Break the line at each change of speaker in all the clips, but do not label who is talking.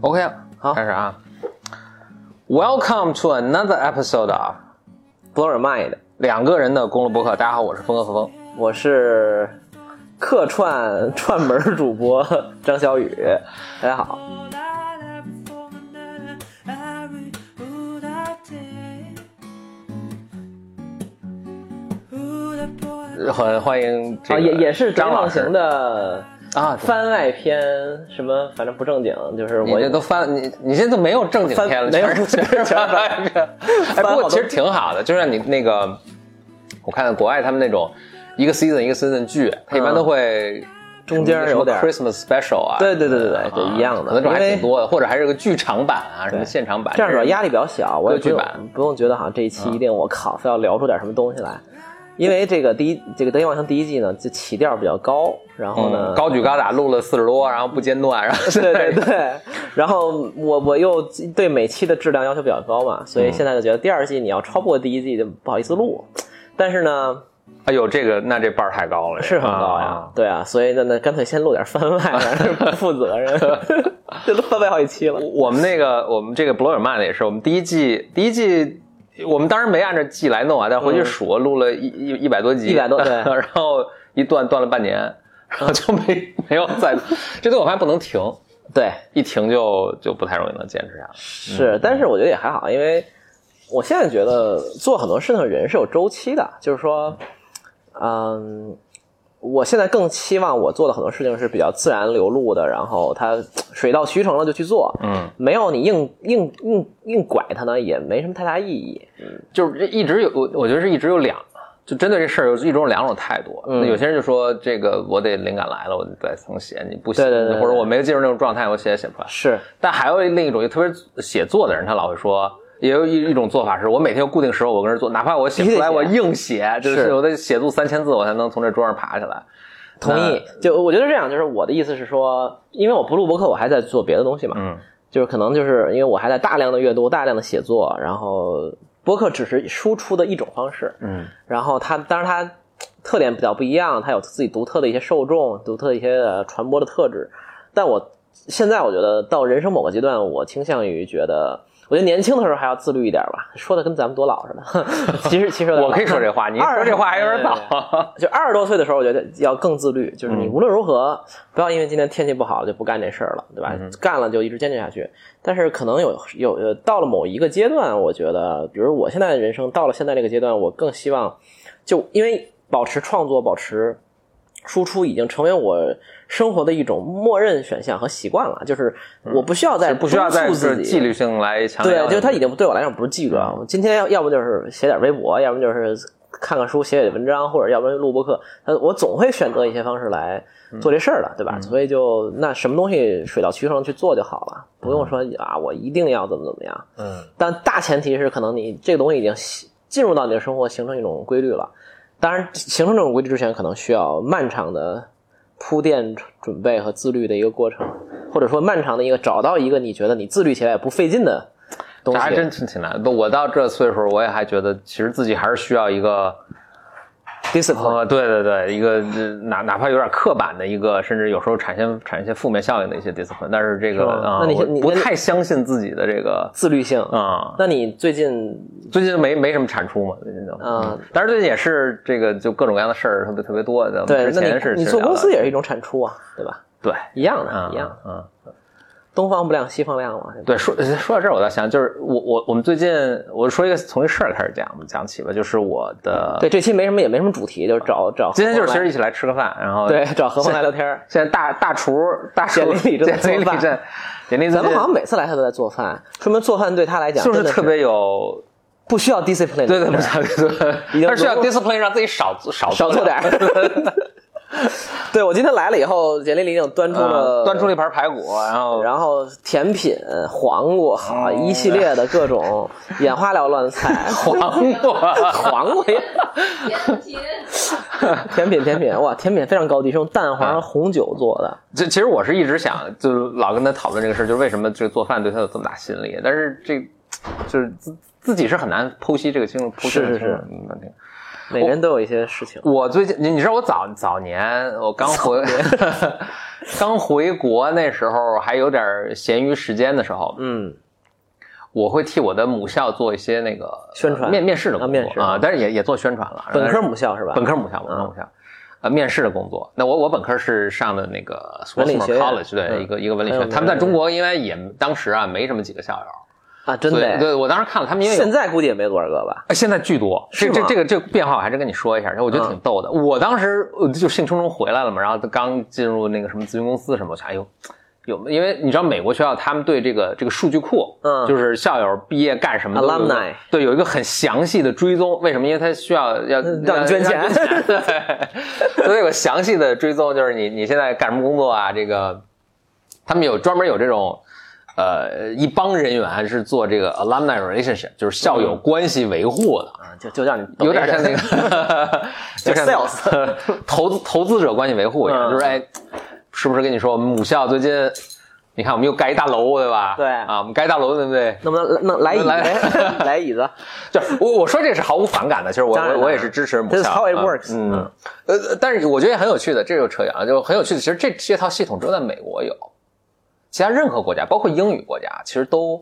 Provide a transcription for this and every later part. OK 了，
好
开始啊。Welcome to another episode of
，blow your mind。
两个人的公路博客。大家好，我是峰哥峰峰。
我是客串串门儿主播张小雨， 大家好。
很欢迎这
啊，
个
也也是
张
张
老
望
师
行的
啊，
番外篇，什么反正不正经，就是
你
我
这都翻你你这都没有正经片了，
翻没有
全是全是翻篇。哎，
翻
不
好
过
多
其实挺好的，就像你那个，我看国外他们那种一个 season 一个 season 剧，它一般
嗯
都会
中间
什么
有点儿
什么 Christmas special 啊，
对对对对对
啊
对一样的
可能这种还
因为
挺多的，或者还是个剧场版啊，什么
对
现场版
这样主要压力比较小，我也不
歌剧
用
版
不用觉得好像这一期一定我靠非要聊出点什么东西来，因为这个第一这个《德云望乡》第一季呢，就起调比较高，然后呢、
嗯，高举高打录了四十多，然后不间断， 然后
对对对，然后我我又对每期的质量要求比较高嘛，所以现在就觉得第二季你要超过第一季就不好意思录，但是呢
哎呦，这个那这 bar 太高了，
是很高呀，
啊
对啊，所以那那干脆先录点番外， 反正不负责任， 这都番外好几期了，
我们那个我们这个 blow your mind 也是，我们第一季第一季我们当然没按照季来弄啊，但回去
嗯
数录了一一一百多集，
100多对
然后一断断了半年，然后就没没有再，这东西我还不能停，
对，
一停就就不太容易能坚持下来。
是，但是我觉得也还好，因为我现在觉得做很多事情的人是有周期的，就是说，嗯，我现在更期望我做的很多事情是比较自然流露的，然后它水到渠成了就去做，
嗯，
没有你硬硬硬硬拐它呢，也没什么太大意义。
就是这一直有我我觉得是一直有两。就针对这事儿有一种两种态度，
嗯
那有些人就说这个我得灵感来了我再重写，你不写，
对对对对
或者我没有进入那种状态，我写也写不出来。
是，
但还有另一种，就特别写作的人，他老会说，也有一一种做法是，我每天有固定时候我跟人做，哪怕我写不出来，
必须
我
得写
硬写，就是
是
我得写作三千字，我才能从这桌上爬起来。
同意。就我觉得这样，就是我的意思是说，因为我不录博客，我还在做别的东西嘛，
嗯，
就是可能就是因为我还在大量的阅读、大量的写作，然后播客只是输出的一种方式。
嗯，
然后它当然它特点比较不一样，它有自己独特的一些受众、独特的一些呃传播的特质。但我现在我觉得到人生某个阶段，我倾向于觉得，我觉得年轻的时候还要自律一点吧。说的跟咱们多老似的， 其实其实有点
我可以说这 话，你
二
说这话还有点
对对
早。
就二十多岁的时候，我觉得要更自律，就是
嗯
你无论如何不要因为今天天气不好就不干这事儿了，对
嗯
吧？干了就一直坚持下去。但是可能有有呃到了某一个阶段，我觉得，比如我现在的人生到了现在这个阶段，我更希望就因为保持创作、保持输出已经成为我生活的一种默认选项和习惯了，就是我不需要 再
不需要再
督促
嗯是
自己
纪律性来强调
对
你。，
就是它已经对我来讲不是纪律了。我今天要要不就是写点微博，要不就是看看书、写写文章，或者要不然录播课。呃，我总会选择一些方式来做这事儿的，对吧？所以就那什么东西水到渠成去做就好了，不用说啊，我一定要怎么怎么样。
嗯，
但大前提是，可能你这个东西已经形进入到你的生活，形成一种规律了。当然，形成这种规律之前，可能需要漫长的铺垫、准备和自律的一个过程，或者说漫长的一个找到一个你觉得你自律起来也不费劲的东
这
西。
还真挺挺难。我到这岁数，我也还觉得其实自己还是需要一个
discipline，
呃，对对对，一个呃哪哪怕有点刻板的一个，甚至有时候产生产生一些负面效应的一些 discipline，但是这个
是吗
啊，
那你
我
你
不
那你
太相信自己的这个
自律性。
啊。
那你最近
最近没没什么产出嘛，最近就
嗯，
但是最近也是这个就各种各样的事儿特别特别多。咱们
对，
之
那
前是
你你
是
做
聊
公司
的
也是一种产出啊，对吧？
对，
一样的
嗯，
一样，，
嗯，
东方不亮西方亮嘛。对吧
对。说说到这儿，我倒想就是我我我们最近我说一个从一事儿开始讲，我们讲起吧，就是我的
对，这期没什么，也没什么主题，就是找找。
今天就是其实一起来吃个饭，然后
对找何鹏来聊天儿。
现在大大厨大厨
简历里正在
简历
做
里
饭
正简历最近
咱们好像每次来他都在做饭，说明做饭对他来讲
就是
真的
特别有
不需要 discipline。
对对，不想
已经
对，但是要
融入
discipline 让自己少少
少做点儿 对我今天来了以后，简历里已经端出了、
嗯端出了一盘排骨，然后
然后甜品、黄瓜，好一系列的各种眼花缭乱菜，
嗯 黄瓜。
黄瓜也
甜品，
甜品甜品，哇，甜品非常高级，是用蛋
嗯
黄红酒做的。
这其实我是一直想，就老跟他讨论这个事儿，就是为什么这个做饭对他有这么大吸引力。但是这，就是自自己是很难剖析这个清楚，剖析
是
得清
是
楚
是
嗯难听。
每个人都有一些事情。
我最近，你你知道我早早年我刚回 刚回国那时候还有点闲余时间的时候，
嗯，
我会替我的母校做一些那个
宣传
面面试的
啊
工
面试
作啊，但是也也做宣传了。
本
但是
科母校啊是吧？
本科母校，本科母校，呃，面试的工作。那我我本科是上的那个 s w a
文
t
理
m o
学
r
院
College，对，
嗯
一个一个文理
很
学院。
有名
他们在
的
中国因为也当时啊没什么几个校友，
啊，真
所以
的。
对我当时看了他们因为有
现在估计也没多少个吧。
哎现在巨多，这
是
这
吗
这个这个变化我还是跟你说一下，我觉得
嗯
挺逗的。我当时呃就兴冲冲回来了嘛，然后刚进入那个什么咨询公司什么，我想哎呦。有，因为你知道美国学校他们对这个这个数据库，
嗯
就是校友毕业干什么都有一个
Alumni
对，有一个很详细的追踪。为什么？因为他需要要
嗯让你捐钱
要 对， 所以有个详细的追踪，就是你你现在干什么工作啊？这个他们有专门有这种，呃，一帮人员是做这个 alumni relationship，就是校
嗯
友关系维护的，
啊，就就叫你
有点像那个，
就
有点像
sales
投资投资者关系维护一样，
嗯
就是哎，是不是跟你说我们母校最近，你看我们又盖一大楼，对吧？
对
啊，我们盖一大楼，对不对？
能不能能来椅子？
来
来椅子，
就是我我说这是毫无反感的，其实我
当然
我
了
我也是支持母校。
This is how it works
嗯，嗯呃，但是我觉得也很有趣的，这就扯远了，就很有趣的。其实这这套系统只有在美国有，其他任何国家，包括英语国家，其实都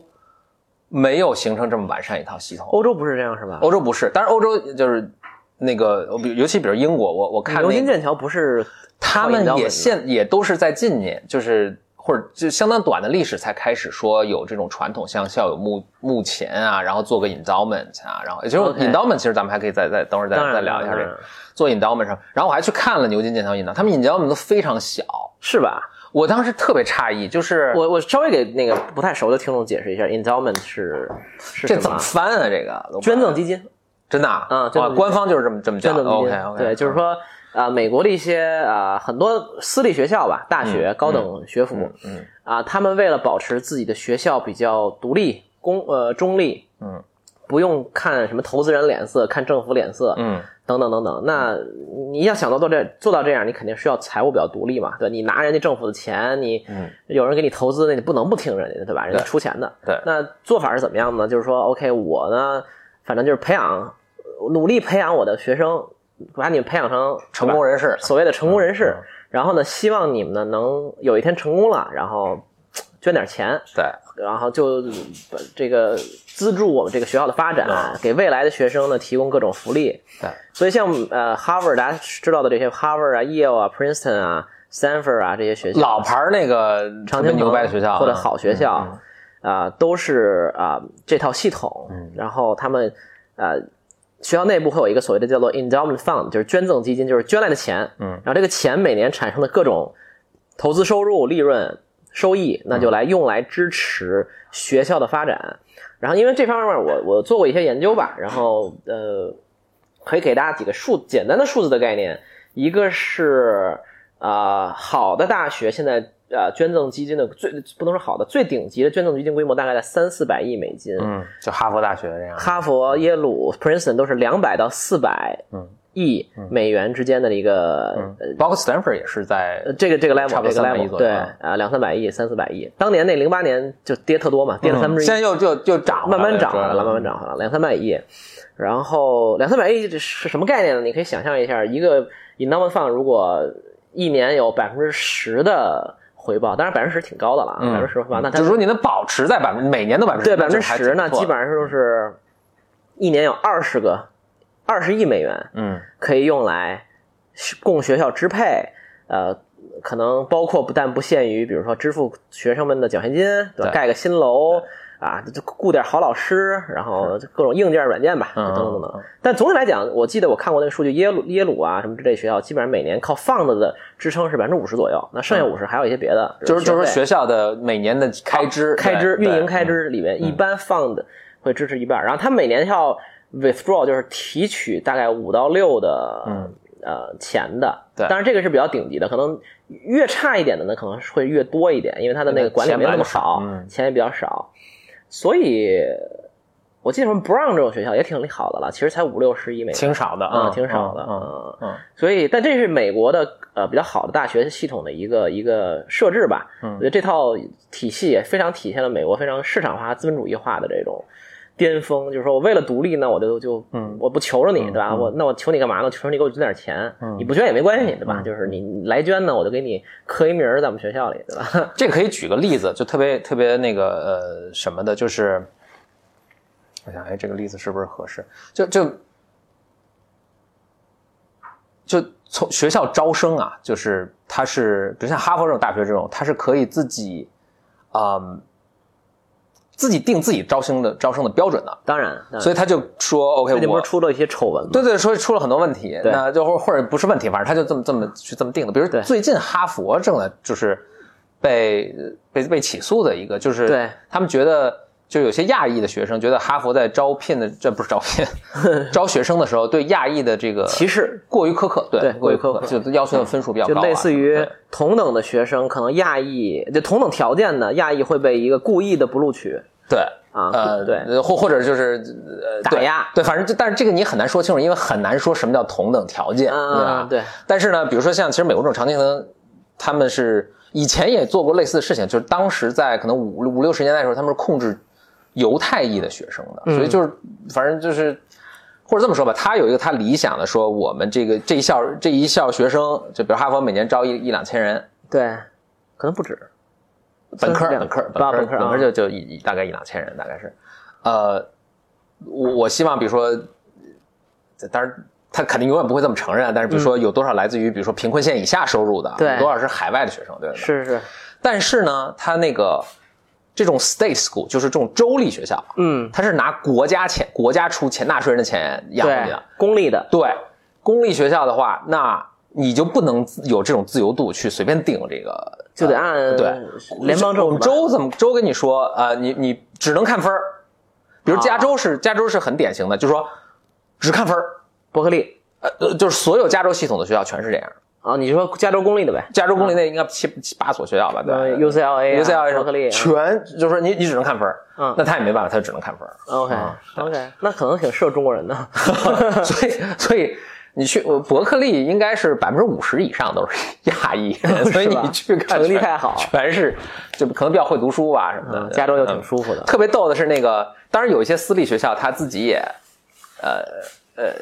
没有形成这么完善一套系统。
欧洲不是这样是吧？
欧洲不是，但是欧洲就是那个，我比尤其比如英国，我我看
牛
那
津、
个
剑桥不是
他
靠
们
引导
也
文
现也都是在近年，就是或者就相当短的历史才开始说有这种传统，像校友墓墓前啊，然后做个 endowment 啊，然后其实
OK
endowment 其实咱们还可以再再等会儿再
当然
再聊一下这
当
个
然
做 endowment 上，然后我还去看了牛津、剑桥 endowment，他们 endowment 都非常小，
是吧？
我当时特别诧异，就是
我我稍微给那个不太熟的听众解释一下，endowment 是是
这
什
怎么
么啊？
翻啊？这个
捐赠基金，
真的啊
嗯捐赠
哇
基金
官方就是这么这么
捐
讲
赠基金
OK OK，
对，就是说啊，美国的一些啊很多私立学校吧，大学、高等学府
嗯嗯
啊，他们为了保持自己的学校比较独立、公呃中立，
嗯，
不用看什么投资人脸色、看政府脸色，
嗯
等等等等。那你要想到做这做到这样，你肯定是要财务比较独立嘛，对吧，你拿人家政府的钱，你
嗯
有人给你投资，那你不能不听人家的，对吧？人家
对
出钱的。
对
那做法是怎么样呢？就是说，OK，我呢，反正就是培养，努力培养我的学生，把你们培养成
成功
人，
人士，
所谓的成功人士
嗯。
然后呢，希望你们呢能有一天成功了，然后嘖捐点钱，
对，
然后就呃这个资助我们这个学校的发展，给未来的学生呢提供各种福利。
啊对，
所以像呃哈佛，大家知道的这些哈佛啊、耶鲁啊、Princeton 啊、Stanford 啊这些学校，
老牌儿那个特
常
别
青
牛
藤
掰的学校啊嗯
或者好学校啊、都是啊、这套系统，然后他们呃学校内部会有一个所谓的叫做 endowment fund，就是捐赠基金，就是捐来的钱，
嗯
然后这个钱每年产生的各种投资收入、利润、收益，那
嗯
就来用来支持学校的发展。然后因为这方面我我做过一些研究吧，然后呃可以给大家几个数简单的数字的概念，一个是啊、呃好的大学现在呃捐赠基金的最不能说好的最顶级的捐赠基金规模大概在三四百亿美金，
嗯，就哈佛大学这样，
哈佛、耶鲁、Princeton 都是两百到四百
嗯
亿美元之间的一个、
嗯，包括 Stanford 也是在
呃，这个这个 level
差不多
这个
300亿
level
左右
对
啊
啊两三百亿三四百亿，当年那零八年就跌特多嘛，跌了三分
嗯
之一，
现在又就就涨回来了，
慢
嗯
慢涨
主要
回来了，慢慢涨回来了，两三百亿。然后两三百亿这是什么概念呢？你可以想象一下，一个 endowment fund 如果一年有百分之十的回报，当然百分之十挺高的了啊，
嗯
百分之十回报，那它
就是说你能保持在百分每年的百分之
对百分之十呢，基
上
本上就是一年有二十个二十亿美元
嗯
可以用来供学校支配，呃，可能包括不但不限于，比如说支付学生们的奖学金，对
对
吧？盖个新楼啊，就雇点好老师，然后各种硬件、软件吧，
嗯
等等等等。但总体来讲，我记得我看过那个数据，耶鲁、耶鲁啊什么之类学校，基本上每年靠放子的支撑是百分之五十左右，那剩下五十还有一些别的，比
嗯就
如
是就是说
费
学校的每年的开支
哦开支、
对嗯
运营
对
开支里面，一般 fund 会支持一半儿，然后他每年要 withdraw 就是提取大概五到六的、
嗯
呃钱的，
对
当然这个是比较顶级的，可能越差一点的呢，可能是会越多一点，因为他的那个管理没有那么好，
钱本来就少嗯
钱也比较少，所以我记得什么 Brown 这种学校也挺好的了，其实才五六十亿美元。
挺少的
啊、
嗯
挺少的，
嗯
嗯
嗯
所以，但这是美国的呃比较好的大学系统的一个一个设置吧。
嗯
我觉得这套体系也非常体现了美国非常市场化、资本主义化的这种巅峰，就是说我为了独立呢，我就就
嗯
我不求着你，对吧？
嗯
我那我求你干嘛呢？我求你给我捐点钱，你不捐也没关系，对吧？就是你你来捐呢，我就给你刻一名儿在我们学校里，对吧？
这可以举个例子，就特别特别那个呃什么的，就是我想，哎，这个例子是不是合适？就就就从学校招生啊，就是他是，比如像哈佛这种大学这种，他是可以自己，嗯，自己定自己招生的招生的标准的，
当然，当然
所以他就说，OK，
最嗯近不
我
是出了一些丑闻吗？
对对，说出了很多问题，
对
那就或或者不是问题，反正他就这么这么去这么定的。比如
对
最近哈佛正在就是被被被起诉的一个，就是
对
他们觉得就有些亚裔的学生觉得哈佛在招聘的这不是招 聘招学生的时候对亚裔的这个
歧视
过于苛刻，对
对
过于
过于苛刻
就要求的分数比较
就
高啊，
类似于
对
同等的学生，可能亚裔就同等条件的亚裔会被一个故意的不录取
对。
啊，
呃，
对，
呃，或或者就是呃
打
对
压
对，反正就但是这个你很难说清楚，因为很难说什么叫同等条件，对啊吧
嗯，？对，
但是呢，比如说像其实美国这种常青藤，他们是以前也做过类似的事情，就是当时在可能五五六十年代的时候，他们是控制犹太裔的学生的，所以就是反正就是。或者这么说吧，他有一个他理想的说，我们这个这一校这一校学生，就比如哈佛每年招一一两千人，
对，可能不止，
本科
两
本科
啊
本
本
科
科
本科
啊
就就一一大概一两千人，大概是，呃，我我希望比如说，这当然他肯定永远不会这么承认，但是比如说有多少来自于比如说贫困线以下收入的，
嗯对
有多少是海外的学生，对吧？
是是，是
但是呢，他那个这种 state school 就是这种州立学校，
嗯，
他是拿国家钱，国家出钱，纳税人的钱养着你
对
的。，
公立的，
对，公立学校的话，那你就不能自有这种自由度去随便定这个，
就得
呃
按
对
联邦政
我
府
们
办
州怎么州跟你说，呃，你你只能看分儿，比如加州
啊
是、加州是很典型的，就说只看分儿，
伯克利
呃呃，就是所有加州系统的学校全是这样。
啊，你说加州公立的呗，
加州公立内应该七七八所学校吧，对
呃 UCLA 啊
UCLA 什
伯
么
克利啊
全就是说你你只能看分儿，
嗯
那他也没办法，他只能看分儿。
啊
啊
，OK OK，那可能挺适合中国人的，
所以所以你去我伯克利应该是百分之五十以上都是 亚裔 人，所以你去看
成绩
全
太好
全是就可能比较会读书吧什么的。
嗯加州又挺
嗯
舒服的，
特别逗的是那个，当然有一些私立学校他自己也，呃呃。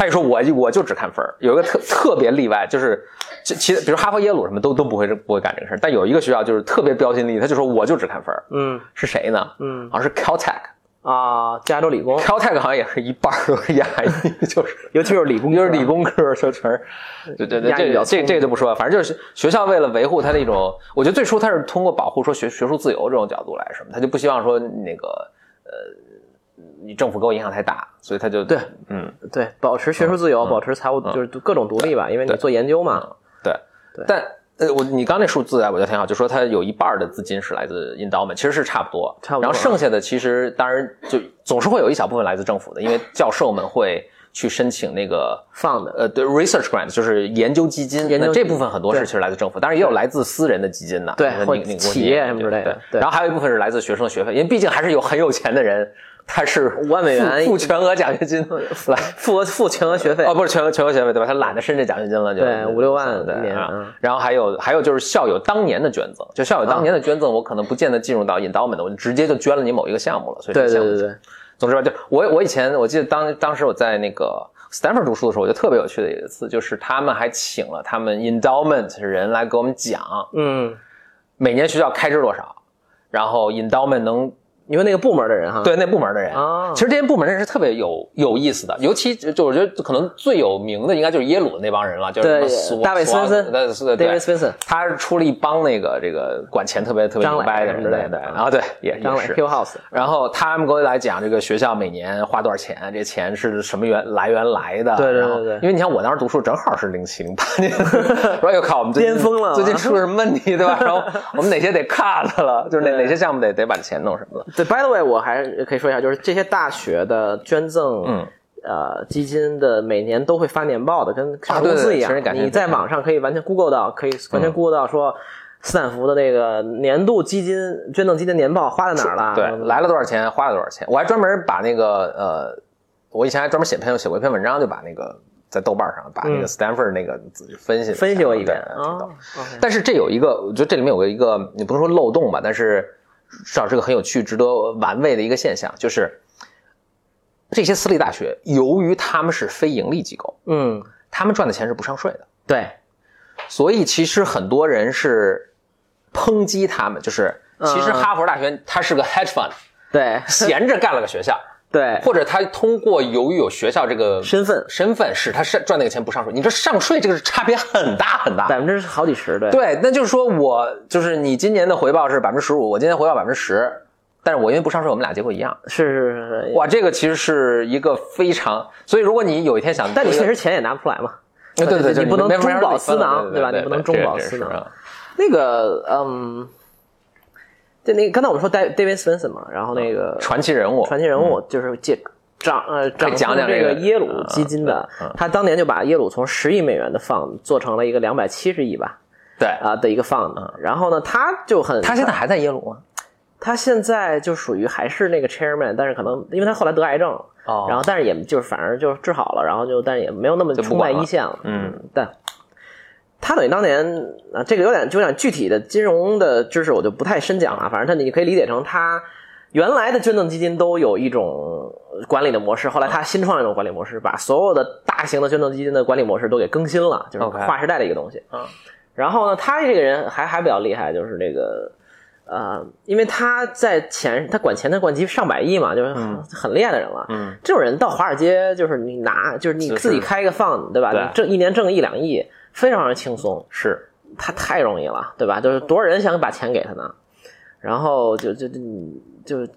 他也说我我就只看分儿有一个特特别例外，就是其其比如哈佛、耶鲁什么都都不会不会干这个事儿，但有一个学校就是特别标新立异，他就说我就只看分儿
嗯
是谁呢？
嗯
好像是 Caltech，Caltech
啊，加州理工，
好像也是一半儿都 是亚裔，就是
尤其是理工科，
就是理工科，就全是，对对对，
压抑
这
比
个
较
这
粗
这个就不说了，反正就是学校为了维护他那种，我觉得最初他是通过保护说学学术自由这种角度来什么，他就不希望说那个呃，你政府给我影响太大，所以他就
对，
嗯，
对，保持学术自由，保持财务就是各种独立吧，因为你做研究嘛，
对，
对
但呃，我你刚那数字啊，我觉得挺好，就说他有一半儿的资金是来自 endowment，其实是差不多，
差不多
然后剩下的其实当然就总是会有一小部分来自政府的，因为教授们会去申请那个
放的，
呃，对，research grant 就是研究基金，
研究
那
基
这
金
部分很多是
对
其实来自政府，当然也有来自私人的基金的，
对
那
或
你你
企业什么之类的
对。
对
然后还有一部分是来自学生的学费，因为毕竟还是有很有钱的人，他是
五万美元
付付全额奖学金 来，
付付全额学费
嗯哦，，不是全额全额学费对吧？他懒得申这奖学金了，就
对五六万
对
一年
啊
嗯
然后还有还有就是校友当年的捐赠，就校友
啊
当年的捐赠，我可能不见得进入到 endowment，我直接就捐了你某一个项目了，所以这
对
个
对
项目
对对，
总之吧，就我我以前我记得当当时我在那个 Stanford 读书的时候，我就特别有趣的一次，就是他们还请了他们 endowment 人来给我们讲
嗯，
每年学校开支多少，然后 endowment 能
因为那个部门的人哈，
对那部门的人
啊
其实这些部门的人是特别有有意思的，尤其就就我觉得可能最有名的应该就是耶鲁的那帮人了，就是什么
对
索
大卫
索
斯文森
对对对
，David Svensson，
他是出了一帮那个这个管钱特别特别
张
明
磊
白的
什
人，对
么之
对
类的
对，然后对也
张
也
磊
是
Hill House，
然后他们给我来讲这个学校每年花多少钱，这钱是什么源来源来的？
对对
然后
对对
因为你想我当时读书正好是零七零八年， 说哟靠，我们最近
巅峰了啊
最近出了什么问题对吧？然后我们哪些得 cut 了，就是哪
对
哪些项目得得把钱弄什么的。
对，by the way，我还可以说一下，就是这些大学的捐赠，
嗯，
呃，基金的每年都会发年报的，跟上市
对对
公司
啊对
一样。
其实感觉嗯
你在网上可以完全 Google 到，可以完全 Google 到说斯坦福的那个年度基金捐赠基金年报花在哪儿了？
对，来了多少钱，花了多少钱。我还专门把那个呃，我以前还专门写篇写过一篇文章，就把那个在豆瓣上把那个
嗯
Stanford 那个分析了
分析过一遍
对
啊
挺逗。
，OK，
但是这有一个，我觉得这里面有个一个，你不能说漏洞吧，但是至少是个很有趣、值得玩味的一个现象，就是这些私立大学，由于他们是非盈利机构，
嗯，
他们赚的钱是不上税的，
对，
所以其实很多人是抨击他们，就是其实
嗯
哈佛大学它是个 hedge fund，
对，
闲着干了个学校，
对，
或者他通过由于有学校这个
哎身份
身份，使他是赚那个钱不上税。你这上税这个是差别很大很大。
百分之好几十，对，
啊对，那就是说我就是你今年的回报是百分之十五，我今年回报百分之十，但是我因为不上税，我们俩结果一样。
是是是是。
哇，这个其实是一个非常，所以如果你有一天想，
但你确实钱也拿不出来嘛。
对对对，
你不能中饱私囊，
对
吧？你不能中饱
这个真是
私。囊。
啊
那个，嗯，对，那个刚才我们说 Da- David Swenson 嘛，然后那
啊
个
传奇人物，嗯
传奇人物就是借掌呃掌
讲
控
讲
这
这个嗯
个耶鲁基金的，他当年就把耶鲁从十亿美元的 fund 做成了一个两百七十亿吧
对，
啊、的一个 fund，然后呢，他就很
嗯他现在还在耶鲁吗？
他现在就属于还是那个 chairman，但是可能因为他后来得癌症了，
哦
然后但是也就是反正就是治好了，然后就但是也没有那么
就不
冲在
管了
一线了，
嗯，
但他等于当年啊，这个有点就有点具体的金融的知识我就不太深讲了，反正他你可以理解成他原来的捐赠基金都有一种管理的模式，后来他新创一种管理模式，把所有的大型的捐赠基金的管理模式都给更新了，就是
OK
划时代的一个东西。
嗯
然后呢，他这个人还还比较厉害，就是这个。呃，因为他在钱，他管钱，他管及上百亿嘛，就是很,、很厉害的人了。
嗯，
这种人到华尔街，就是你拿，就是你
就是
自己开一个 fund，对吧？
对
你挣一年挣个一两亿，非常非常轻松，
是，
他太容易了，对吧？就是多少人想把钱给他呢？然后就就就就，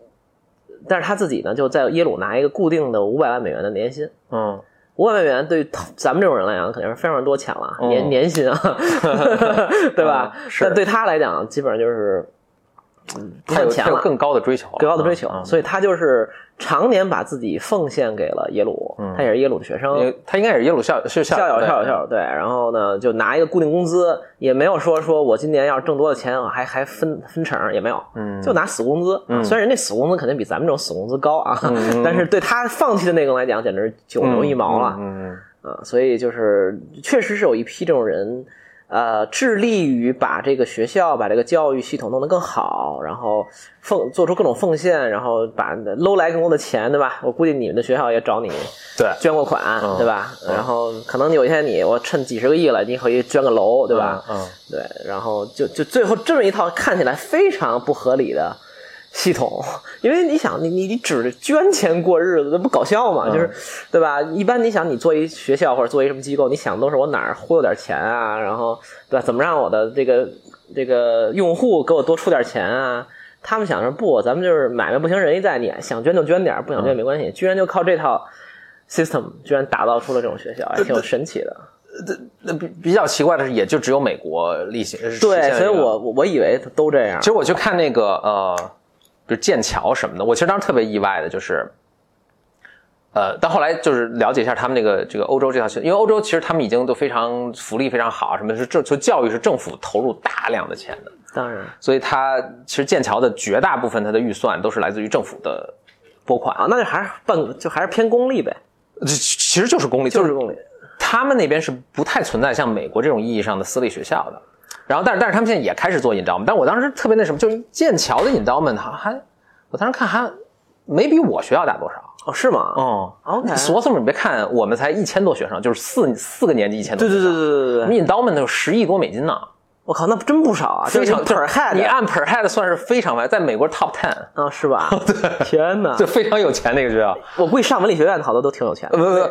但是他自己呢，就在耶鲁拿一个固定的五百万美元的年薪。
嗯，
五百万美元对于咱们这种人来讲，肯定是非常多钱了，
嗯
年年 薪啊，对吧？
嗯是
但对他来讲，基本上就是嗯不
他有
赚
他
钱
有
了，
更高的追求了，
更高的追求，
嗯嗯
所以他就是常年把自己奉献给了耶鲁，他也是耶鲁的学生，
因为他应嗯该也是耶鲁校是校
嗯校友
对
校友校友对，然后呢就拿一个固定工资，也没有说说我今年要是挣多了钱，我还还分分成儿也没有，
嗯嗯
就拿死工资。啊虽然人家死工资肯定比咱们这种死工资高啊，但是对他放弃的内容来讲，简直是九牛一毛了、
嗯，嗯嗯
啊！所以就是确实是有一批这种人，呃，致力于把这个学校、把这个教育系统弄得更好，然后奉做出各种奉献，然后把搂来更多的钱，对吧？我估计你们的学校也找你。
对，
捐过款，
嗯
对吧？然后可能有一天你我趁几十个亿了，你可以捐个楼，对吧？
嗯，嗯
对，然后就就最后这么一套看起来非常不合理的系统，因为你想，你你你指着捐钱过日子，那不搞笑吗？
嗯
就是对吧？一般你想，你做一学校或者做一什么机构，你想都是我哪儿忽悠点钱啊，然后对吧？怎么让我的这个这个用户给我多出点钱啊？他们想着不，咱们就是买卖不行，仁义在，你想捐就捐点儿，不想
嗯
捐没关系。居然就靠这套 system，居然打造出了这种学校，还挺有神奇的。
那比比较奇怪的是，也就只有美国例行实现
对，
了
所以
这个
我我我以为都这样
其。实我去看那个呃，比如剑桥什么的，我其实当时特别意外的就是，呃，但后来就是了解一下他们那个这个欧洲这套系统，因为欧洲其实他们已经都非常福利非常好，啊什么是政就教育是政府投入大量的钱的，
当然
所以它其实剑桥的绝大部分它的预算都是来自于政府的拨款，
啊，那就还是半，就还是偏功利呗，
这其实就是公立，
就是功利。
他们那边是不太存在像美国这种意义上的私立学校的。然后，但是但是他们现在也开始做 endowment，但我当时特别那什么，就是剑桥的 endowment 还还，我当时看还没比我学校大多少。
哦，是吗？
哦
OK
索索姆你别看我们才一千多学生，就是四四个年级一千多
对
学
对
生。
对对对对
我
对，
们 endowment 有十亿多美金呢，
我靠，那真不少啊，
非常
就是 per
你啊
head
按 per head 算是非常完，在美国 top ten，
啊，是吧？天哪
哦就！非常有钱的一个学校。
我估计上文理学院的好多都挺有钱
呃
的。
不不不，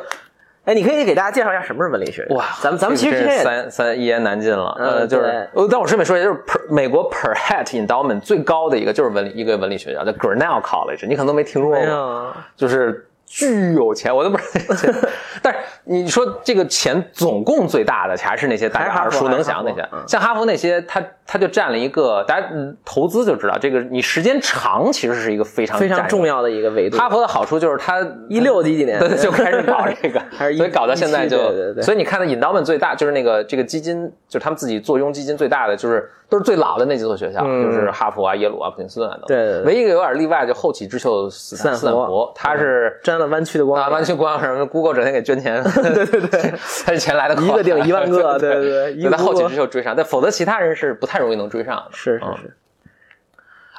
哎，你可以给大家介绍一下什么是文理学院？
哇，
咱们咱们其
这
实
个
今
真
天
是
也
三三一言难尽了。呃，
嗯
就是，呃但我顺便说一下，就是 per, 美国 per head endowment 最高的一个就是文理一个文理学校叫 Grinnell College，你可能都没听说过，
没有
就是巨有钱，我都不 知道。但是你说这个钱总共最大的还是那些大家
还
耳
是哈佛
熟能详
还
那
是哈
些
佛，嗯
像哈佛那些，它它就占了一个，大家嗯投资就知道，这个你时间长其实是一个非常
非常
占
重要的一个维度。
哈佛的好处就是它
一六几几年，
对对，就开始搞这个
还是一
所以搞到现在就，
一七对对对
所以你看到 endowment 最大就是那个这个基金，就是他们自己坐拥基金最大的，就是都是最老的那几所学校，
嗯
就是哈佛啊、耶鲁啊、普林斯顿啊等。
对对对
唯一一个有点例外就后起之秀斯坦斯
斯坦
坦
福
福，他是
沾了弯曲的光，
啊完全光什么 Google 整天给捐 钱，对对对， 他是钱来的快，
一个顶一万 个
对
对对对一
所以他
个
后起
Google
之秀追上，但否则其他人是不太容易能追上的。
是是
嗯
是，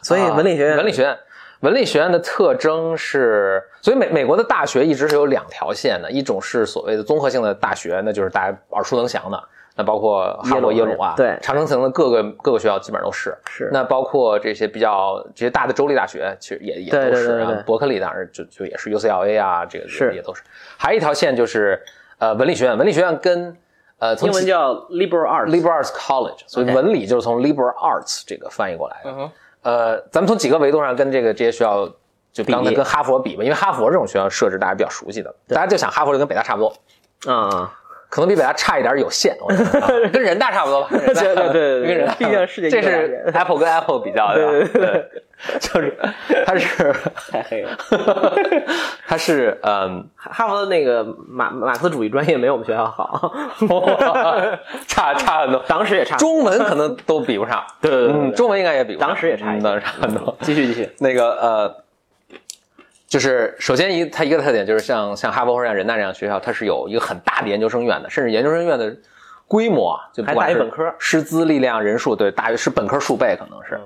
所以文理学院，
啊文理学院，文理学院的特征是，所以美美国的大学一直是有两条线的，一种是所谓的综合性的大学，那就是大家耳熟能详的，那包括哈佛、
耶
耶
鲁
鲁啊，
对
长城层的各个各个学校基本上都是。
是
那包括这些比较这些大的州立大学，其实也也
对
都
对
是
对对
啊
对，
伯克利当然就就也是 UCLA 啊，这个
是
也都是。还有一条线就是呃文理学院，文理学院跟呃从
英文叫 liberal arts，
liberal arts college，所以
OK
文理就是从 liberal arts 这个翻译过来的。
嗯哼
呃，咱们从几个维度上跟这个这些学校，就刚才
比
跟哈佛比吧，因为哈佛这种学校设置大家比较熟悉的，大家就想哈佛就跟北大差不多，
啊，
可能比北大差一点有限，我 觉得啊跟人大差不多吧。跟人大
对对对对对
跟人大差不多
毕竟世界一
这
个
是 Apple 跟 Apple 比较的，
对对
对， 就是它是
太 黑了。
它是嗯，
哈佛的那个马马克思主义专业没我们学校 好，
差差很多，
党史也差，
中文可能都比不上，
对对对对
嗯，中文应该也比不上，
党史也差一
嗯
点
党史差很多。
继续继续，
那个呃，就是首先一它一个特点就是像像哈佛或者像人大这样的学校，它是有一个很大的研究生院的，甚至研究生院的规模啊就不
还
管
大于
是
本科
师资力量人数对大于是本科数倍可能
嗯
是，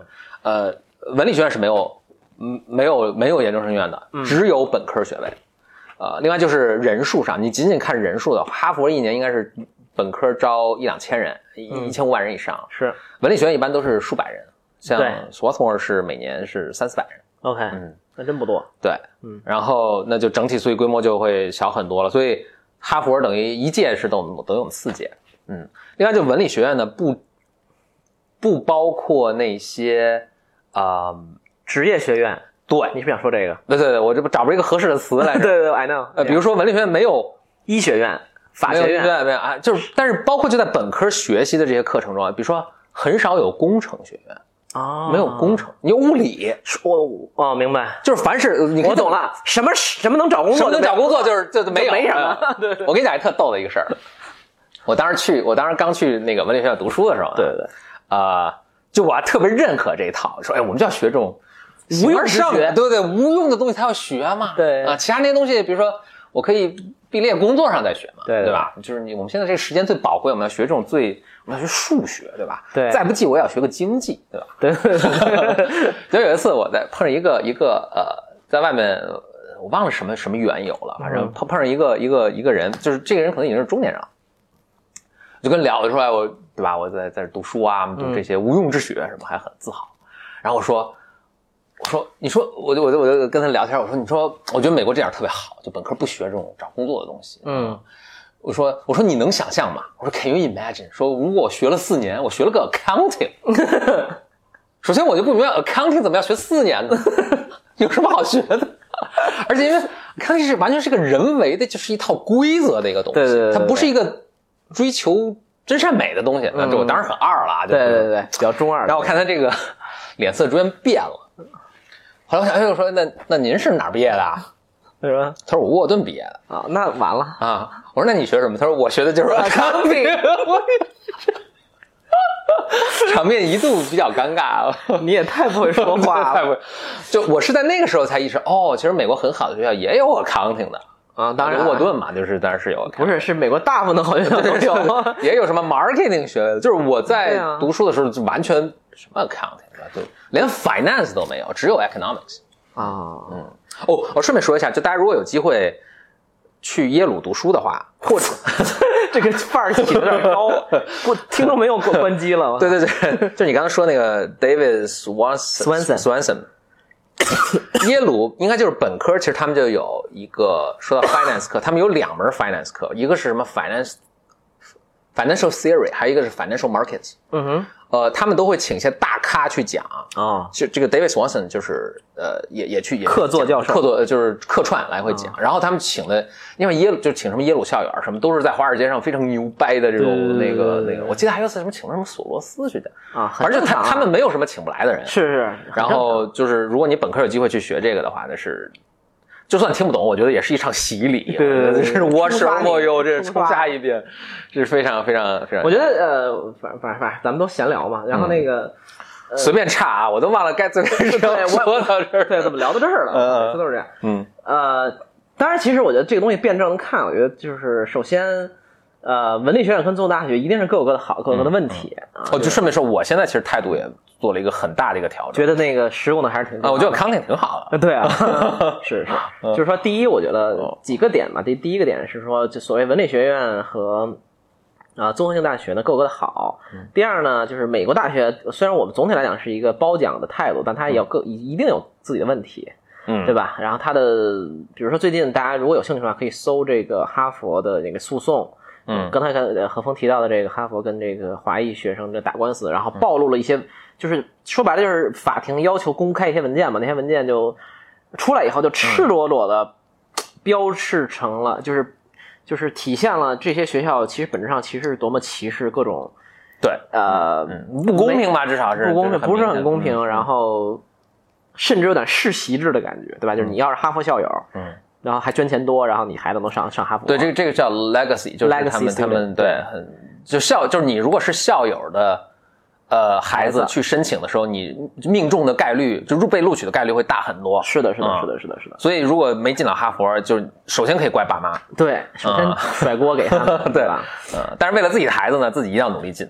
呃，文理学院是没有嗯没有没有研究生院的，
嗯
只有本科学位。呃，另外就是人数上，你仅仅看人数的话，哈佛一年应该是本科招一两千人，
嗯
一一千五百人以上。
是
文理学院一般都是数百人，像
对
索托尔是每年是三四百人。
OK，
嗯
那真不多，
对，
嗯，
然后那就整体所以规模就会小很多了，所以哈佛等于一届是等我们等于我们四届，嗯，另外就文理学院呢不不包括那些啊、
职业学院，
对
你是不是想说这个？
对对对，我这不找不着一个合适的词来
对
着，
对对，I know，
呃，比如说文理学院没有
医学院、法
没有
学院，
对对啊，就是但是包括就在本科学习的这些课程中啊，比如说很少有工程学院，
啊，
没有工程，你有物理，
我哦，明白，
就是凡是你可以
我懂了，什么什么能找工
什
作
么
就
能
没有，
找工作就是就就没有
就没什么
嗯我跟你讲一特逗的一个事儿，我当时去，我当时刚去那个文理学校读书的时候，
对对对，
啊、就我还特别认可这一套，说哎，我们就要学这种
无用
而
之
上
学
的对对，无用的东西他要学嘛，
对
啊，其他那些东西，比如说我可以毕业工作上再学嘛，
对对
对吧？就是你我们现在这个时间最宝贵，我们要学这种最，我们要学数学，对吧？
对
再不济我也要学个经济，对吧？
对对对
就有一次我在碰上一个一个呃，在外面呃我忘了什么什么缘由了，反正
嗯
碰碰上一个一个一个人，就是这个人可能已经是中年人了，就跟聊得出来我对吧？我在在这读书啊，读这些无用之学什么，还很自豪。然后我说。我说，你说，我就我就我就跟他聊天，我说，你说，我觉得美国这样特别好，就本科不学这种找工作的东西。
嗯，
我说，我说你能想象吗？我说，Can you imagine？说如果我学了四年，我学了个 accounting，首先我就不明白 accounting 怎么要学四年呢？ 有什么好学的？ 而且因为 accounting 是完全是个人为的，就是一套规则的一个东西，
对对对对嗯
它不是一个追求真善美的东西。那这我当然很二了啊，就
对
是
对对，比较中二的，
然后我看他这个脸色逐渐变了，后来我想，哎呦，我说那那您是哪儿毕业的啊？
是吧？
他说我沃尔顿毕业的。
啊，那 完了，
啊，我说那你学什么？他说我学的就是 accounting，场 面一度比较尴尬，
你也太不会说 话
太
了
不，就我是在那个时候才意识，哦，其实美国很好的学校也有 accounting 的，
啊！当然，
沃顿嘛，就是当然是有 accounting，。
不是，是美国大部分的好学校都 有
也有什么 marketing 学位的，就是我
对
在
啊
读书的时候就完全什么 accounting 啊，就连 finance 都没有，只有 economics。
啊，
哦，我顺便说一下，就大家如果有机会去耶鲁读书的话，或者。
这个范儿起的有点高，我听众没有关关机了。
对对对，就你刚刚说那个 David Swanson
啊 Swanson
Swanson，耶鲁应该就是本科，其实他们就有一个说到 finance 课，他们有两门 finance 课，一个是什么 finance financial theory，还有一个是 financial markets。
嗯
呃，他们都会请一些大咖去讲。
哼，啊，
就这个 David Swanson 就是呃，也也去也
客座教授嗯
客座呃就是客串来回讲。然后他们请的，因为耶鲁就请什么耶鲁校园什么，都是在华尔街上非常牛掰的这种
对
那
对对
个
对对
那个。我记得还有一次什么请了什么索罗斯去的
啊很
反正就
正
他
常啊
他们没有什么请不来的人。
是是，
然后就是，如果你本科有机会去学这个的话，那是就算听不懂，我觉得也是一场洗礼。啊
对对对对
就是我什么哟，这
冲
冲
刷
杀一遍，这是非常非常非常。
我觉得呃，反反反，咱们都闲聊嘛。然后那个，
嗯随便插啊，我都忘了该最开始
对我
说到这儿。
对，怎么聊到这儿了？
嗯嗯
每次都是这样。
嗯
呃，当然，其实我觉得这个东西辩证看，我觉得就是首先，呃，文理学院跟综合大学一定是各有各的好，各有各的问题啊。
嗯哦，就顺便说，我现在其实态度也做了一个很大的一个调整
觉得那个实用的还是挺重
啊，我
要
觉
的
得康康也挺好的。
啊，对啊，是是，就是说，第一，我觉得几个点嘛，第第一个点是说，就所谓文理学院和啊综合性大学呢各有各的好。第二呢，就是美国大学，虽然我们总体来讲是一个褒奖的态度，但它也有各一一定有自己的问题，
嗯，
对吧？然后它的，比如说最近大家如果有兴趣的话，可以搜这个哈佛的那个诉讼。
嗯
刚才看呃何峰提到的这个哈佛跟这个华裔学生这打官司，然后暴露了一些，就是说白了就是法庭要求公开一些文件嘛，那些文件就出来以后就赤裸裸的标示成了，就是就是体现了这些学校其实本质上其实是多么歧视各种
对，
呃
嗯，不公平吧？至少是
不公平，不是很公。
就明显的
平，然后甚至有点世袭制的感觉，对吧？就是你要是哈佛校友，
嗯，
然后还捐钱多，然后你孩子能上上哈佛，
对，这个这个叫 legacy，就是他
嗯 Legacy
们
student
他们对很就校就是你如果是校友的呃孩子
孩子
去申请的时候，你命中的概率就入被录取的概率会大很多。
是的，是的，
嗯
是的，是的，是的，
所以如果没进到哈佛，就是首先可以怪爸妈，
对，首先
啊，
甩锅给他们
对
吧？
呃，但是为了自己的孩子呢，自己一定要努力进。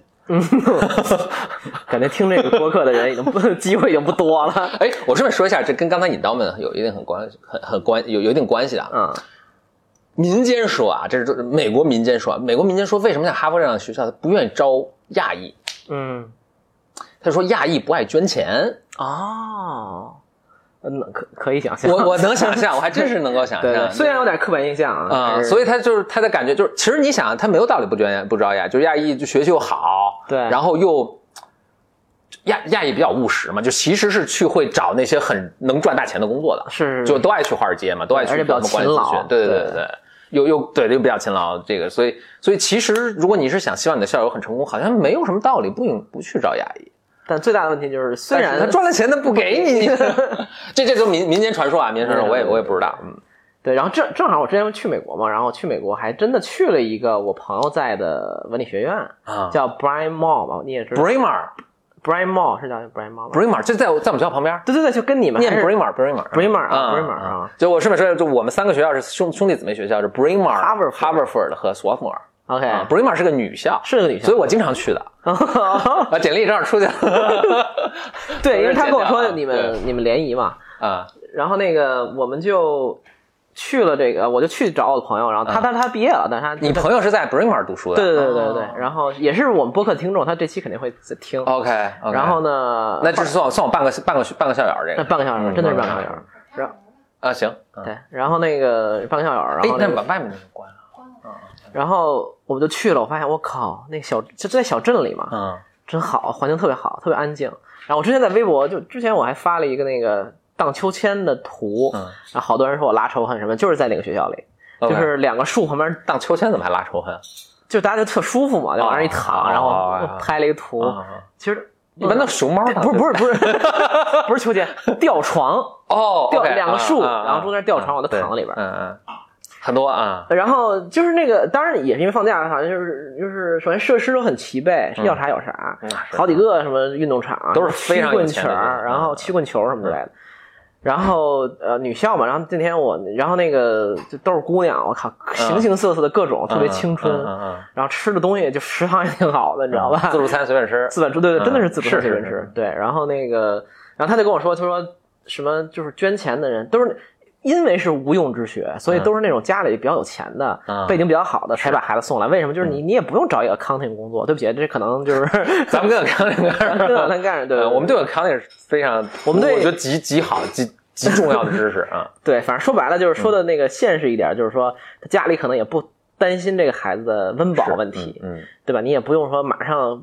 感觉听这个播客的人已经不机会已经不多了，
哎，我顺便说一下，这跟刚才引刀们有一定很关很很关有有一定关系啊。
嗯，
民间说啊，这是美国民间说啊，美国民间说为什么像哈佛这样的学校，他不愿意招亚裔？
嗯，
他说亚裔不爱捐钱，
哦，嗯，可可以 想象，
我我能想象，我还真是能够想象。
对对，虽然有点刻板印象
啊、
但是
所以他就是他的感觉就是，其实你想，他没有道理不捐亚不招亚，就是亚裔就学习又好，
对
然后又亚亚裔比较务实嘛，就其实是去会找那些很能赚大钱的工作的，
是
就都爱去华尔街嘛，都爱去
嗯而且比较
什么管理
勤
咨询
劳
对对
对
对，又又对又比较勤劳，这个所以所以其实如果你是想希望你的校友很成功，好像没有什么道理不应不去找亚裔。
但最大的问题就是，虽
但
然
是他赚了钱，他不给 你， 这这就民民间传说啊，民间传说，我也
对对对
我也不知道，嗯
对，然后正正好我之前去美国嘛，然后去美国还真的去了一个我朋友在的文理学院，
啊
叫 Brian Mall 嘛，你也知道
Bremer
Brian Mall 是叫 Brian Mall 吗？
Bremer 就在我在我们学校旁边，
对对对，就跟你们
念
还是
Bremer Bremer
Bremer 啊
啊
Bremer 啊。
就我顺便说，就我们三个学校是兄兄弟姊妹学校，是 Bremer、
Harvard 哎
Harvard 和 Swarthmore。
OK，、
啊，Bremer 是个女校，
是个女校
所以我经常去 的。啊，简历正好出去了。
对，因为他跟我说
对
你们你们联谊嘛，
啊，
然后那个我们就去了这个，我就去找我的朋友，然后他但是他毕业了，但是他
你朋友是在 Bremer 读书的？
对对对对对
哦，
然后也是我们播客听众，他这期肯定会听。
OK，
然后呢，
哦那就是算我算我半个半个半个校友这
那
个
半个小时，真的是半个小时。然后
啊，行。嗯
对，然后那个半个小时，然
哎
后，那
那
个
把外面那个啊关了。
然后我们就去了，我发现我靠，那个小就在小镇里嘛，
嗯
真好，环境特别好，特别安静。然后我之前在微博就之前我还发了一个那个荡秋千的图，
嗯
然后好多人说我拉仇恨什么，就是在那个学校里，
，OK，
就是两个树旁边，
荡秋千怎么还拉仇恨？啊
就大家就特舒服嘛，就往那儿一躺，
哦
然
哦哦
后拍了一个图。
哦
其实
一般都是熊猫荡
哎不是不是不是 不是秋千，吊床，
哦，
吊
OK，
两个树
啊啊啊
然后中间吊
啊
床我都躺在里边
对嗯嗯，很多啊，
然后就是那个，当然也是因为放假，好像就是就是，首先设施都很齐备，要啥有啥，
嗯是
好几个什么运动场
都是非常
曲
有
棍
钱
球
的嗯
儿，
地方
然后曲棍球什么之类的。然后呃，女校嘛，然后今天我，然后那个就都是姑娘，我靠，形形色色的各种，特别青春。
嗯嗯嗯嗯嗯
然后吃的东西就食堂也挺好的，你知道吧？
自助餐随便吃，
自本吃，对
嗯
对，真的是自本
是是
吃随便
是
吃。对，然后那个，然后他就跟我说，他说什么就是捐钱的人都是因为是无用之学，所以都是那种家里比较有钱的
嗯，
背景比较好的才把孩子送来。为什么？就是你你也不用找一个 accounting 工作，对不起，这可能就是
咱们跟个康定
咱嗯们跟个康定干 对
呃
对
我们对个康定是非常，
我们对
我觉得极极好极极重要的知识啊，
对，反正说白了就是说的那个现实一点，就是说他家里可能也不担心这个孩子的温饱问题，
嗯，
对吧？你也不用说马上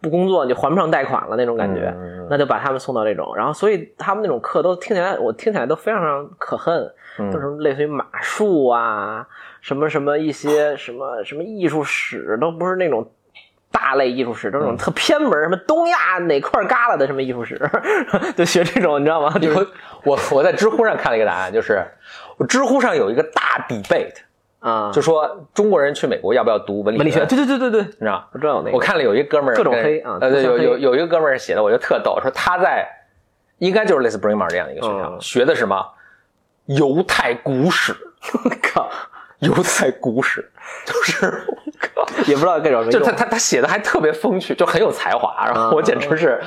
不工作你就还不上贷款了那种感觉，
嗯嗯嗯
那就把他们送到这种，然后所以他们那种课都听起来，我听起来都非常非常可恨，
嗯
都是类似于马术啊，什么什么一些什么什么艺术史，都不是那种。大类艺术史，
嗯
都是那种特偏门，什么东亚哪块旮旯的什么艺术史， 就学这种，你知道吗？就是
我我我在知乎上看了一个答案，就是我知乎上有一个大 debate，
啊，
就说中国人去美国要不要读文理
文理学，对对对对对，
你知道吗？
我知道有那个，
我看了有一哥们儿
各种
跟
黑啊
呃，对，有
互相黑
有有一个哥们儿写的，我就特逗，说他在应该就是类似 Bremer 这样的一个学校，
嗯
学的什么犹太古史，
靠，
犹太古史，就是我靠，
也不知道该找谁
就
用嗯
他。他他写的还特别风趣，就很有才华，然后我简直是。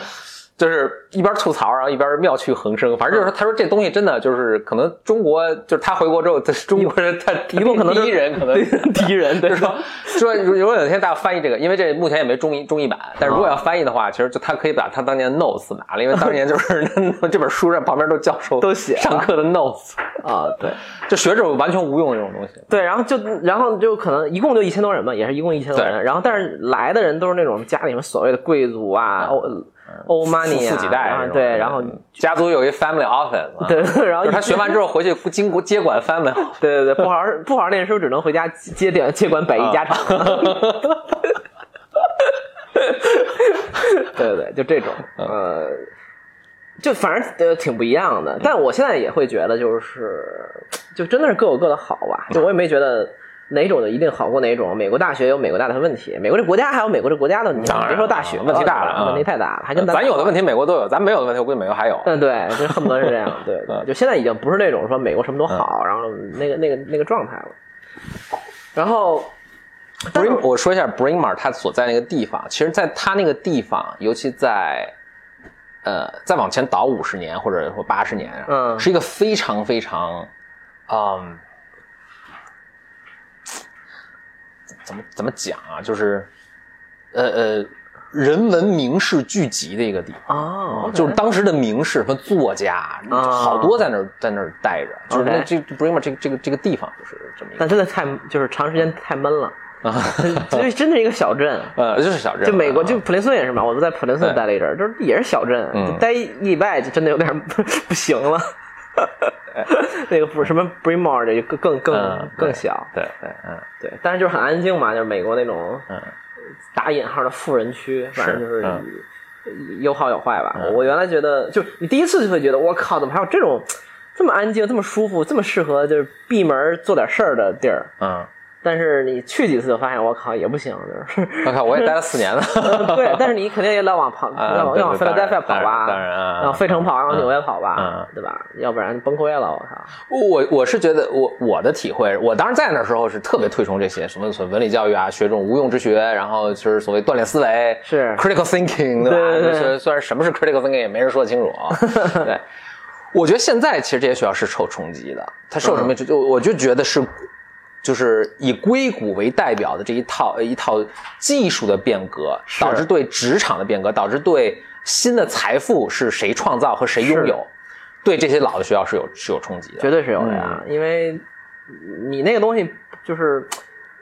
就是一边吐槽，然后一边妙趣横生。反正
嗯
就是说，他说这东西真的就是可能中国，就是他回国之后，他中国人他一
一共可能
第一人 可能
敌人，对
就是说说，如果有一天大家翻译这个，因为这目前也没中译中译版，但是如果要翻译的话，其实就他可以把他当年 notes 拿了，因为当年就是 这本书上旁边都教授
都写了
上课的 notes，
啊，对
就学者完全无用的这种东西。
对，然后就然后就可能一共就一千多人吧，也是一共一千多人，然后但是来的人都是那种家里面所谓的贵族啊，欧欧 money 啊，
富几代
然
这种
后对，然后
家族有一 family office，嘛
对，， 然后
就是他学完之后回去经过接管 family，
对对对，不好好不好好念书，只能回家接点接管百亿家产。
啊
对对对，就这种，
嗯
呃，就反正呃挺不一样的。但我现在也会觉得，就是就真的是各有各的好吧。就我也没觉得哪种就一定好过哪种。美国大学有美国大学的问题，美国这国家还有美国这国家的问题
当，然
别说大学了，
问题大了啊
问题太大了，还跟
咱有的问
题。
题美国都有，咱没有的问题我估计美国还有。
嗯，对，就恨不得是这样，对，
啊
对就现在已经不是那种说美国什么都好，然后那个那个那个状态了。然后
Brim，我说一下 Brimar 它所在那个地方，其实，在它那个地方，尤其在呃再往前倒五十年或者说八十年，啊
嗯
是一个非常非常，嗯，怎么怎么讲啊，就是呃呃人文名士聚集的一个地方。
哦
就是当时的名士和作家，
啊
好多在那儿在那儿待着，就是那
OK
这 Brimar 这个这个这个地方就是这么一个
但真的太就是长时间太闷了，
啊，
这真的是一个小镇。
呃，就是小镇，
就美国，
啊
就普林斯顿也是嘛，我们在普林斯顿待了一阵儿，就是也是小镇，
嗯
就待一礼拜就真的有点儿 不行了。那个不什么 Bremore 的就更更更
哎嗯
更小，
对对，嗯，
对，但是就是很安静嘛，就是美国那种
嗯
打引号的富人区，反正就是
嗯
有好有坏吧。我原来觉得，就你第一次就会觉得，我靠，怎么还有这种这么安静、这么舒服、这么适合就是闭门做点事儿的地儿？
嗯，
但是你去几次就发现，我靠，也不行，就是
我靠，我也待了四年了，
呃对，但是你肯定也老往旁，
啊
要往
对
要往菲
对
拉
当
delphia
然
跑吧，
当然啊
然后费城跑，然后
嗯
纽约跑吧
嗯，
对吧？要不然崩溃了，我靠。
我我是觉得我我的体会，我当时在那时候是特别推崇这些什么所谓文理教育啊，学这种无用之学，然后就是所谓锻炼思维，
是
critical thinking，对吧？
对对对
就是虽然什么是 critical thinking 也没人说得清楚啊， 对。我觉得现在其实这些学校是受冲击的，它受什
嗯
么？就就我就觉得是，就是以硅谷为代表的这一套一套技术的变革，导致对职场的变革，导致对新的财富是谁创造和谁拥有，对这些老的学校是有是有冲击的。
绝对是有的呀，
嗯
因为你那个东西就是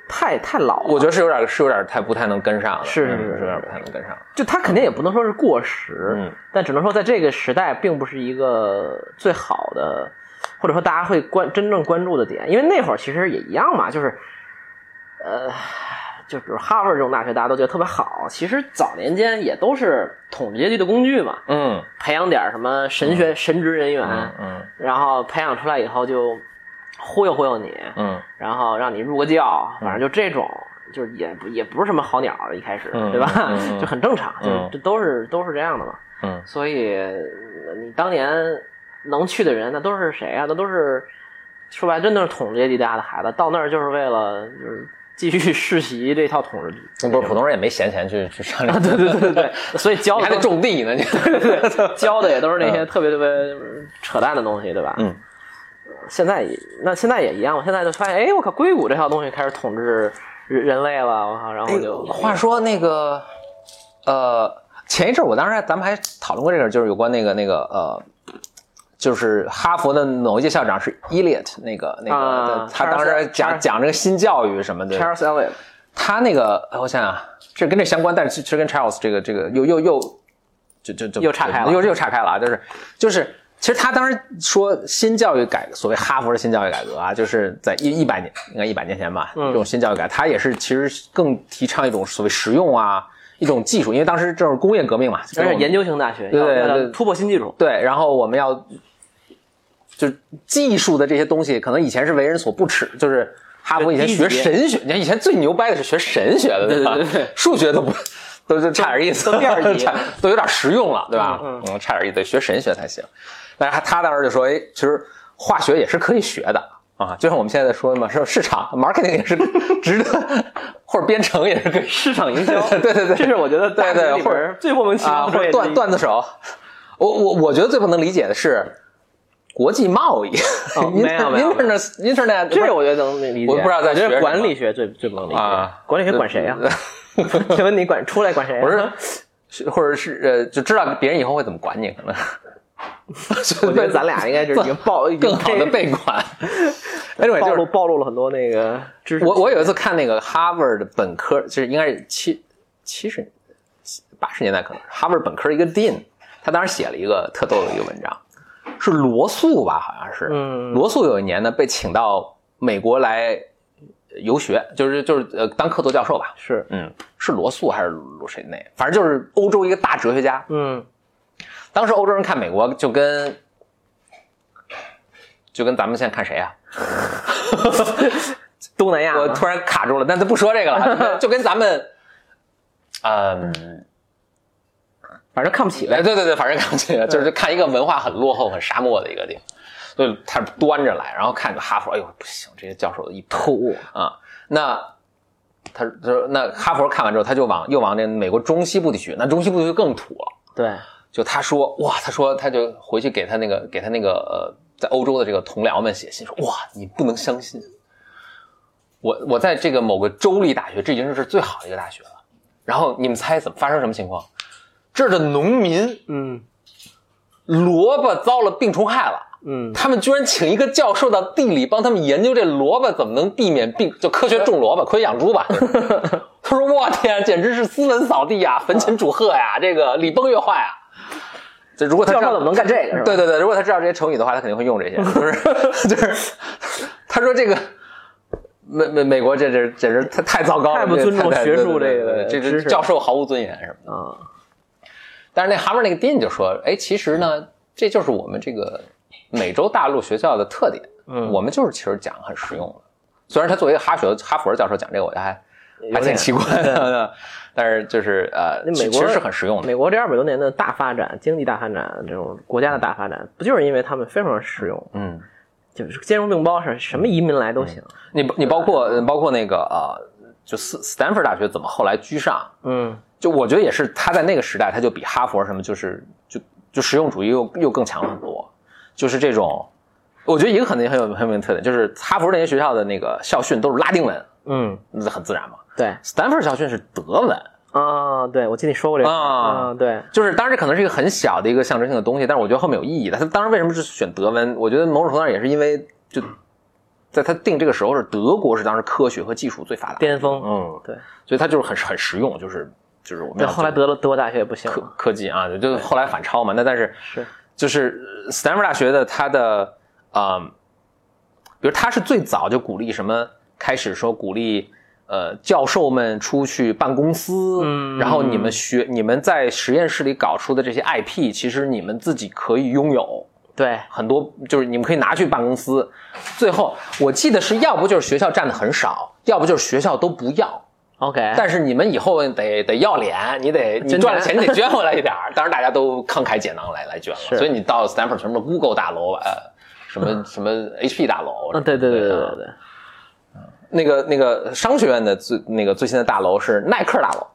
太太老了，
我觉得是有点是有点太不太能跟上了，
是是
嗯
是
有点不太能跟上了。
就它肯定也不能说是过时，
嗯
但只能说在这个时代并不是一个最好的，或者说大家会关真正关注的点，因为那会儿其实也一样嘛，就是呃，就比如哈佛这种大学大家都觉得特别好，其实早年间也都是统治阶级的工具嘛，
嗯
培养点儿什么神学、神职人员，
嗯嗯
然后培养出来以后就忽悠忽悠你，
嗯
然后让你入个教，反正就这种，就是也不也不是什么好鸟儿，一开始、
嗯
对吧？
嗯嗯嗯
就很正常，就是
嗯
这都是都是这样的嘛。
嗯
所以呃你当年能去的人，那都是谁啊？那都是说白了，真的是统治阶级家的孩子，到那儿就是为了就是继续 世袭这套统治。
嗯，啊 不是普通人也没闲钱去去上这个，
对对对对对，所以教
你
的
还得种地呢，你。
教的也都是那些特别特别扯淡的东西，对吧？
嗯。
现在也那现在也一样，我现在就发现，哎，我靠，硅谷这套东西开始统治人人类了，我靠，然后就
哎 话说那个，呃，前一阵儿我当时还咱们还讨论过这个，就是有关那个那个呃。就是哈佛的某一届校长是 Eliot 那个那个，
啊
他当时
Charles-
讲
Charles-
讲这个新教育什么的，
Charles Elliot
他那个，呃我想想啊，这跟这相关，但是其实跟 Charles 这个这个又又又，就就就
又岔开了
又又岔开了啊！就是就是，其实他当时说新教育改革，所谓哈佛的新教育改革啊，就是在一一百年应该一百年前吧，
嗯
这种新教育改，他也是其实更提倡一种所谓实用啊，一种技术，因为当时正是工业革命嘛，
而且
这种
研究型大学，
对对
要要
对
突破新技术，
对，然后我们要就是技术的这些东西，可能以前是为人所不齿，就是哈佛以前学神学，你看以前最牛掰的是学神学的，吧？
对对对对
数学都不都就差点意思，
都第二级
差都有点实用了，对吧？
嗯
嗯，差点意思，学神学才行。但是他当时就说，哎，其实化学也是可以学的。啊，就像我们现在在说的嘛，说市场 marketing 也是值得 或者编程也是可以，
市场营销
对对对
这是我觉得大
对对
学里边儿最莫名其
啊，或
妙的
者
一
段段子手。我我我觉得最不能理解的是国际贸易、
哦没有没有没有
internet internet
这个我觉得能理解，
我不知道在
我觉
学什
得
么
管理学最最不能理解
啊
管理学管谁呀、 请问你管出来管谁、呀？啊
我是是或者是呃，就知道别人以后会怎么管你，可能。
我觉得咱俩应该就是已经暴已经
更好的被管。anyway，
暴
就
露
是
暴露了很多那个知 识。
我我有一次看那个哈佛的本科，就是应该是七七十八十年代可能哈佛本科的一个 dean，他当时写了一个特逗的一个文章，是罗素吧，好像是，
嗯
罗素有一年呢被请到美国来游学，就是就是呃当客座教授吧，
是
嗯，是罗素还是罗谁那，反正就是欧洲一个大哲学家，
嗯
当时欧洲人看美国就跟就跟咱们现在看谁啊？
东南亚
我
嘛
突然卡住了，但他不说这个了，就 跟就跟咱们，嗯，
反正看不起呗。
哎，对对对，反正看这个就是看一个文化很落后、很沙漠的一个地方，所以他端着来，然后看着哈佛，哎呦不行，这些教授一吐
土
啊，那。他他说那哈佛看完之后，他就往又往那美国中西部地区，那中西部地区更土啊了。
对，
就他说哇，他说他就回去给他那个给他那个呃，在欧洲的这个同僚们写信说哇，你不能相信，我我在这个某个州立大学，这已经是最好的一个大学了。然后你们猜怎么发生什么情况？这儿的农民
嗯
萝卜遭了病虫害了。
嗯，
他们居然请一个教授到地里帮他们研究这萝卜怎么能避免病，就科学种萝卜，科学养猪 吧。就是他说：“我天，简直是斯文扫地呀，焚琴煮鹤呀，这个礼崩乐坏啊！”这如果他
教
知道
授怎么能干这个是吧
对对对，如果他知道这些成语的话，他肯定会用这些。就是就是， 他说这个美美美国这这简直太太糟糕了，
太不
这
尊重
太
学术
对对对
这个
对对这
知
这
识
教授毫无尊严什么的。
啊，
但是那哈佛那个 dean 就说：“哎，其实呢，这就是我们这个美洲大陆学校的特点。
嗯
我们就是其实讲很实用的。虽然他作为一个哈学哈佛教授讲这个，我觉得还
有
还挺
点
奇怪的， 但是就是呃，
那
其
美
其
国
实是很实用的。
美国这二百多年的大发展，经济大发展，这种国家的大发展，不就是因为他们非常实用，
嗯，
就是兼容并包，是什么移民来都行。
你你包括呃包括那个呃，就斯斯坦福大学怎么后来居上，
嗯
就我觉得也是他在那个时代，他就比哈佛什么就是就就实用主义又又更强了很多，就是这种。我觉得一个很很有很有特点，就是哈佛那些学校的那个校训都是拉丁文，
嗯，
那很自然嘛。
对
Stanford 校训是德文，
啊，对，我记得你说过这个
啊
啊，对，
就是当然这可能是一个很小的一个象征性的东西，但是我觉得后面有意义的。他当时为什么是选德文？我觉得某种程度上也是因为就在他定这个时候是德国是当时科学和技术最发达的，
巅峰，
嗯，
对，
所以他就是很很实用，就是就是我们
对，
要
后来
做
得了德国大学也不行了，
科科技啊，就后来反超嘛。那但是
是
就是斯坦福大学的它的啊、呃比如他是最早就鼓励什么，开始说鼓励呃教授们出去办公司，
嗯
然后你们学你们在实验室里搞出的这些 IP，其实你们自己可以拥有。
对，
很多就是你们可以拿去办公司，最后我记得是要不就是学校占的很少，要不就是学校都不要，
OK，
但是你们以后得得要脸，你得你
捐
赚了
钱
钱你得捐回来一点儿。当然大家都慷慨解囊来来捐了，
是嗯
所以你到 Stanford 什么 Google 大楼呃，什么什么 HP 大楼，
嗯，对对对对
啊
对对，
那个那个商学院的最那个最新的大楼是耐克大楼，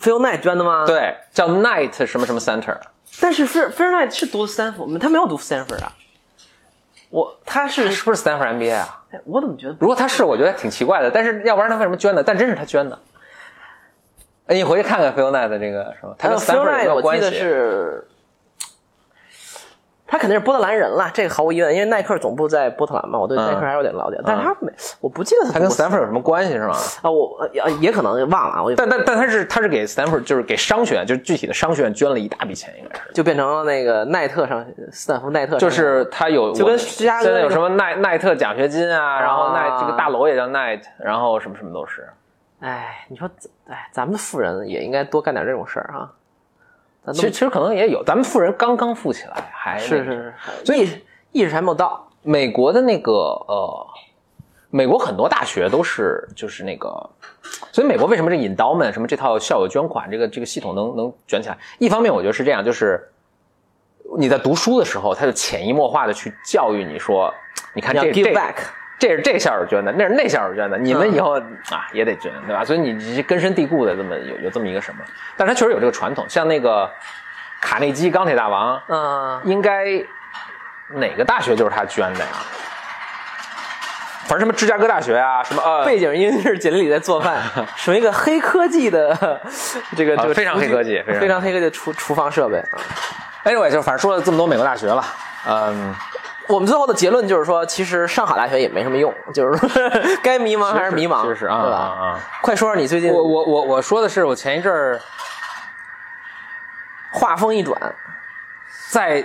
菲欧奈捐的吗？，
对，叫 Knight 什么什么 Center，
但是菲菲欧奈是读的斯坦福吗，他没有读斯坦福啊。我他是
是不是 Stanford MBA 啊？
哎我怎么觉得
如果他是，我觉得挺奇怪的，但是要不然他为什么捐的？但真是他捐的。哎，你回去看看菲欧奈的这个什么，他跟
菲欧
Stanford 有没
奈
有
呃我记
关
得
系？
是，他肯定是波特兰人了，这个毫无疑问，因为耐克总部在波特兰嘛，我对
嗯
耐克还是有点了解，但是他没，我不记得他
他跟
读过
Stanford 有什么关系是吗？
啊，我呃也可能忘了啊，我就
但但但他是他是给 Stanford 就是给商学院，就是具体的商学院捐了一大笔钱，应该是，
就变成了那个奈特上斯坦福奈特上
就是他有
就跟芝加哥
现在
那
有
个
什么奈奈特奖学金啊，然后奈这个大楼也叫 Night，然后什么什么都是。
哎，你说哎，咱们的富人也应该多干点这种事儿啊，咱
其实
都
其实可能也有，咱们富人刚刚富起来，还那
是
个
是是，所以意识还没有到，
美国的那个呃，美国很多大学都是就是那个，所以美国为什么这 endowment 什么这套校友捐款这个这个系统能能卷起来？一方面我觉得是这样，就是你在读书的时候，他就潜移默化的去教育你说，你看
你要
这
give
啊这
back，嗯
这是这校友捐的，那是那校友捐的，你们以后、啊也得捐，对吧？所以你你是根深蒂固的这么有有这么一个什么，但是他确实有这个传统，像那个卡内基钢铁大王，
嗯，
应该哪个大学就是他捐的呀？反正什么芝加哥大学啊，什么呃，
背景音是锦鲤在做 饭，属于一个黑科技的 这个这个
啊非常
厨具
黑科技非常
非常黑科技的厨厨房设备啊。
anyway 就反正说了这么多美国大学了，嗯，
我们最后的结论就是说，其实上海大学也没什么用， 就是说该迷茫还是迷茫，
是是啊
对
啊
吧？
啊！
快说说你最近
我我我我说的是我前一阵儿
话锋一转，
在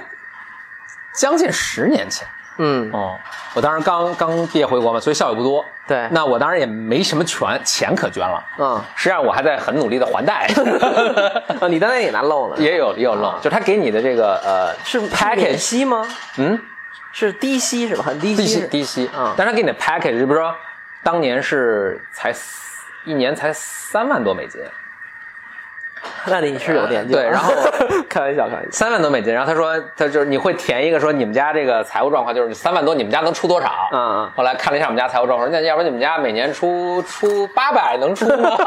将近十年前，
嗯，
哦，我当时刚刚毕业回国嘛，所以校友不多，
对，
那我当然也没什么权钱可捐了。
嗯，
实际上我还在很努力的还贷，
啊，你单位也拿漏了，
也有也有漏，就他给你的这个呃
是是
package
免息吗？
嗯，
是低息是吧？很低
低
息
息
是，
低息
嗯，
但是他给你的 package，就比如说当年是才四一年才三万多美金，
那你是有点
对然后
开玩笑，开玩笑，
三万多美金，然后他说他就是你会填一个说你们家这个财务状况，就是三万多你们家能出多少？
嗯嗯
后来看了一下我们家财务状况，说那要不然你们家每年出出八百能出吗？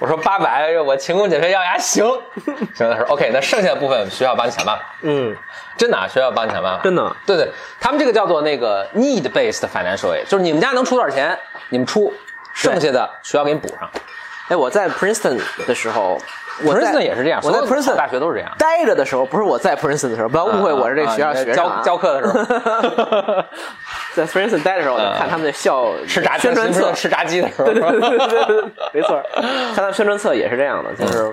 我说八百，我勤工俭学要呀，行。 行，他说 OK，那剩下的部分学校帮你想办法，
嗯，
真的、啊，学校帮你想办法，
真的
对对，他们这个叫做那个 need based financial aid，就是你们家能出多少钱，你们出，剩下的学校给你补上。
哎，我在 Princeton 的时候，我在
Princeton 也是这样，
我在
所有
Princeton
大学都是这样。
待着的时候，不是我在 Princeton 的时候，不
啊
要误会，我是这个学校学
教
生、啊
教课的时候， 啊
在 Princeton 待的时候，我就看他们的校
吃炸鸡
宣传册，
吃炸鸡的时候，
对对对对对，没错，看他们宣传册也是这样的，就是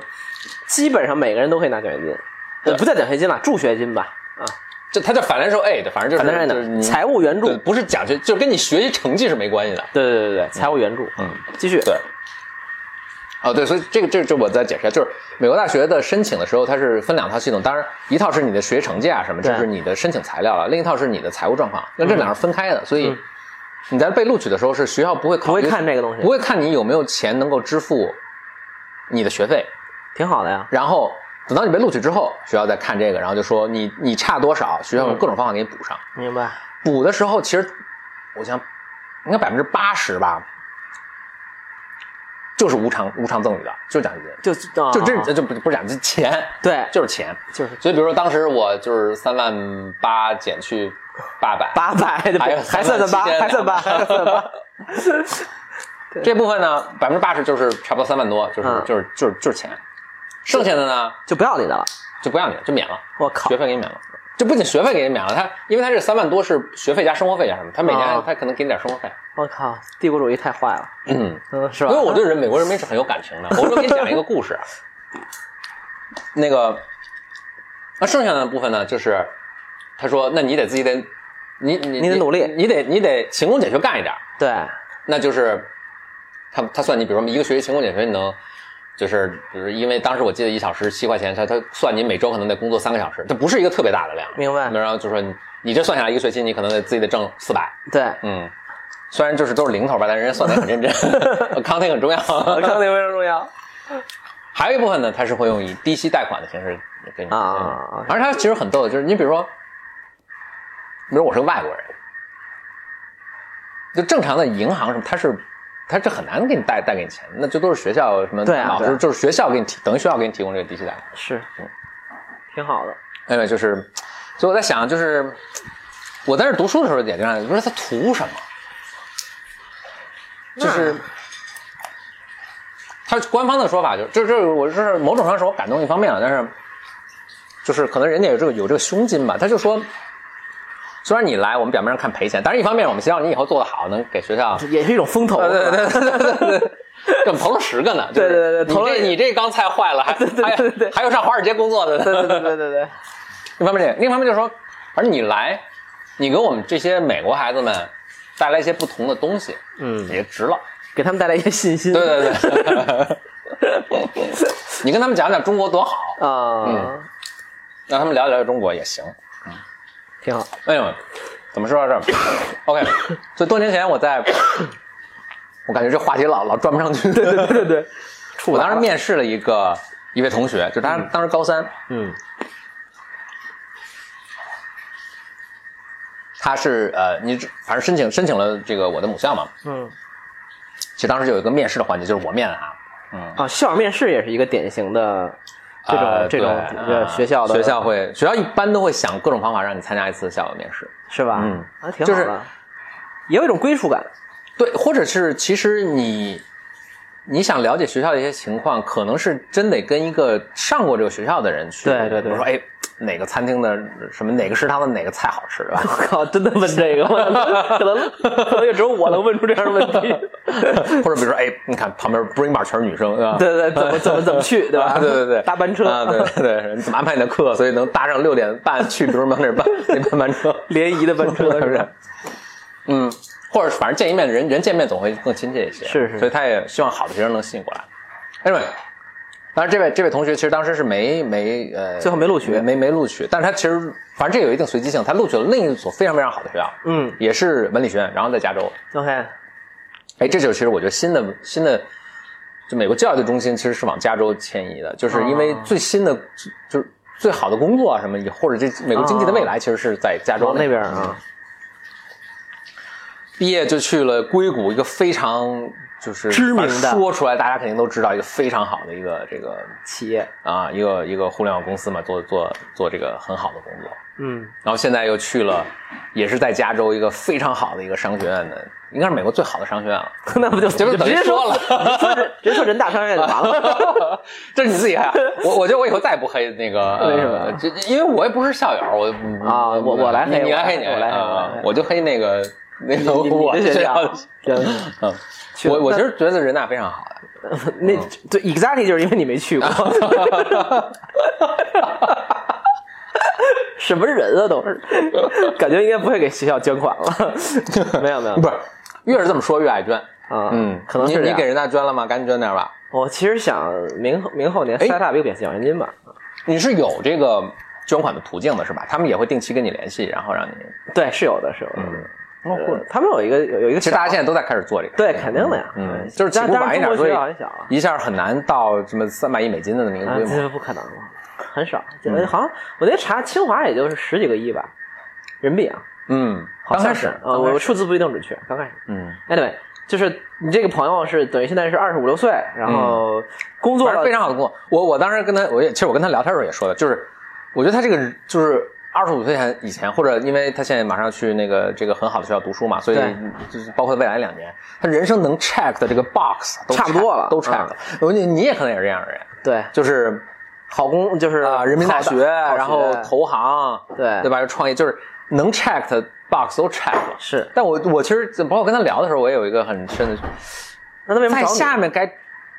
基本上每个人都可以拿奖学金，呃不叫奖学金了，助学金吧，啊，
就它叫 financial aid，反正就是
反正
就是
呢，
你
财务援助，
对，
对
不是奖学，就是跟你学习成绩是没关系的。
对对对，财务援助，
嗯，
继续，
对。哦，对，所以这个这个这我再解释一下，就是美国大学的申请的时候，它是分两套系统，当然一套是你的学业成绩啊什么，
对
这是你的申请材料了，另一套是你的财务状况，那这两是分开的，所以你在被录取的时候是学校不会考
嗯不会
虑
看这个东西
不会看你有没有钱能够支付你的学费，
挺好的呀，
然后等到你被录取之后，学校再看这个，然后就说你你差多少，学校用各种方法给你补上。
明白，
补的时候，其实我想应该百分之八十吧，就是无偿无偿赠与的，就是奖学金，
就
就
就
这就不不是奖，金，钱
对，
就是钱。
就是
所以比如说当时我就是三万八减去八百，
八百，
还有
还算算八，还算八，还算八，
这部分呢百分之八十就是差不多三万多，就是、
嗯
就是就是就是钱，剩下的呢
就不要你的了，
就不要你了，就免了。
我靠
学，费给你免了。这不仅学费给你免了，他因为他这三万多是学费加生活费加什么，他每年
啊
他可能给你点生活费。
我靠，帝国主义太坏了，
嗯，
嗯，是
因
吧？
为我对人美国人民是很有感情的。我说给你讲一个故事 啊，那个，那剩下的部分呢，就是他说，那你得自己得，你你
你得努力
你得你得勤工俭学干一点儿，
对，
那就是他他算你，比如说一个学期勤工俭学，你能。就是，比如因为当时我记得一小时七块钱，他他算你每周可能得工作三个小时，这不是一个特别大的量。
明白，
然后就说你你这算下来一个学期，你可能得自己得挣四百，
对。
嗯，虽然就是都是零头吧，但人家算的很认真 ，accounting 很重要。
康定非常重要。
还有一部分呢，他是会用以低息贷款的形式给你
啊啊啊啊
而且他其实很逗的，就是你比如说，比如我是个外国人，就正常的银行什么，他是。他这很难给你贷贷给你钱，那就都是学校什么
对啊
老
对
师，
啊
就是学校给你提，等于学校给你提供这个低息贷款。
是，挺好的。
另外就是，所以我在想，就是我在这读书的时候也这样，你说他图什么？就是他官方的说法就，就这这我是某种程度上我感动一方面了，啊但是就是可能人家有这个有这个胸襟吧，他就说。虽然你来，我们表面上看赔钱，但是一方面我们希望你以后做得好，能给学校
也是一种风头。啊
对对对对对 对，这投了十个呢。就是
对对对投了
你这你这刚菜坏了，还对
对对对
还有上华尔街工作的呢。
对对对对对对，
一方面这个，另一方面就是说，而你来，你给我们这些美国孩子们带来一些不同的东西，
嗯，
也值了。
给他们带来一些信心。
对对对， 你跟他们讲讲中国多好，嗯
啊，
让他们聊一聊中国也行。
挺好。
哎呦，怎么说到这儿？OK，所以多年前我在，我感觉这话题老老转不上去。对对对对，我当时面试了一个一位同学，就他当嗯时高三，
嗯，
他是呃，你反正申请申请了这个我的母校嘛，
嗯
其实当时有一个面试的环节，就是我面的他，嗯，
啊，校友面试也是一个典型的这种、
呃
这种
对
呃
啊
学校的
学校会学校一般都会想各种方法让你参加一次校友面试，
是吧？
嗯，
啊，挺好的，
就是
也有一种归属感。
对，或者是其实你你想了解学校的一些情况，可能是真得跟一个上过这个学校的人去，
对对对
比如说哎哪个餐厅的什么哪个食堂的哪个菜好吃，对吧？
我靠，真的问 这个吗？可能可能也只有我能问出这样的问 题。
或者比如说哎你看旁边 bring bar 全是女生，对吧？
对对，对怎么怎么怎么去，对吧？
啊对对对，
搭班车，
啊，对对对，你怎么安排你的课？所以能搭上六点半去，比如蒙那班 那班班车，
联谊 的班车
是不是？ 嗯，或者反正见一面人人见面总会更亲切一些，
是是
所以他也希望好的学生能吸引过来。Anyway，当然这位这位同学其实当时是没没呃，
最后没录取
没没录取，但是他其实反正这有一定随机性，他录取了另一所非常非常好的学校，
嗯
也是文理学院，然后在加州，
，OK，
哎，这就是其实我觉得新的新的，就美国教育的中心其实是往加州迁移的，就是因为
啊
最新的、就是最好的工作啊什么，或者这美国经济的未来其实是在加州
往那边啊。
毕业就去了硅谷，一个非常就是
知名的
反正说出来大家肯定都知道，一个非常好的一个这个
企业，
啊一个一个互联网公司嘛，做做做这个很好的工作。
嗯，
然后现在又去了，也是在加州一个非常好的一个商学院的，应该是美国最好的商学院 了。
那不就
这不
就
等
直
于
接
说
说
了
直接说人直接说人大商院就完了。
这是你自己黑，我我觉得我以后再也不黑那个，呃
为什么
这这因为我也不是校友，我
啊我我来黑
你你来黑，
我来
你
我来黑
啊
我来黑
我就黑那个那个
你
我
你的学校，行
嗯，
去
我我
那
其实觉得人大非常好啊 的，
那对 exactly 就是因为你没去过。什么人啊，都是，感觉应该不会给学校捐款了。没有没有
不是越是这么说越爱捐，
啊，
嗯，
可能
你
是这
你
样
给人大捐了吗？赶紧捐点吧，
我其实想明后明后年
哎
塞大有给奖学金吧。
你是有这个捐款的途径的是吧？他们也会定期跟你联系，然后让你，
对，是有的，是有的。
哦
呃他们有一个有有一个
其实
小
大家现在都在开始做这个，
对，肯定的呀。
嗯，
对
就是起
但
步晚一点，
但是中
所以
国学校很小啊，
一下很难到什么三百亿美金的那么一个
啊
规模，嗯
这不可能，很少。这好像我那天查，清华也就是十几个亿吧，人民币啊。
嗯，
好
刚开
像
始
是，啊，
刚开
我
始
数字不一定准确，刚开始。
嗯。
Anyway，就是你这个朋友是等于现在是二十五六岁，然后工作
嗯反
了
正非常好的工作。我我当时跟他，我也其实我跟他聊天的时候也说的，就是我觉得他这个人就是二十五岁前以前，或者因为他现在马上要去那个这个很好的学校读书嘛，所以
对
就是包括未来两年，他人生能 check 的这个 box 都 check,
差不多了嗯
都 check 了。我觉得你也可能也是这样的人，
对
就是
好工就是
啊、人民大
好
学，
的好
然后
学
投行，
对
对吧？又创业，就是能 check 的 box 都 check 了。
是。
但我我其实包括跟他聊的时候，我也有一个很深的，
那他为什么
在
找你？
下面该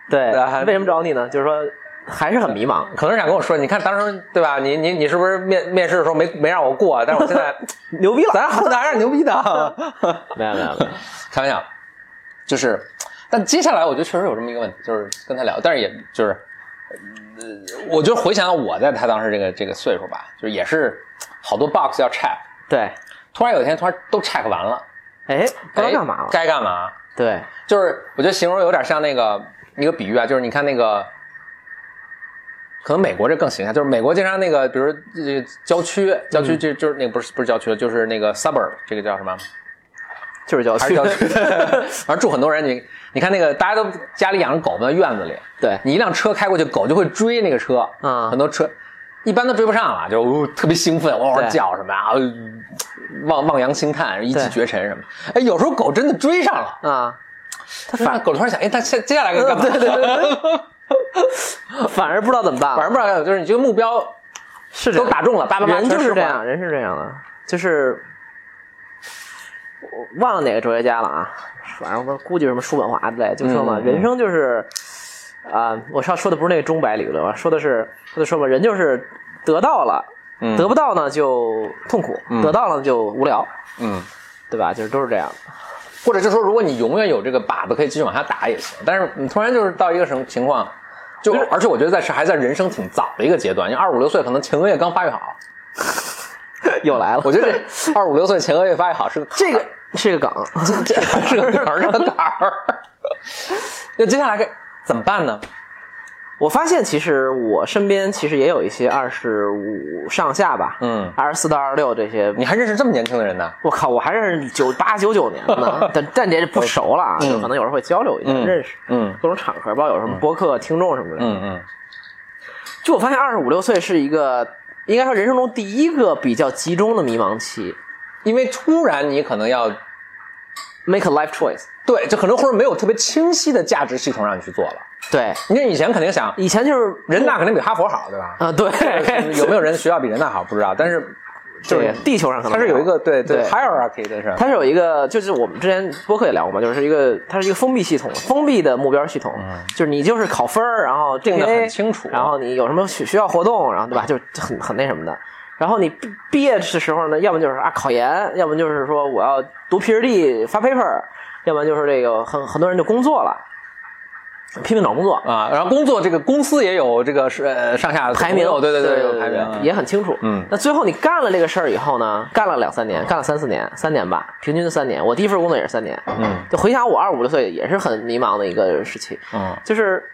对
呃，
为什么找你呢？就是说还是很迷 茫。
可能是想跟我说，你看当时对吧？你你你是不是面面试的时候没没让我过？啊但是我现 在
牛逼了！
咱好哪让牛逼的？啊
没有没有没有，
开玩笑，就是，但接下来我觉得确实有这么一个问题，就是跟他聊，但是也就是，呃，我就回想我在他当时这个这个岁数吧，就是也是好多 box 要 check，
对，
突然有一天突然都 check 完了，
哎，不知道
哎
干嘛了。
该干嘛？
对，
就是我觉得形容有点像那个一个比喻啊，就是你看那个，可能美国这更形象，就是美国经常那个，比如这个郊区，郊
嗯
区就就是那个不是不是郊区，就是那个 suburb，这个叫什么？
就是郊
还是
区
郊，区？反正住很多人，你你看那个大家都家里养着狗嘛，院子里，
对，
你一辆车开过去，狗就会追那个车，
嗯
很多车一般都追不上了，就、哦特别兴奋，哇哇
对
叫什么啊，呃望望洋兴叹，一骑
对
绝尘什么。哎，有时候狗真的追上了。
啊，
他反 狗突然想，哎，他接接下来该干嘛？
对对对反而不知道怎么办了。
反正不知道干嘛，就是你这个目标
是这
都
样
打中了，叭叭叭，
人就
全
是
释
这
怀
样，。人是这样的，就是我忘了哪个哲学家了啊，反正我估计什么叔本华之类，就说嘛，
嗯嗯
人生就是啊、我上说的不是那个钟摆理论，我说的是他就说嘛，人就是得到了，
嗯
得不到呢就痛苦，
嗯
得到了就无聊，
嗯，
对吧？就是都是这 样的，
或者就说，如果你永远有这个靶子可以继续往下打也行，但是你突然就是到一个什么情况，就而且我觉得在是还在人生挺早的一个阶段，因为二五六岁可能前额叶刚发育好，
又来了，
我觉得这二五六岁前额叶发育好是个
这个是个梗，
这是个坎儿，是个坎儿。那接下来该怎么办呢？
我发现其实我身边其实也有一些二十五上下吧，
嗯，
二十四到二十六这些。
你还认识这么年轻的人呢？
我靠，我还认识九八九九年的 呢，但但这不熟了啊，
嗯
就可能有时候会交流一下，
嗯
认识
嗯
各种场合，包括有什么播客听众什么的。
嗯嗯，
就我发现二十五六岁是一个，应该说人生中第一个比较集中的迷茫期
因为突然你可能要
，make a life choice。
对，就可能或者没有特别清晰的价值系统让你去做了。
对，
你看以前肯定想，
以前就是
人大肯定比哈佛好，对吧？
啊，对，
有没有人学校比人大好不知道，但是就是
对地球上可能
它是有一个对
对
hierarchy 的事儿。
它是有一个，就是我们之前播客也聊过嘛，就是一个它是一个封闭系统，封闭的目标系统，就是你就是考分儿，然后
定得
GPA
很嗯哎清楚
然后你有什么学学校活动，然后对吧，就是很很那什么的。然后你毕毕业的时候呢，要么就是啊考研，要么就是说我要读 PhD 发 paper，要不然就是这个很很多人就工作了，拼命找工作，
啊，然后工作这个公司也有这个是呃上下
排名，
对对
对
有排名，
也很清楚。
嗯
那最后你干了这个事儿以后呢，干了两三年，干了三四年，三年吧，平均三年。我第一份工作也是三年，
嗯
就回想我二十五六岁也是很迷茫的一个时期，
嗯
就是。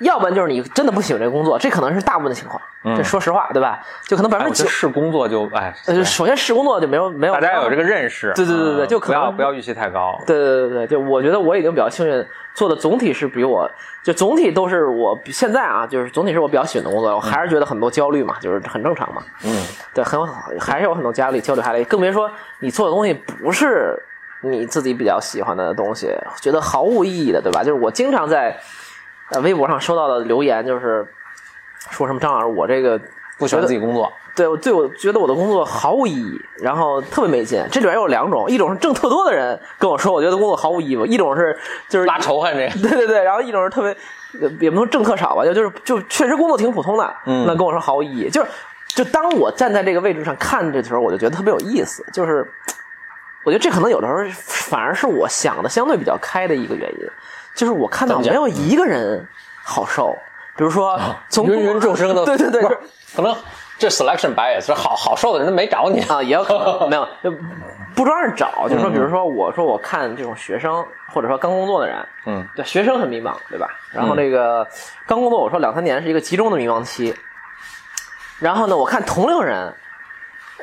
要不然就是你真的不喜欢这个工作，这可能是大部分的情况。
嗯
这说实话，对吧？就可能百
哎
分
我
之
觉
九
得，是工作就哎，
呃，首先是工作就没有没有。
大家要有这个认识，
对对对对对
嗯
就可
不要
能
不要预期太高。
对对对对，就我觉得我已经比较幸运，做的总体是比我就总体都是我比现在啊，就是总体是我比较喜欢的工作，我还是觉得很多焦虑嘛，就是很正常嘛。
嗯，
对，很有还是有很多焦虑焦虑还累，更别说你做的东西不是你自己比较喜欢的东西，觉得毫无意义的，对吧？就是我经常在呃微博上收到的留言，就是说什么张老师，我这个
不喜欢自己工作，
对我对我觉得我的工作毫无意义，然后特别没劲。这里边有两种，一种是挣特多的人跟我说，我觉得工作毫无意义；一种是就是
拉仇恨这个。
对对对，然后一种是特别，呃也不能政客少吧，就就是就确实工作挺普通的，
嗯
那跟我说毫无意义。就是就当我站在这个位置上看这的时候，我就觉得特别有意思。就是我觉得这可能有的时候反而是我想的相对比较开的一个原因，就是我看到
怎么
没
讲
有一个人好受。比如说，从
芸芸众生都
对对对，
不
就是
是可能这 selection bias 是好好受的人都没找你
啊，也有可 能没有，就不光是找，就是说，比如说，我说我看这种学生，或者说刚工作的人，
嗯，
对，学生很迷茫，对吧？然后那个刚工作，我说两三年是一个集中的迷茫期。然后呢，我看同龄人，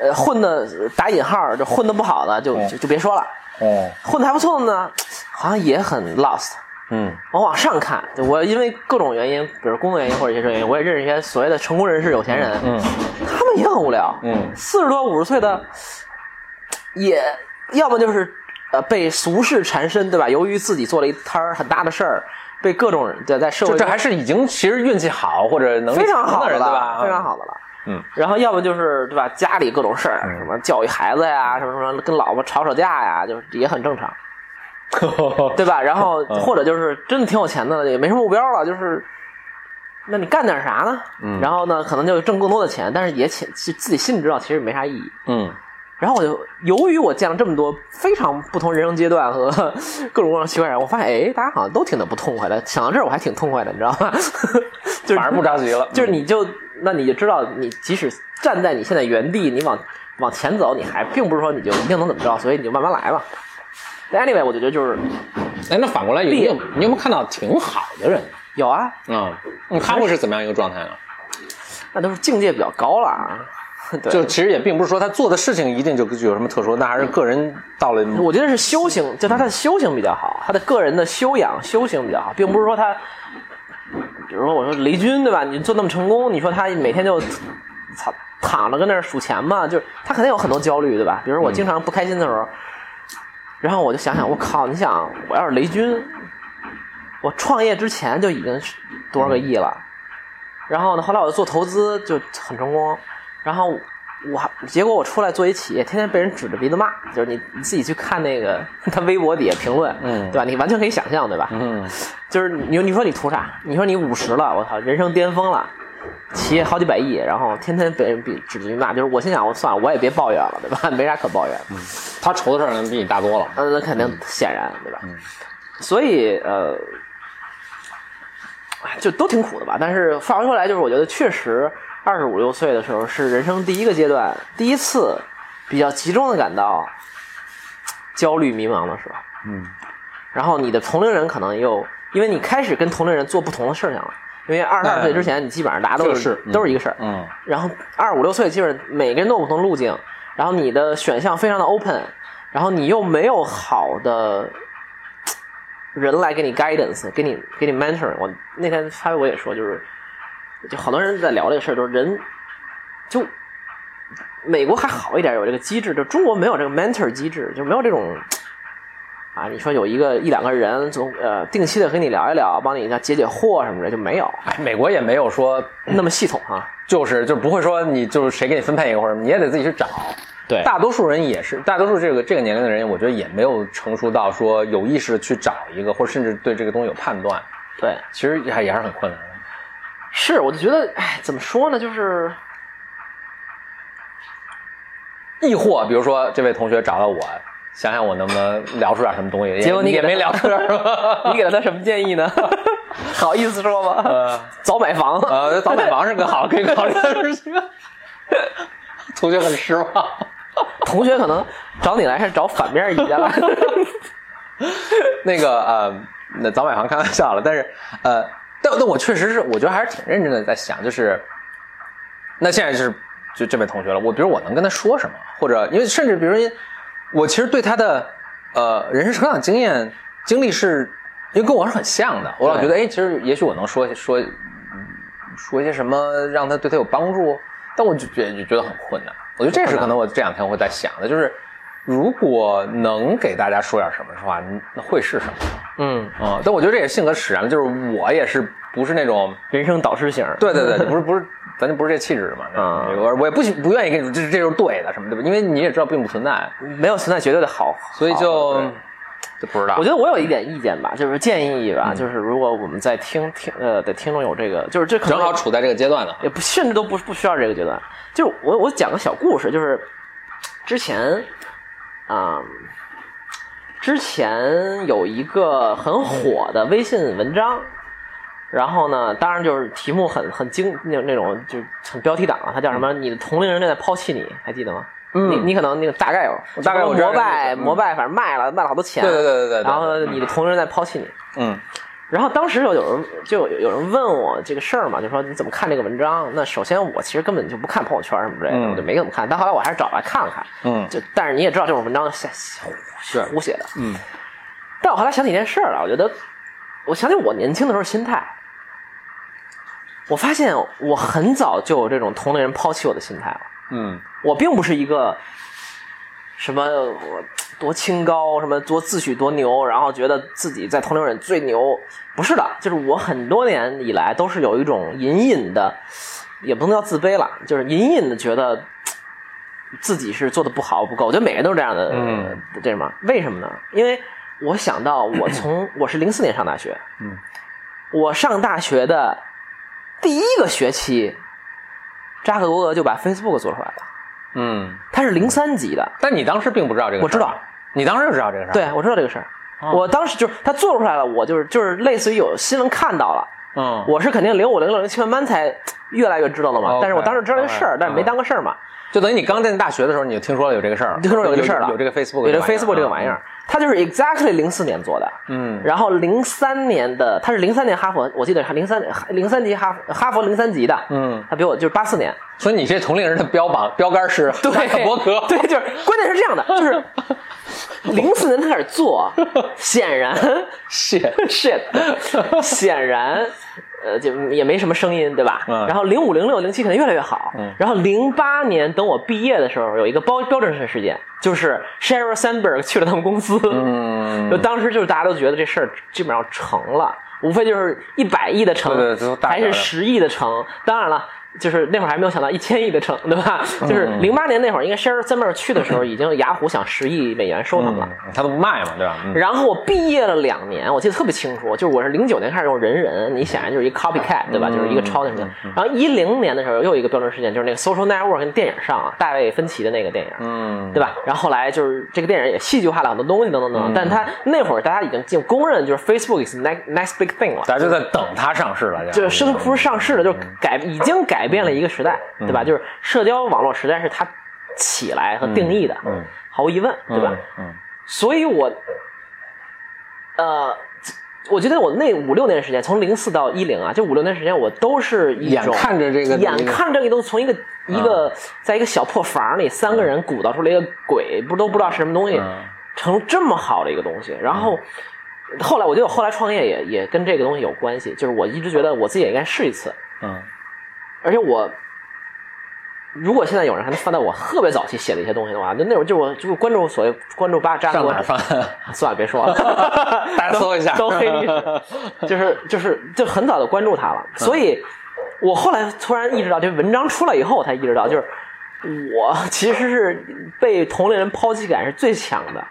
呃，混的打引号就混的不好的，就
嗯
就就别说了，
哦，
混的还不错的呢，好像也很 lost。
嗯
我往上看，就我因为各种原因，比如工作原因或者一些什么原因，我也认识一些所谓的成功人士、有钱人，
嗯
他们也很无聊，
嗯
四十多五十岁的，也要么就是呃被俗世缠身，对吧？由于自己做了一摊儿很大的事儿，被各种人对在社
就
会
这还是已经其实运气好或者能力
非常
强
好
的
的
人
了
对吧？
非常好的了。
嗯，
然后要么就是对吧？家里各种事儿，什么教育孩子
嗯
呀，什么什么跟老婆吵吵架呀，就是也很正常，
好。
对吧？然后
嗯
或者就是真的挺有钱的了，也没什么目标了，就是。那你干点啥呢？
嗯
然后呢，可能就挣更多的钱，但是也其其自己心里知道，其实没啥意义。
嗯
然后我就由于我见了这么多非常不同人生阶段和 各种各样奇怪人，我发现哎，大家好像都挺的不痛快的。想到这儿，我还挺痛快的，你知道吗？ 就是
反而不着急了，嗯
就是你就那你就知道，你即使站在你现在原地，你往往前走，你还并不是说你就一定能怎么着，所以你就慢慢来吧。但 anyway，我就觉得就是
哎，那反过来有
毕
你有你有没有看到挺好的人
有啊，
啊？嗯他会是怎么样一个状态呢？
那都是境界比较高了啊。 对，
就其实也并不是说他做的事情一定就具有什么特殊，那还是个人到了
我觉得是修行，就他的修行比较好，他的个人的修养、修行比较好，并不是说他，比如说我说雷军对吧？你做那么成功，你说他每天就操躺着跟那儿数钱嘛，就是他肯定有很多焦虑对吧？比如我经常不开心的时候，然后我就想想，我靠，你想我要是雷军，我创业之前就已经是多少个亿了，然后呢，后来我就做投资就很成功，然后我还结果我出来做一企业，天天被人指着鼻子骂，就是你你自己去看那个 他微博底下评论，
嗯
对吧？你完全可以想象，对吧？
嗯
就是你你说你图啥？你说你五十了，我操，人生巅峰了。企业好几百亿，然后天天被人比指着鼻子骂，就是我心想，我算了，我也别抱怨了，对吧？没啥可抱怨的。
他愁的事儿比你大多了。
嗯，那肯定显然，对吧？所以呃，哎就都挺苦的吧。但是话说回来，就是我觉得确实二十五六岁的时候是人生第一个阶段，第一次比较集中的感到焦虑迷茫的时候。
嗯，
然后你的同龄人可能又因为你开始跟同龄人做不同的事情了，因为二十二
嗯
岁之前，你基本上大家都
这
是
是嗯
都是一个事儿。
嗯，
然后二五六岁基本上每个人都有不同路径，然后你的选项非常的 open，然后你又没有好的嘖人来给你 guidance，给你给你 mentor。我那天发微博也说，就是就好多人在聊这个事儿，就是人就美国还好一点有这个机制，就中国没有这个 mentor 机制，就没有这种。嘖啊，你说有一个一两个人总呃定期的和你聊一聊，帮你解解惑什么的就没有
哎，美国也没有说，
那么系统哈、
就是就不会说你就是谁给你分配一个或者什么，你也得自己去找。
对
大多数人也是，大多数这个这个年龄的人，我觉得也没有成熟到说有意识去找一个，或者甚至对这个东西有判断，
对，
其实还也还是很困难的。
是，我就觉得，哎，怎么说呢，就是
亦或比如说这位同学找到我，想想我能不能聊出点什么东西，也
结果你给
也
他
没聊出点什 么。
你给了他什么建议呢？ 好意思说吗？
呃
早买房，
呃，早买房是个好可以考虑的事情。 同学很失望。
同学可能找你来是找反面一家来，
那个呃，那早买房开玩笑了，但是呃，但但我确实是，我觉得还是挺认真的在想，就是那现在就是就这位同学了，我比如我能跟他说什么，或者因为甚至比如说我其实对他的呃人生成长经验经历是，因为跟我是很像的，我老觉得哎，其实也许我能说说说一些什么让他对他有帮助，但我就觉就觉得很困难。我觉得这是可能我这两天会在想的，就是如果能给大家说点什么的话，那会是什么？
嗯，
嗯，但我觉得这也性格使然了，就是我也是不是那种，
人生导师型，
对对对，不 是不是，咱就不是这气质嘛。
啊
我我也不喜不愿意跟你说这这就是对的什么的，因为你也知道并不存在，
没有存在绝对的好，
所以
好
就嗯
对
哦就不知道。
我觉得我有一点意见吧，就是建议吧，就是如果我们在听听呃的听众有这个，就是这可能
正好处在这个阶段呢。
也不甚至都不不需要这个阶段。就是我我讲个小故事，就是之前啊、之前有一个很火的微信文章。然后呢，当然就是题目很很精那那种就是很标题党啊，它叫什么？你的同龄人正在抛弃你，还记得吗？
嗯
你你可能那个大概有，
大概我知道
摩拜
这个嗯
摩拜，反正卖了卖了好多钱。
对对对对对对
然后你的同龄人在抛弃你，
嗯
然后当时有人就有人问我这个事儿嘛，就说你怎么看这个文章？那首先我其实根本就不看朋友圈什么之类的，
嗯
我就没怎么看。但后来我还是找来看了看，
嗯，
就但是你也知道这种文章瞎
是
胡写的。
嗯，
但我后来想起一件事儿了，我觉得我想起我年轻的时候心态，我发现我很早就有这种同龄人抛弃我的心态了。
嗯
我并不是一个什么我多清高，什么多自诩多牛，然后觉得自己在同龄人最牛，不是的，就是我很多年以来都是有一种隐隐的，也不能叫自卑了，就是隐隐的觉得嘖自己是做的不好不够。我觉得每个人都是这样的，
嗯
呃这什么？为什么呢？因为我想到我从我是零四年上大学，
嗯，
我上大学的第一个学期。扎克伯格就把 Facebook 做出来了，
嗯。
他是零三级的，
但你当时并不知道这个事儿，
我知道，
你当时就知道这个事儿，
对，我知道这个事儿。
嗯
我当时就是他做出来了，我就是就是类似于有新闻看到了，
嗯，
我是肯定零五零六零七慢慢才越来越知道的嘛。
OK，
但是我当时知道这个事儿，
哦嗯
但是没当个事儿嘛，
就等于你刚进大学的时候，你就听说了有这个事儿，
就说有这个事儿了，
有这个 Facebook，
有这个 Facebook 这个玩意儿，，他就是 exactly 零四年做的。
嗯
然后零三年的，他是零三年哈佛，我记得是零三零三级哈佛哈佛零三级的，
嗯，
他比我就是八四年，
所以你这同龄人的标榜标杆是扎克伯格，
对，就是关键是这样的，就是零四年他开始 做，显然
shit，
shit，显然，呃，就也没什么声音，对吧？
嗯
然后零五、零六、零七肯定越来越好。
嗯
然后零八年等我毕业的时候，有一个标标准式事件，就是 Sheryl Sandberg 去了他们公司。
嗯
就，当时就是大家都觉得这事儿基本上成了，无非就是一百亿的成，
对对都大
还
点儿
是
的
十亿的成。当然了，就是那会儿还没有想到一千亿的成，对吧？就是
嗯
零八年那会儿，应该 Sheryl Sandberg 去的时候，已经雅虎想十亿美元收他们了。
嗯他都不卖嘛，对吧？嗯
然后我毕业了两年，我记得特别清楚，就是我是零九年开始用人人，你显然就是一个 copycat，对吧？
嗯
就是一个抄那什么的。然后一零年的时候又有一个标准事件，就是那个 Social Network 跟电影上啊，大卫芬奇的那个电影，
嗯，
对吧？然后后来就是这个电影也戏剧化了很多东西等等等等，但他那会儿大家已经就公认就是 Facebook is next next big thing 了。
大家就在嗯等它上市了，
就是生不是上市了，就是改已经改变了一个时代，
嗯
对吧？就是社交网络时代是它起来和定义的，
嗯嗯嗯
毫无疑问，对吧？
嗯？嗯，
所以我，呃，我觉得我那五六年时间，从零四到一零啊，这五六年时间我都是一
眼
种
看着这个啊
眼看着这个都从一个一个在一个小破房里，三个人鼓捣出来一个鬼，不都不知道是什么东西，
嗯
成这么好的一个东西。然后后来我觉得我后来创业也也跟这个东西有关系，就是我一直觉得我自己也应该试一次，
嗯
而且我。如果现在有人还能翻到我特别早期写的一些东西的话，那那种就是我就是关注所谓关注八扎
上
哥
哪儿翻？
算了，别说了，
大家搜一下
都都黑历史， 嗯就是就是就很早就关注他了，所以我后来突然意识到，这文章出来以后，我才意识到，就是我其实是被同龄人抛弃感是最强的。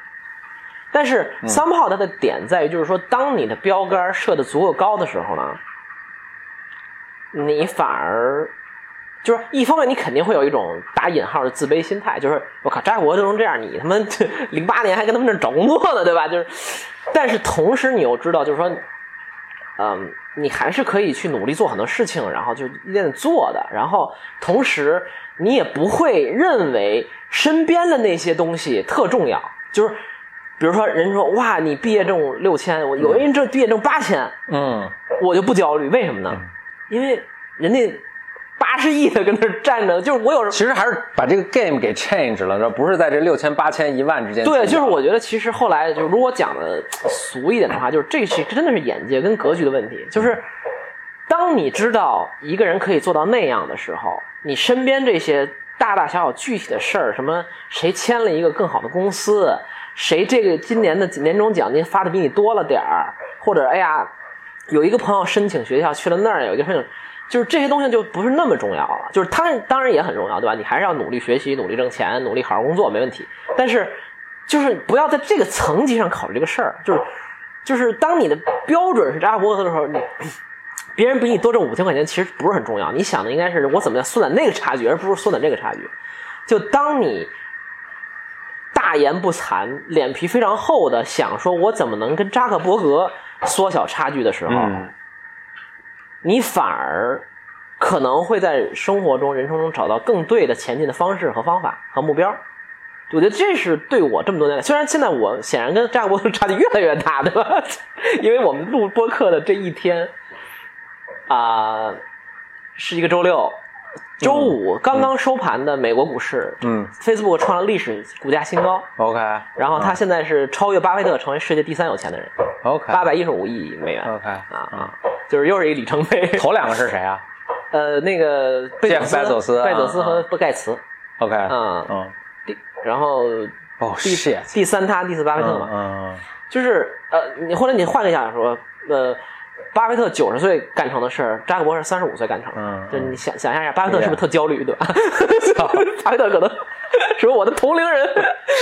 但是 somehow 它的点在于，就是说，当你的标杆设的足够高的时候呢，你反而就是一方面你肯定会有一种打引号的自卑心态，就是我靠，扎国都能这样，你他妈 零八年还跟他们那儿找工作呢，对吧？就是，但是同时你又知道，就是说，嗯，你还是可以去努力做很多事情，然后就一点点做的，然后同时你也不会认为身边的那些东西特重要，就是比如说人说哇，你毕业证六千，我有人这毕业证八千，
嗯
我就不焦虑，为什么呢？因为人家八十亿的跟那儿站着，就是我有时
其实还是把这个 game 给 change 了，这不是在这六千、八千、一万之间。
对，就是我觉得其实后来就是如果讲的俗一点的话，就是这是真的是眼界跟格局的问题，就是当你知道一个人可以做到那样的时候，你身边这些大大小小具体的事儿，什么谁签了一个更好的公司，谁这个今年的年终奖金发的比你多了点儿，或者哎呀，有一个朋友申请学校去了那儿，有一个申请，就是这些东西就不是那么重要了。就是它当然也很重要，对吧？你还是要努力学习，努力挣钱，努力好好工作，没问题。但是就是不要在这个层级上考虑这个事儿，就是就是当你的标准是啊扎伯克的时候，你。别人比你多挣五千块钱，其实不是很重要。你想的应该是我怎么样缩短那个差距，而不是缩短这个差距。就当你大言不惭、脸皮非常厚的想说，我怎么能跟扎克伯格缩小差距的时候，
嗯
你反而可能会在生活中、人生中找到更对的前进的方式和方法和目标。我觉得这是对我这么多年来，虽然现在我显然跟扎克伯格差距越来越大，对吧？ 因为我们录播客的这一天啊、是一个周六，周五刚刚收盘的美国股市、
嗯
f a c e b o o k 创了历史股价新高，
，OK
然后它现在是超越巴菲特，成为世界第三有钱的人，
OK
八百一十五亿美元
OK，
啊啊，就是又是一个里程碑。
头两个是谁啊
呃，那个贝佐
Jeff
斯、
贝佐斯
贝佐斯
啊
和布盖茨，
？OK，
啊
嗯，
然后
哦
第
，shit，
第三他，第四巴菲
嗯
特嘛，
嗯
就是呃，你或者你换个想法说，呃，巴菲特九十岁干成的事儿，扎克伯格是三十五岁干成的。
嗯哎
就你想想象一下，巴菲特
对
是
呀
不是特焦虑，对吧？ 巴菲特可能说我的同 龄人，。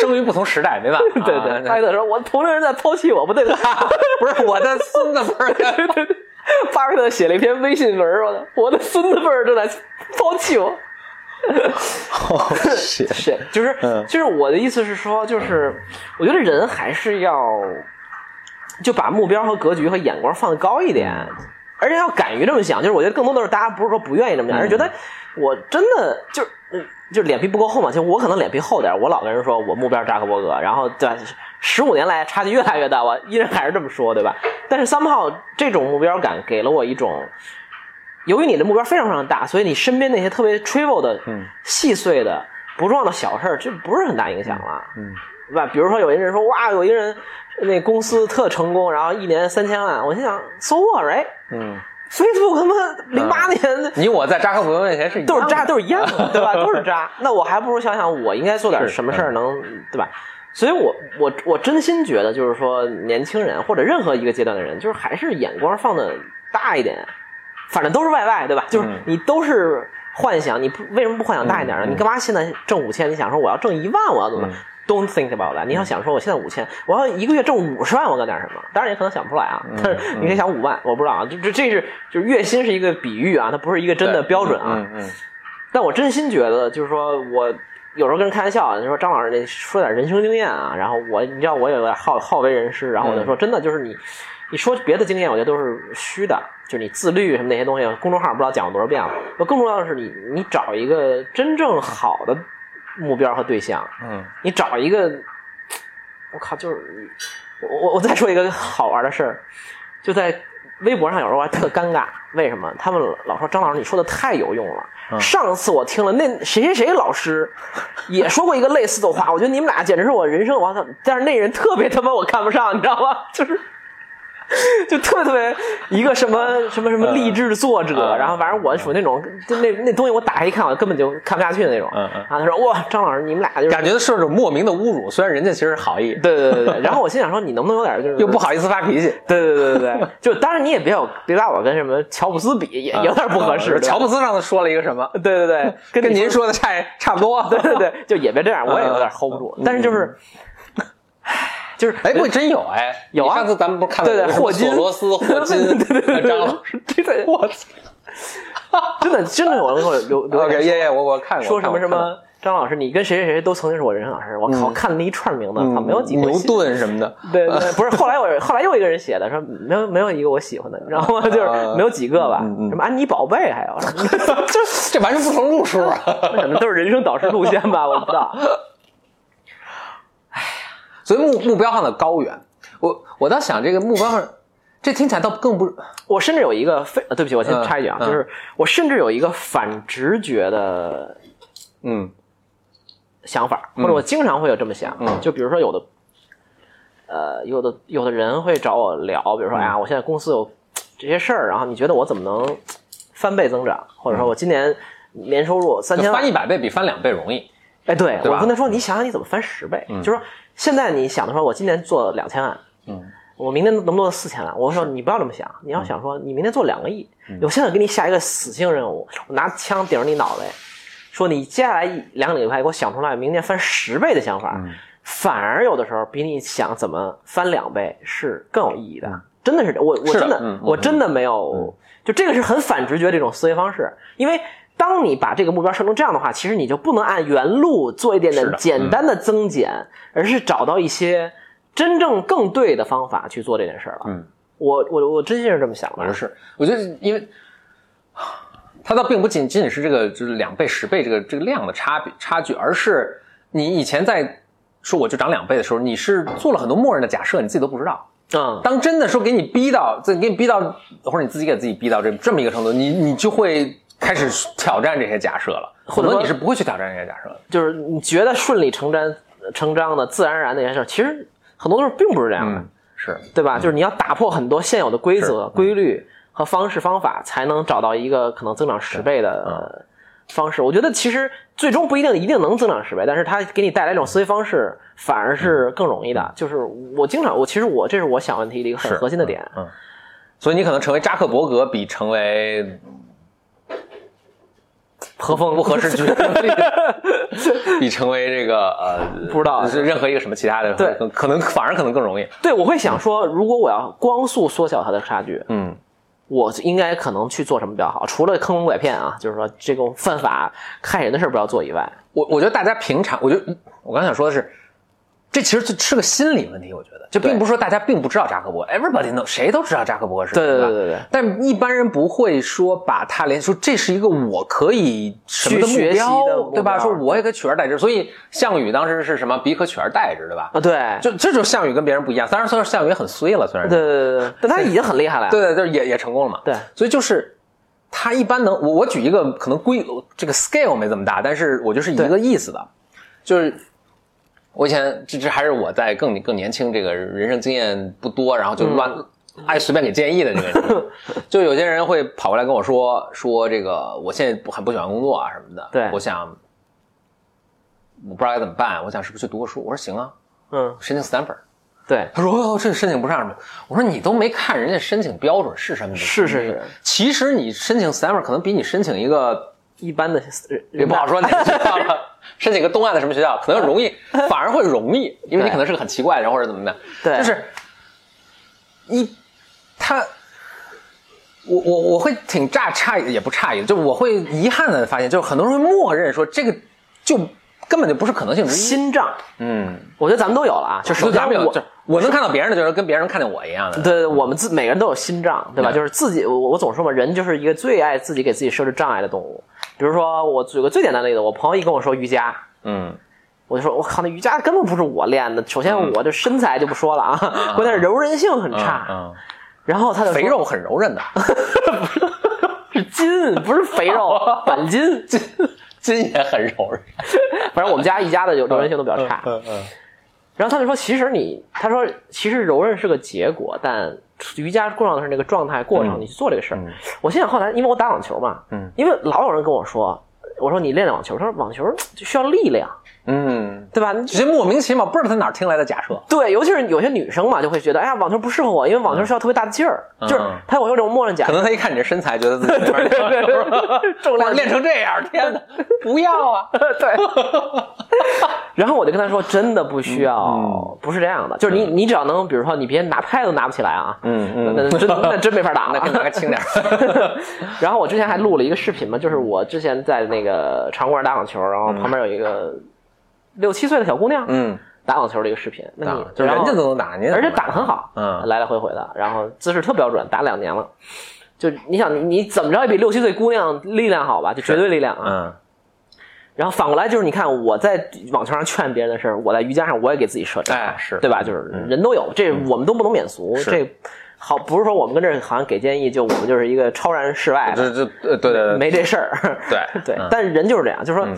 生于不同时代，没办法
对 对，
啊
巴菲特说我的同龄人在抛弃我，不 对吧？
不是我的孙子，不是
巴菲特写了一篇微信文儿，我的我的孙子辈儿正在抛弃我。
哦，shit，
是，就是
嗯
就是我的意思是说，就是我觉得人还是要就把目标和格局和眼光放得高一点，而且要敢于这么想。就是我觉得更多的是大家不是说不愿意这么想，而是觉
嗯
得我真的就是。嗯就脸皮不够厚嘛，就我可能脸皮厚点儿，我老跟人说我目标是扎克伯格，然后对吧，十五年来差距越来越大，我依然还是这么说，对吧？但是 somehow 这种目标感给了我一种由于你的目标非常非常大，所以你身边那些特别 trivial 的、
嗯
细碎的、不重要的小事儿，这不是很大影响了，
嗯嗯
对吧？比如说有一个人说，哇，有一个人那公司特成功，然后一年三千万，我心想，so what
嗯，
right？Facebook 他妈零八年、
你我在扎克伯格面前是一样的
都是渣，，都是一样 的，对吧？都是渣。嗯那我还不如想想，我应该做点
是
什么事儿能，对吧？所以我，我我真心觉得，就是说，年轻人或者任何一个阶段的人，就是还是眼光放的大一点，反正都是外外，对吧？就是
嗯
你都是幻想，你不为什么不幻想大一点呢？你干嘛现在挣五千？你想说我要挣一万，我要怎么、
嗯
d o n t think about that。你要想说我现在五千，我要一个月挣五十万，我干点什么？当然也可能想不出来啊，但是你可以想五万，我不知道啊。这这这是就是月薪是一个比喻啊，它不是一个真的
对
标准啊。
嗯嗯
但我真心觉得，就是说我有时候跟人开玩笑啊，就说张老师，你说点人生经验啊。然后我，你知道我有点好好为人师，然后我就说，真的就是你，你说别的经验，我觉得都是虚的，就是你自律什么那些东西，公众号不知道讲过多少遍了。那更重要的是你，你找一个真正好的目标和对象，
嗯
你找一个，我靠，就是我我我再说一个好玩的事儿，就在微博上有时候还特尴尬，为什么？他们老说张老师你说的太有用了。
嗯
上次我听了那谁谁谁老师也说过一个类似的话，我觉得你们俩简直是我人生我操！但是那人特别他妈我看不上，你知道吗？就是。就特别特别一个什么什么什么励志作者，
嗯
然后反正我属于那种，就那那东西我打开一看，我根本就看不下去的那种。
嗯嗯
然后他说：“哇，张老师，你们俩就是
感觉是种莫名的侮辱，虽然人家其实是好意，
对对对对。”然后我心想说：“你能不能有点就是
又不好意思发脾气，
对对对对对，就当然你也别有别把我跟什么乔布斯比，也有点不合适。
啊乔
布
布斯上次说了一个什么，
对对对，跟
跟
你
您说的差 差不多。
对对对，就也别这样，我也有点 hold 不住。但是就是，唉就是
哎，不过真有哎，
有啊
你上次咱们不是看到
对对，
有什么
霍金、
索罗斯、霍金、
对对对对，
张老师，
对对，我操，真的真的有人给我留留言
OK，耶耶，我我看过
说什么
看
什
过看过
么。张老师，你跟谁谁谁都曾经是我人生老师。我靠，看了一串名字，
嗯
靠，没有几个
牛
喜
顿什么 的，
对对，不是。后来我后来又一个人写的，说没有没有一个我喜欢的，你知道吗？就是没有几个吧。
啊嗯嗯
什么安妮宝贝，还有就
这完全不同路数啊！
可能都是人生导师路线吧，我不知道。
所以目目标放的高远，我我倒想这个目标上，这听起来倒更不
我甚至有一个非，呃对不起，我先
嗯
插一句啊，
嗯
就是我甚至有一个反直觉的
嗯
想法，或者我经常会有这么想，
嗯
就比如说有的，呃，有的有的人会找我聊，
嗯
比如说，哎呀，我现在公司有这些事儿，然后你觉得我怎么能翻倍增长，或者说我今年年收入三
嗯就
千万
翻一，百倍比翻两倍容易。
哎，对
对吧
我跟他说，你想想你怎么翻十倍，就是说现在你想的说，我今年做两千万，
嗯，
我明年能不能做四千万？我说你不要这么想，你要想说你明年做两个亿，
嗯
我现在给你下一个死性任务，我拿枪顶着你脑袋，说你接下来一两个礼拜给我想出来明年翻十倍的想法，
嗯
反而有的时候比你想怎么翻两倍是更有意义的。真的是这，我我
嗯是的
真的
嗯
我真的没有，就这个是很反直觉这种思维方式，因为当你把这个目标设成这样的话，其实你就不能按原路做一点
是
点
的嗯
简单的增减，而是找到一些真正更对的方法去做这件事儿了。
嗯，
我我我真心是这么想
我觉得
的。
是，我觉得因为它倒并不仅仅仅是这个就是两倍十倍这个这个量的差别差距，而是你以前在说我就涨两倍的时候，你是做了很多默认的假设，你自己都不知道。
嗯，
当真的说给你逼到，这给你逼到，或者你自己给自己逼到这这么一个程度，你你就会开始挑战这些假设了。
或
很
者说
多你是不会去挑战这些假设的。
就是你觉得顺理成章成章的、自然而然的一件事儿，其实很多时候并不是这样的，
嗯，是
对吧？就是你要打破很多现有的规则、
是嗯
规律和方式方法，才能找到一个可能增长十倍的方式。我觉得其实最终不一定一定能增长十倍，但是它给你带来一种思维方式，反而是更容易的。就是我经常，我其实我这是我想问题的一个很
是
核心的点。
嗯，嗯所以你可能成为扎克伯格比成为
何峰
不合 适举比成为这个呃
不知道
是任何一个什么其他的
对
可可能反而可能更容易。
对，我会想说，如果我要光速缩小它的差距，
嗯，
我应该可能去做什么比较好？除了坑蒙拐骗啊，就是说这种犯法害人的事儿不要做以外，
我我觉得大家平常，我觉得我刚想说的是，这其实是个心理问题。我觉得这并不是说大家并不知道扎克伯，everybody know，谁都知道扎克伯是
对对
吧
对对对，
但一般人不会说把它连说这是一个我可以什么的目
去学习
标，
的目标
对吧？说我也可以取而代之，所以项羽当时是什么彼可取而代之，对吧？
啊，对，
就这就是项羽跟别人不一样，当然虽然项羽也很衰了，虽然
对对对对，但他已经很厉害了呀。
对对就是也也成功了嘛。
对
所以就是他一般能，我我举一个可能规这个 scale 没这么大，但是我觉得是一个意思的，就是我以前这这还是我在更更年轻，这个人生经验不多，然后就乱、爱随便给建议的那个人，就有些人会跑过来跟我说说这个我现在不很不喜欢工作啊什么的，
对
我想我不知道该怎么办，我想是不是去读个书？我说行啊，
嗯，
申请 Stanford。
对，
他说：“哦，这申请不上什么。”我说：“你都没看人家申请标准是什么？
是是是，
其实你申请 Stanford 可能比你申请一个
一般的
也
人
不好说哪个学校了，申请个东岸的什么学校可能容易， 反而会容易，因为你可能是个很奇怪的人或者怎么的。
对
就是一他，我我我会挺乍诧异，也不诧异，就我会遗憾的发现，就是很多人会默认说这个就根本就不是可能性之一。
心脏，
嗯，
我觉得咱们都有了啊。就
就是
首先
咱们有，就
我
是我能看到别人的，就是跟别人看见我一样的。
对，对我们自每个人都有心脏，对吧？
嗯
就是自己，我我总说嘛，人就是一个最爱自己给自己设置障碍的动物。比如说，我举个最简单的例子，我朋友一跟我说瑜伽，
嗯，
我就说，我靠，那瑜伽根本不是我练的。首先，我这身材就不说了啊，关键是柔韧性很差。
嗯
然后他就说
肥肉很柔韧的，
是筋，不是肥 肉，板筋。
筋筋也很柔韧。
反正我们家一家的有柔韧性都比较差。
嗯嗯
然后他就说，其实你，他说其实柔韧是个结果，但瑜伽重要的是那个状态过程，
嗯
你去做这个事儿
嗯。
我心想后来，因为我打网球嘛，
嗯
因为老有人跟我说，我说你练网球，他说网球就需要力量，
嗯，
对吧？你
这些莫名其妙，不知道他哪儿听来的假设。
对，尤其是有些女生嘛，就会觉得，哎呀，网球不适合我，因为网球需要特别大的劲儿，
嗯
就是她会有这种默认假
可
设，
能他一看你这身材，觉得自己对对
重量
练成这样，天哪，不要啊！
对。然后我就跟她说，真的不需要，
嗯
不是这样的，就是你你只要能，比如说你别拿拍都拿不起来啊，
嗯嗯
那那真那真没法打
那给你拿
了
个。轻点儿。
然后我之前还录了一个视频嘛，就是我之前在那个场馆打网球，然后旁边有一个六七岁的小姑娘
嗯，
打网球的一个视频，那你
啊，就是人家
然后
都能打，您
而且打得很好，
嗯
来来回回的，然后姿势特标准，打两年了。就你想，你你怎么着也比六七岁姑娘力量好吧？就绝对力量啊！
嗯
然后反过来就是，你看我在网球上劝别人的事儿，我在瑜伽上我也给自己设障碍，
哎是嗯
对吧？就是人都有，这我们都不能免俗。
是
这好不是说我们跟这儿好像给建议，就我们就是一个超然世外的，
这这呃对对对
没这事 儿。
对
对
嗯，
但是人就是这样，就是说
嗯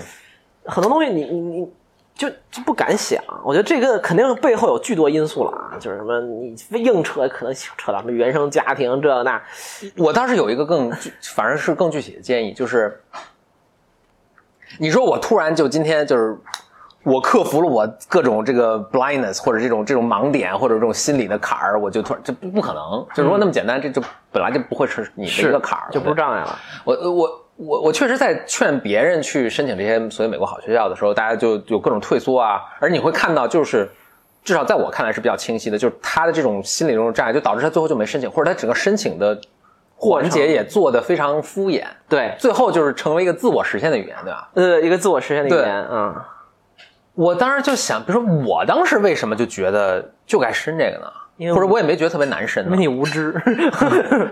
很多东西你你你就就不敢想。我觉得这个肯定背后有巨多因素了啊，就是什么你硬扯，可能扯到什么原生家庭这那，
我当时有一个更具，反而是更具体的建议，就是你说我突然就今天就是我克服了我各种这个 blindness 或者这种这种盲点或者这种心理的坎儿，我就突然这不不可能，就如果那么简单，这就本来就不会是你的一个坎儿，
就嗯不是
对
障碍了。
我呃我我我确实在劝别人去申请这些所谓美国好学校的时候，大家就有各种退缩啊，而你会看到就是。至少在我看来是比较清晰的，就是他的这种心理这种障碍，就导致他最后就没申请，或者他整个申请的环节也做得非常敷衍，
对，
最后就是成为一个自我实现的语言，对吧？
呃，一个自我实现的语
对
言啊，
我当时就想，比如说我当时为什么就觉得就该申这个
因为
呢？或者我也没觉得特别难申
因为
呢？
你 无知，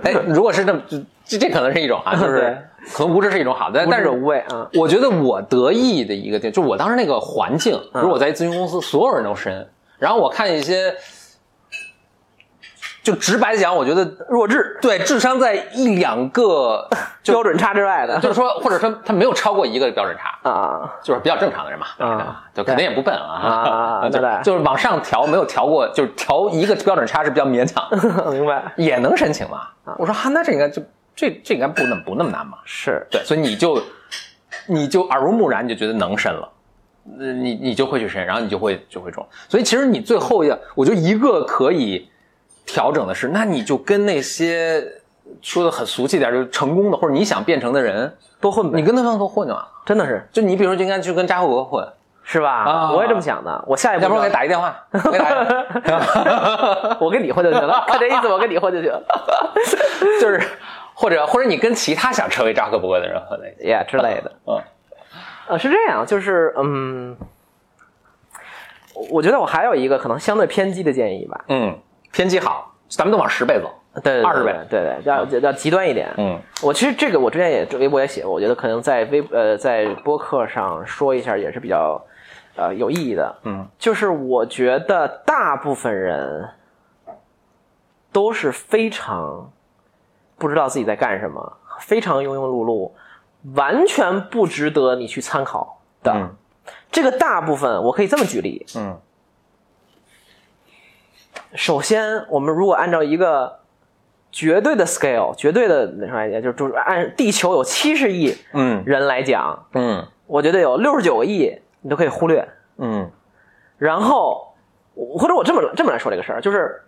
哎，如果是这么，就这这可能是一种 啊，就
对
是可能无知是一嗯种好，但
无
但
知
是
者无畏啊。
我觉得我得意的一个点，就是我当时那个环境，
嗯
如果我在一咨询公司，所有人都申，然后我看一些，就直白地讲，我觉得弱智，对，智商在一两 个，
标准差之外的
就是说，或者说他没有超过一个标准差，
啊，
就是比较正常的人嘛，
啊
就肯定也不笨啊，
啊
就
对
就是往上调没有调过，就是调一个标准差是比较勉强的，
明白？
也能申请嘛。我说哈，那这应该就这这应该不那么不那么难吧？
是
对，所以你就你就耳濡目染，你就觉得能申了，呃你你就会去申，然后你就会就会中。所以其实你最后要，我觉得一个可以调整的是，那你就跟那些说的很俗气点儿，就是成功的或者你想变成的人，
多混
你
呗，
跟他们多混就完了。
真的是
就你比如说就应该去跟扎克伯格混，
是吧？
啊
我也这么想的，我下一 步
要不然我
就
给打一电话，我给打一电 话，
我跟你混就行了，看这意思，我跟你混就行。
就是或者或者你跟其他想成为扎克伯格的人混在一起。
yeah 之类的。
嗯，
呃，是这样，就是嗯，我我觉得我还有一个可能相对偏激的建议吧，
嗯，偏激好，咱们都往十倍走。
对
20
对
呗
对对，要要极端一点。
嗯
我其实这个我之前也微博也写过，我觉得可能在微呃在播客上说一下也是比较呃有意义的，
嗯
就是我觉得大部分人都是非常不知道自己在干什么，非常庸庸碌碌，完全不值得你去参考的。
嗯
这个大部分我可以这么举例：
嗯
首先，我们如果按照一个绝对的 scale，绝对的那啥来讲，就是就是按地球有七十亿
嗯
人来讲，
嗯
我觉得有六十九亿你都可以忽略。
嗯
然后，我或者我这么这么来说这个事儿，就是，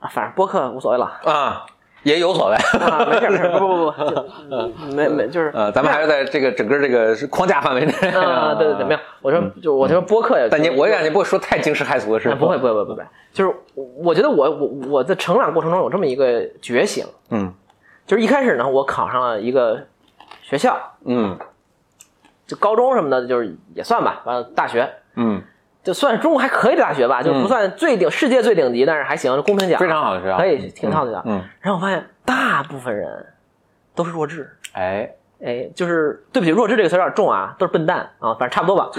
啊，反正播客无所谓了，
啊，也有所谓。
啊，没事没事，不不不不，就没没就是
呃，咱们还是在这个整个这个框架范围内
啊，对对对，没有，我说就我说播客也，
但你我也感
觉
觉不会说太惊世骇俗的事。
啊不会，不会不会不会，就是我我觉得我我我在成长过程中有这么一个觉醒，
嗯
就是一开始呢，我考上了一个学校，
嗯
就高中什么的，就是也算吧，完了大学。
嗯，
就算是中国还可以的大学吧，就不算最顶、世界最顶级，但是还行，公平奖
非常好的学校，
可以挺好的学校。
嗯，
然后我发现大部分人都是弱智，
哎，
哎，就是对不起，弱智这个词儿有点重啊，都是笨蛋啊，反正差不多吧，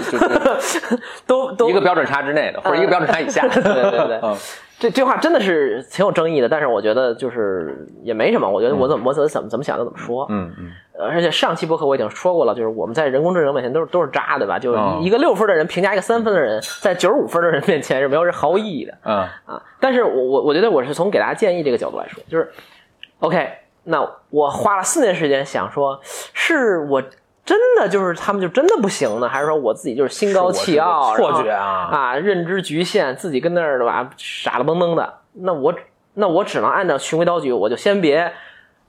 都都啊
一个标准差之内的，或者一个标准差以下。
对对 对
嗯
这这话真的是挺有争议的，但是我觉得就是也没什么，我觉得我怎么我怎么怎么怎么想就怎么说，
嗯嗯，
呃而且上期播客我已经说过了，就是我们在人工智能面前都是都是渣，对吧？就
哦
一个六分的人评价一个三分的人，在九十五分的人面前是没有任毫无意义的
嗯
啊。但是我我我觉得我是从给大家建议这个角度来说，就是 OK，那我花了四年时间想说，是我真的就是他们就真的不行呢，还是说我自己就是心高气傲，
错
然后
觉啊，
啊，认知局限，自己跟那儿的吧，傻了蹦登的。那我那我只能按照循规蹈矩，我就先别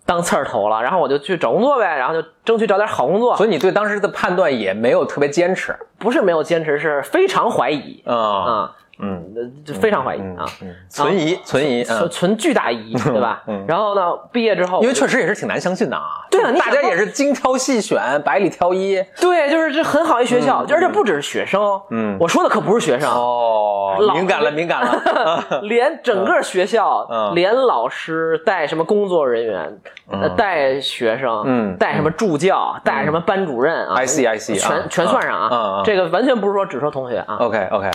当刺儿头了，然后我就去找工作呗，然后就争取找点好工作。
所以你对当时的判断也没有特别坚持，
不是没有坚持，是非常怀疑
啊，
啊，
嗯，
呃就非常怀疑
嗯
啊，
嗯存疑存疑，
存
嗯，
存巨大疑义，对 吧？然后呢，毕业之后，
因为确实也是挺难相信的啊，
对啊你
大
想
家
说
也是精挑细选，百里挑一，
对，就是这很好一学校，而且不只是学生，哦
嗯
我说的可不是学生，
哦
老
敏感了敏感了，
连整个学校，
嗯
连老师带什么工作人员，呃，带学生，
嗯
带什么助教，带什么班主任啊
I see I see，啊
全全算上
啊啊
啊
啊，
这个完全不是说只说同学啊，
OK OK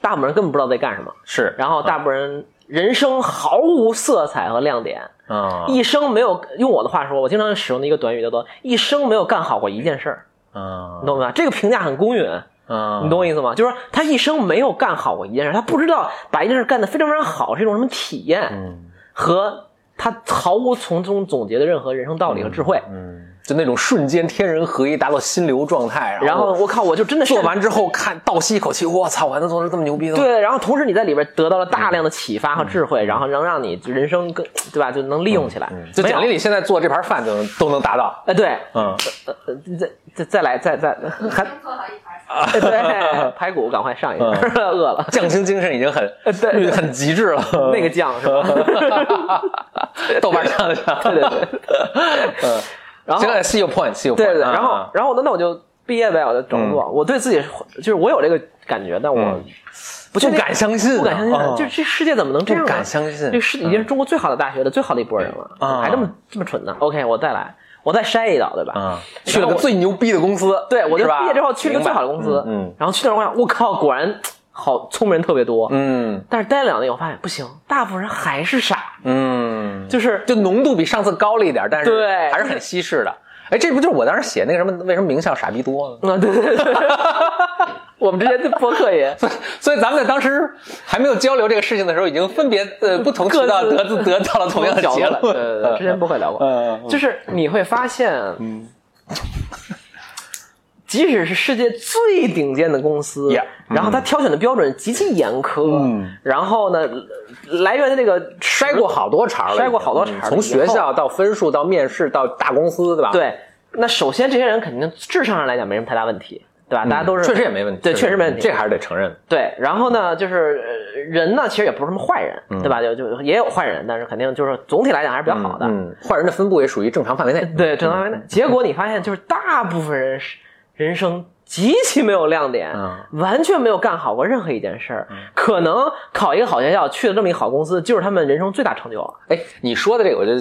大部分人根本不知道在干什么，
是，
然后大部分人人生毫无色彩和亮点，
嗯
一生没有用我的话说，我经常使用的一个短语叫做一生没有干好过一件事儿，
嗯
你懂吗？这个评价很公允，
嗯，
你懂我意思吗？就是说他一生没有干好过一件事，他不知道把一件事干得非常非常好是一种什么体验，
嗯
和他毫无从中总结的任何人生道理和智慧。
嗯，就那种瞬间天人合一，达到心流状态，
然后我靠，我就真的
嗯
是
做完之后看倒吸一口气，我操，我还能做出这么牛逼的吗？
对，然后同时你在里边得到了大量的启发和智慧，然后能让你人生更对吧，就能利用起来。
嗯就
没有
蒋丽丽现在做这盘饭都能都能达到，
哎，对，
嗯，
呃再再再来再再还
先做好一盘菜。
哎对排骨赶快上一下，
嗯
饿了。
匠心精神已经很
呃对对
很极致了，
那个酱是吧？
豆瓣 上的酱，对对对， 嗯，
然 后
现在 see your point，see your point，
对对，
啊
然后
啊
然后那那我就毕业呗，我就找工作。我对自己就是我有这个感觉，但我
嗯
不确
不
定
敢相信啊，
不敢相
啊
信，就这世界怎么能这样呢？
不敢相信
这世已经是中国最好的大学的最好的一波人
啊
了，还这么这么蠢呢？OK，我再来，我再筛一道，对吧？
啊，去了个最牛逼的公司，
对，我就是
吧
毕业之后去了个最好的公司，
明白嗯嗯
然后去那儿我想，我靠，果然好聪明人特别多，
嗯
但是待了两年，我发现不行，大部分人还是傻，
嗯，
就是
就浓度比上次高了一点，但是
对
还是很稀释的。哎，这不就是我当时写那个什么？为什么名校傻逼多呢？
啊，对对对， 我们之前的播 客也
所以， 所以咱们在当时还没有交流这个事情的时候，已经分别呃不同渠道
各自
得得得到了同样的
角度
结
了，对
论。
对对，之前不会聊过，
嗯嗯
就是你会发现，即使是世界最顶尖的公司
Yeah，
然后它挑选的标准极其严苛，
嗯
然后呢，来源的这个
筛过好多茬儿了，
筛过好多茬儿了
嗯从学校到分数到面试到大公司，对吧？，
对，那首先这些人肯定智商上来讲没什么太大问题，对吧？大家都是
嗯确实也没问题，
对，确实没问题，
这还是得承认。
对，然后呢，就是呃人呢，其实也不是什么坏人，
嗯
对吧？就就也有坏人，但是肯定就是总体来讲还是比较好的。
嗯，坏人的分布也属于正常范围内。
对，正当为内。
嗯
结果你发现，就是大部分人是人生极其没有亮点，
嗯
完全没有干好过任何一件事儿。可能考一个好学校，去了这么一个好公司，就是他们人生最大成就了。
哎，你说的这个，我就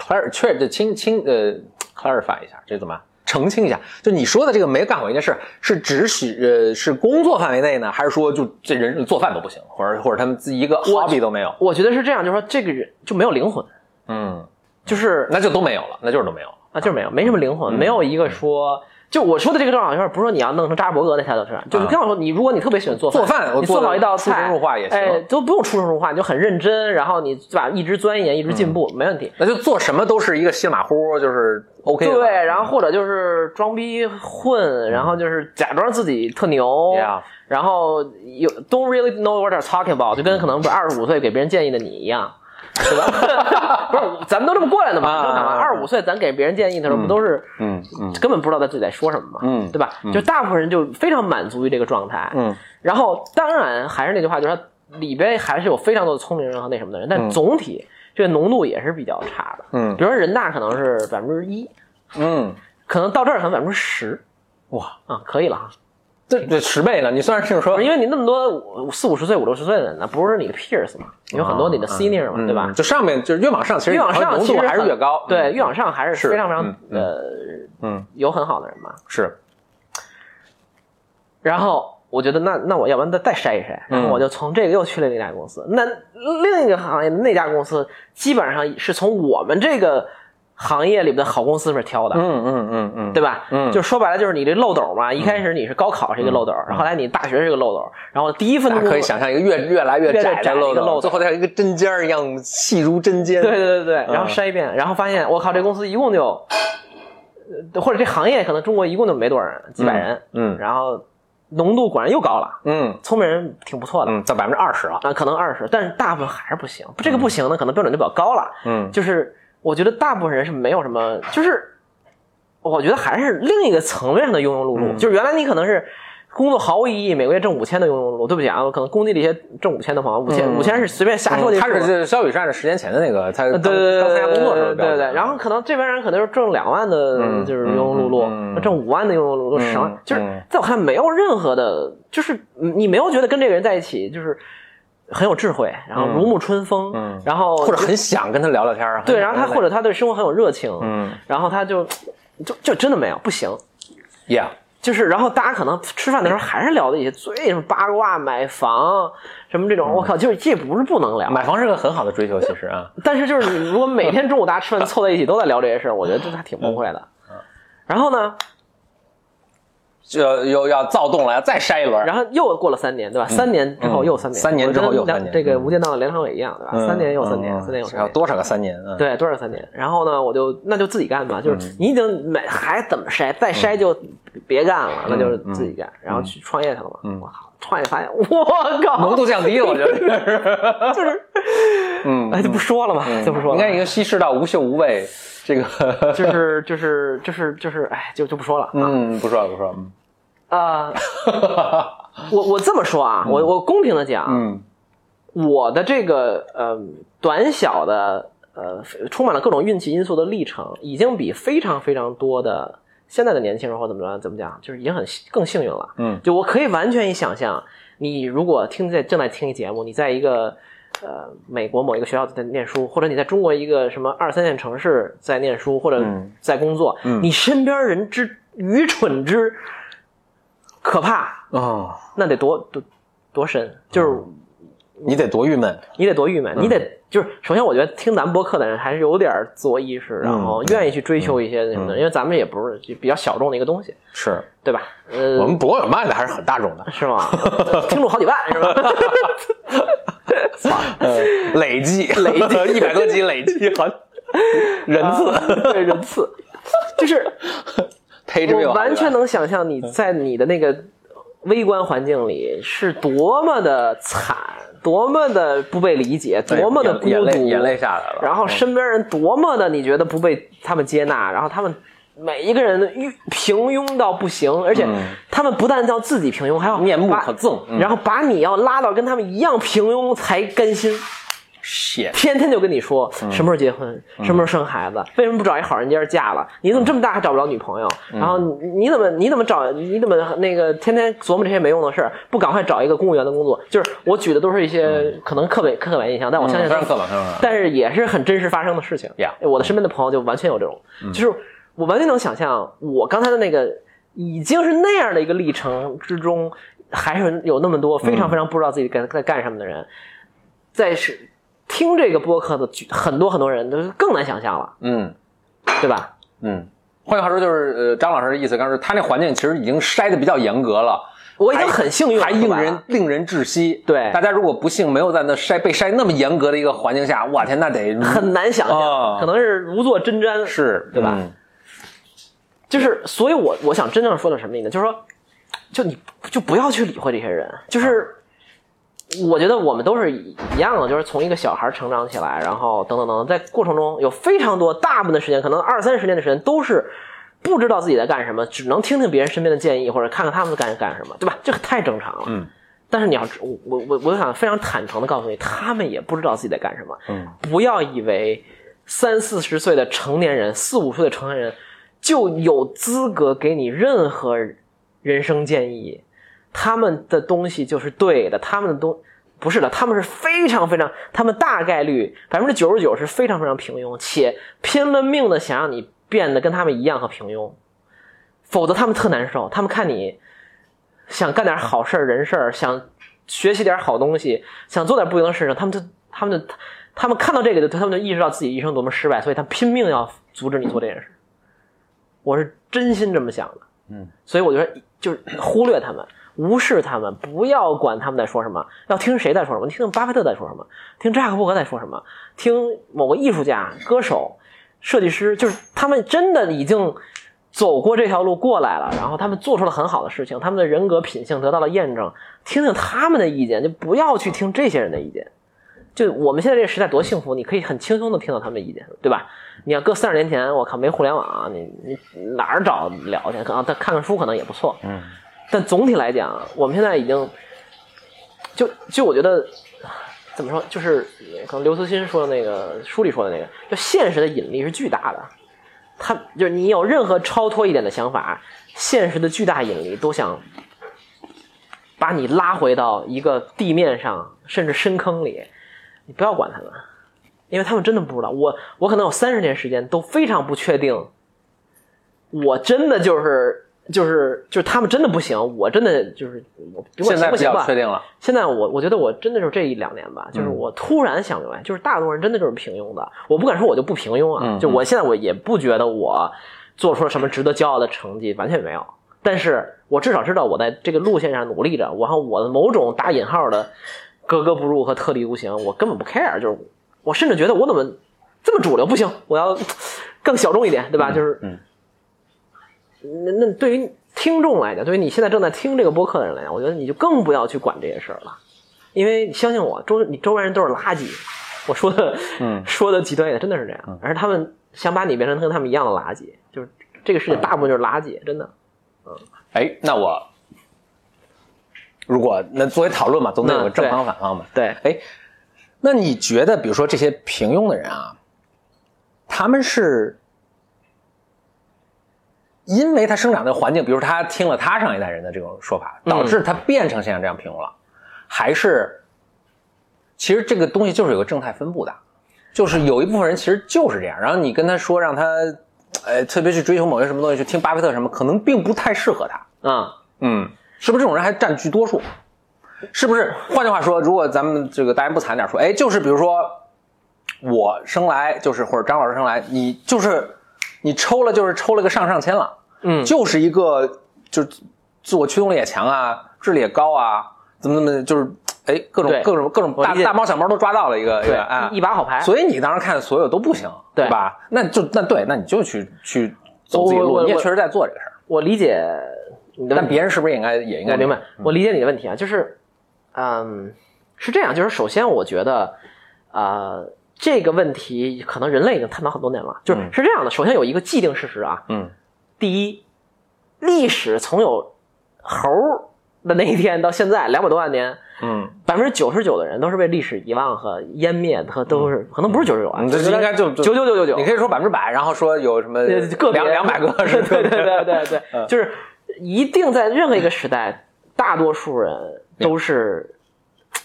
clar 确就清清呃 clarify 一下，这怎么澄清一下？就你说的这个没干好一件事儿，是只许呃是工作范围内呢，还是说就这人做饭都不行，或者或者他们自己一个 hobby 都没有？
我觉得是这样，就是说这个人就没有灵魂，
嗯，
就是
那就都没有了，那就是都没有了。
啊，就是没有，没
嗯
什么灵魂，没有一个说。就我说的这个正好就是，不是说你要弄成扎伯格那态度是吧，就是
啊
跟我说，你如果你特别喜欢做
做饭我
你
做
做
得
好一道
出神
菜，
入化也行
哎，都不用出神入化，你就很认真，然后你对吧，一直钻研，一直进步，没问题。
那就做什么都是一个稀马虎，就是 OK 的。
对，然后或者就是装逼混，然后就是假装自己特牛
Yeah
然后有 don't really know what they're talking about，就跟可能不是二十五岁给别人建议的你一样，对吧？不 是，咱们都这么过来的嘛，
啊
很正常嘛。二十五岁咱给别人建议的时候，不都是
嗯嗯
根本不知道他自己在说什么嘛，
嗯
对吧？就大部分人就非常满足于这个状态，
嗯，
然后当然还是那句话，就是它里边还是有非常多的聪明人和那什么的人，但总体这个浓度也是比较差的，
嗯
比如说人大可能是百分之一。
嗯，
可能到这儿可能百分之十
哇，
啊，可以了啊。
这这十倍了。你虽然是
不
说
是因为你那么多五四五十岁、五六十岁的人呢，不是你的 peers 嘛，有很多你的 senior 嘛，
嗯
对吧？
就上面就是越往上，其实
越往上
浓
其
度
实
还是
很
越高。
对，
嗯
越往上还
是
是非常非常
嗯嗯
呃
嗯
有很好的人嘛。
是
然后我觉得那那我要不然再再筛一筛，
嗯
然后我就从这个又去了另一家公司。那另一个行业那家公司基本上是从我们这个行业里的好公司里面挑的，
嗯嗯嗯嗯，
对吧？
嗯
就说白了就是你这漏斗嘛，一开始你是高考是一个漏斗，然后后来你大学是一个漏斗，然后第一份
大家
工作
可以想象一个越越来越
越来
窄
越
的
窄的
漏
一个漏
斗，
斗
最后它像一个针尖儿一样细如针尖。
对对对对，然后
嗯
筛一遍，然后发现我靠，这公司一共就，呃或者这行业可能中国一共就没多少人，几百人，
嗯
然后浓度果然又高了，
嗯
聪明人挺不错的。
嗯，到百分之二十了。
啊，可能二十，但是大部分还是不行。这个不行呢，可能标准就比较高了。
嗯
就是我觉得大部分人是没有什么，就是我觉得还是另一个层面上的庸庸碌碌。
嗯
就是原来你可能是工作毫无意义，每个月挣五千的庸庸碌碌。对不起啊，我可能工地里一些挣五千的朋友，五千五千是随便瞎说的一
嗯
个
他
数额。
是这肖宇是按照十年前的那个，他
呃
刚
对对
刚
对
参加
对
工作的时候嗯的
对
标
对
准
对，然后可能这边人可能就是挣两万的
嗯，
就是庸庸碌
嗯嗯
碌，
嗯
挣五万的庸庸碌碌，
嗯
十万
嗯，
就是
嗯
在我看来没有任何的，就是你没有觉得跟这个人在一起就是很有智慧，然后如沐春风，
嗯
然后
或者很想跟他聊聊天儿。
对，
很
然后他或者他对生活很有热情，
嗯
然后他就就就真的没有不行，
，yeah，
就是，然后大家可能吃饭的时候还是聊的一些最什么八卦、买房什么这
嗯
种，我靠，就是这不是不能聊，
买房是个很好的追求，其实啊，
但是就是你如果每天中午大家吃饭凑在一起都在聊这些事儿，我觉得这还挺崩溃的。
嗯
然后呢，
就又要躁动了，要再筛一轮。
然后又过了三年，对吧？三年之后又三年，
嗯三年之后又
我跟
三年
这个《
嗯
无间道》的梁朝伟一样，对吧？
嗯
三年又三
嗯
年，
嗯
三年又三
要
年。
多少个三年？嗯，
对，多少三年？然后呢，我就那就自己干吧，就是你已经买还怎么筛，再筛
嗯
就别干了，那就是自己干，然后去创业去了
嗯
嘛。我靠，创业发现，我
浓
靠，
度降低了，我觉 得
就是，
嗯
哎，就不说了嘛，就不说了。
应该已经稀释到无嗅无味，这 个
就是就是就是就是，哎，就就不说了啊
嗯，不说了，不说了，嗯。
啊。我我这么说啊，我我公平的讲，
嗯
我的这个呃短小的呃充满了各种运气因素的历程，已经比非常非常多的现在的年轻人或怎么着怎么讲，就是已经很幸更幸运了。
嗯
就我可以完全想象，你如果听在正在听一节目，你在一个呃美国某一个学校在念书，或者你在中国一个什么二三线城市在念书或者
嗯
在工作，
嗯
你身边人之愚蠢之可怕，
哦，
那得多多多深，就是。
嗯你得多郁闷，啊
你得多郁
嗯
闷，你得就是首先，我觉得听咱们播客的人还是有点自我意识，然
嗯
后愿意去追求一些什么的，因为咱们也不是就比较小众的一个东西，
是
对吧？呃
嗯我，们博尔曼的还是很大众的，
是吗？听众好几万是吧？
呃，累计累计一百多集累 计，好像人次
啊对人次，就是
配置
我完全能想象你在你的那个微观环境里是多么的惨，多么的不被理解，多么的孤独，
哎眼泪眼泪下来了，
然后身边人多么的你觉得不被他们接纳，然后他们每一个人郁平庸到不行，而且他们不但要自己平庸，还要
嗯面目
把
可憎嗯
然后把你要拉到跟他们一样平庸才甘心。
血
天天就跟你说
嗯
什么时候结婚，什么时候生孩子，为什么不找一好人家嫁了？你怎么这么大还找不着女朋友？
嗯
然后你你怎么你怎么找你怎么那个天天琢磨这些没用的事儿，不赶快找一个公务员的工作？就是我举的都是一些
嗯
可能刻板刻板印象，但我相信
非
他
常刻板嗯上了，
但是也是很真实发生的事情。哎
Yeah 嗯
我的身边的朋友就完全有这种，就是我完全能想象，我刚才的那个已经是那样的一个历程之中，还是有那么多非
嗯
常非常不知道自己该在干什么的人，在是听这个播客的举很多很多人，就是更难想象了，
嗯
对吧？
嗯。换句话说，就是呃，张老师的意思，刚才说他那环境其实已经筛的比较严格了，
我已经很幸运了，
还令
是
人
吧
令人窒息。
对
大家如果不幸没有在那筛被筛那么严格的一个环境下，哇天，那得
很难想象，
哦
可能是如坐针毡，
是
对吧
嗯
就是，所以我我想真正说的什么意思呢？就是说，就你就不要去理会这些人。就是，我觉得我们都是一一样的，就是从一个小孩成长起来，然后等等等等，在过程中有非常多大部分的时间，可能二三十年的时间都是不知道自己在干什么，只能听听别人身边的建议或者看看他们干干什么，对吧？这个太正常了。
嗯。
但是你要知，我我我我想非常坦诚的告诉你，他们也不知道自己在干什么。
嗯，
不要以为三四十岁的成年人、四五十岁的成年人就有资格给你任何人生建议，他们的东西就是对的，他们的东不是的，他们是非常非常，他们大概率百分之九十九是非常非常平庸，且拼了命的想让你变得跟他们一样和平庸，否则他们特难受，他们看你想干点好事儿、人事儿，想学习点好东西，想做点不一样的事情，他们就他们就他们看到这个就他们就意识到自己一生多么失败，所以他拼命要阻止你做这件事。我是真心这么想的，
嗯，
所以我觉得就是忽略他们，无视他们，不要管他们在说什么，要听谁在说什么，听巴菲特在说什么，听扎克伯格在说什么，听某个艺术家、歌手、设计师，就是他们真的已经走过这条路过来了，然后他们做出了很好的事情，他们的人格品性得到了验证，听听他们的意见，就不要去听这些人的意见。就我们现在这个时代多幸福，你可以很轻松的听到他们的意见，对吧？你要搁三十年前，我靠，没互联网，啊你你哪儿找聊去？可能他看看书可能也不错，
嗯，
但总体来讲，我们现在已经就就我觉得怎么说，就是可能刘慈欣说的那个书里说的那个，就现实的引力是巨大的，他就是你有任何超脱一点的想法，现实的巨大引力都想把你拉回到一个地面上，甚至深坑里，你不要管他们。因为他们真的不知道。我我可能有三十年时间都非常不确定，我真的就是就是就是他们真的不行，我真的就是我比
嗯
我
现
行
在
不
比
行
较
吧
确？定了，
现在我我觉得我真的就是这一两年吧，就是
嗯
我突然想明白，就是大多数人真的就是平庸的。我不敢说我就不平庸啊，
嗯
就我现在我也不觉得我做出了什么值得骄傲的成绩，完全没有。但是我至少知道我在这个路线上努力着，然后我的某种打引号的格格不入和特立独行，我根本不 care，就是我甚至觉得我怎么这么主流不行，我要更小众一点，对吧？就是
嗯，
那那对于听众来讲，对于你现在正在听这个播客的人来讲，我觉得你就更不要去管这些事儿了，因为你相信我，周你周围人都是垃圾。我说的，
嗯
说的极端一点，真的是这样。而他们想把你变成跟他们一样的垃圾，就是这个世界
嗯
大部分就是垃圾，真的。
哎，那我如果那作为讨论嘛，总得有个
那
正
对
方反方嘛。
对，
哎，那你觉得，比如说这些平庸的人啊，他们是因为他生长的环境，比如他听了他上一代人的这种说法，
嗯
导致他变成现在这样平庸了，还是其实这个东西就是有个正态分布的，就是有一部分人其实就是这样，然后你跟他说让他。呃，特别去追求某些什么东西，去听巴菲特什么，可能并不太适合他。
嗯，
嗯，是不是这种人还占据多数？是不是？换句话说，如果咱们这个大言不惭点说，哎，就是比如说我生来就是，或者张老师生来，你就是你抽了就是抽了个上上签了，
嗯
就是一个就是自我驱动力也强啊，智力也高啊，怎么怎么就是哎各种
对
各种各种
我
大
理解
大猫小猫都抓到了一个一
对
个啊，，
一把好牌。
所以你当时看所有都不行，
对
吧？那就那对，那你就去去走自己的
我
路，
我我
你也确实在做这个事儿，
我理解你的问
但
题，
别人是不是也应该也应该
我明白
这样，
我理解你的问题啊，就是，嗯，是这样，就是首先我觉得，呃，这个问题可能人类已经探讨很多年了，就是
嗯
是这样的，首先有一个既定事实啊，
嗯。
第一，历史从有猴儿的那一天到现在两百多万年，
嗯，
百分之九十九的人都是被历史遗忘和湮灭的，和都是可能不是九十九啊，
嗯这应该就
九九九九九，
你可以说百分之百，然后说有什么
对呃个别
呃两两百 个是
对
吧嗯
对对对对对，就是一定在任何一个时代，大多数人都是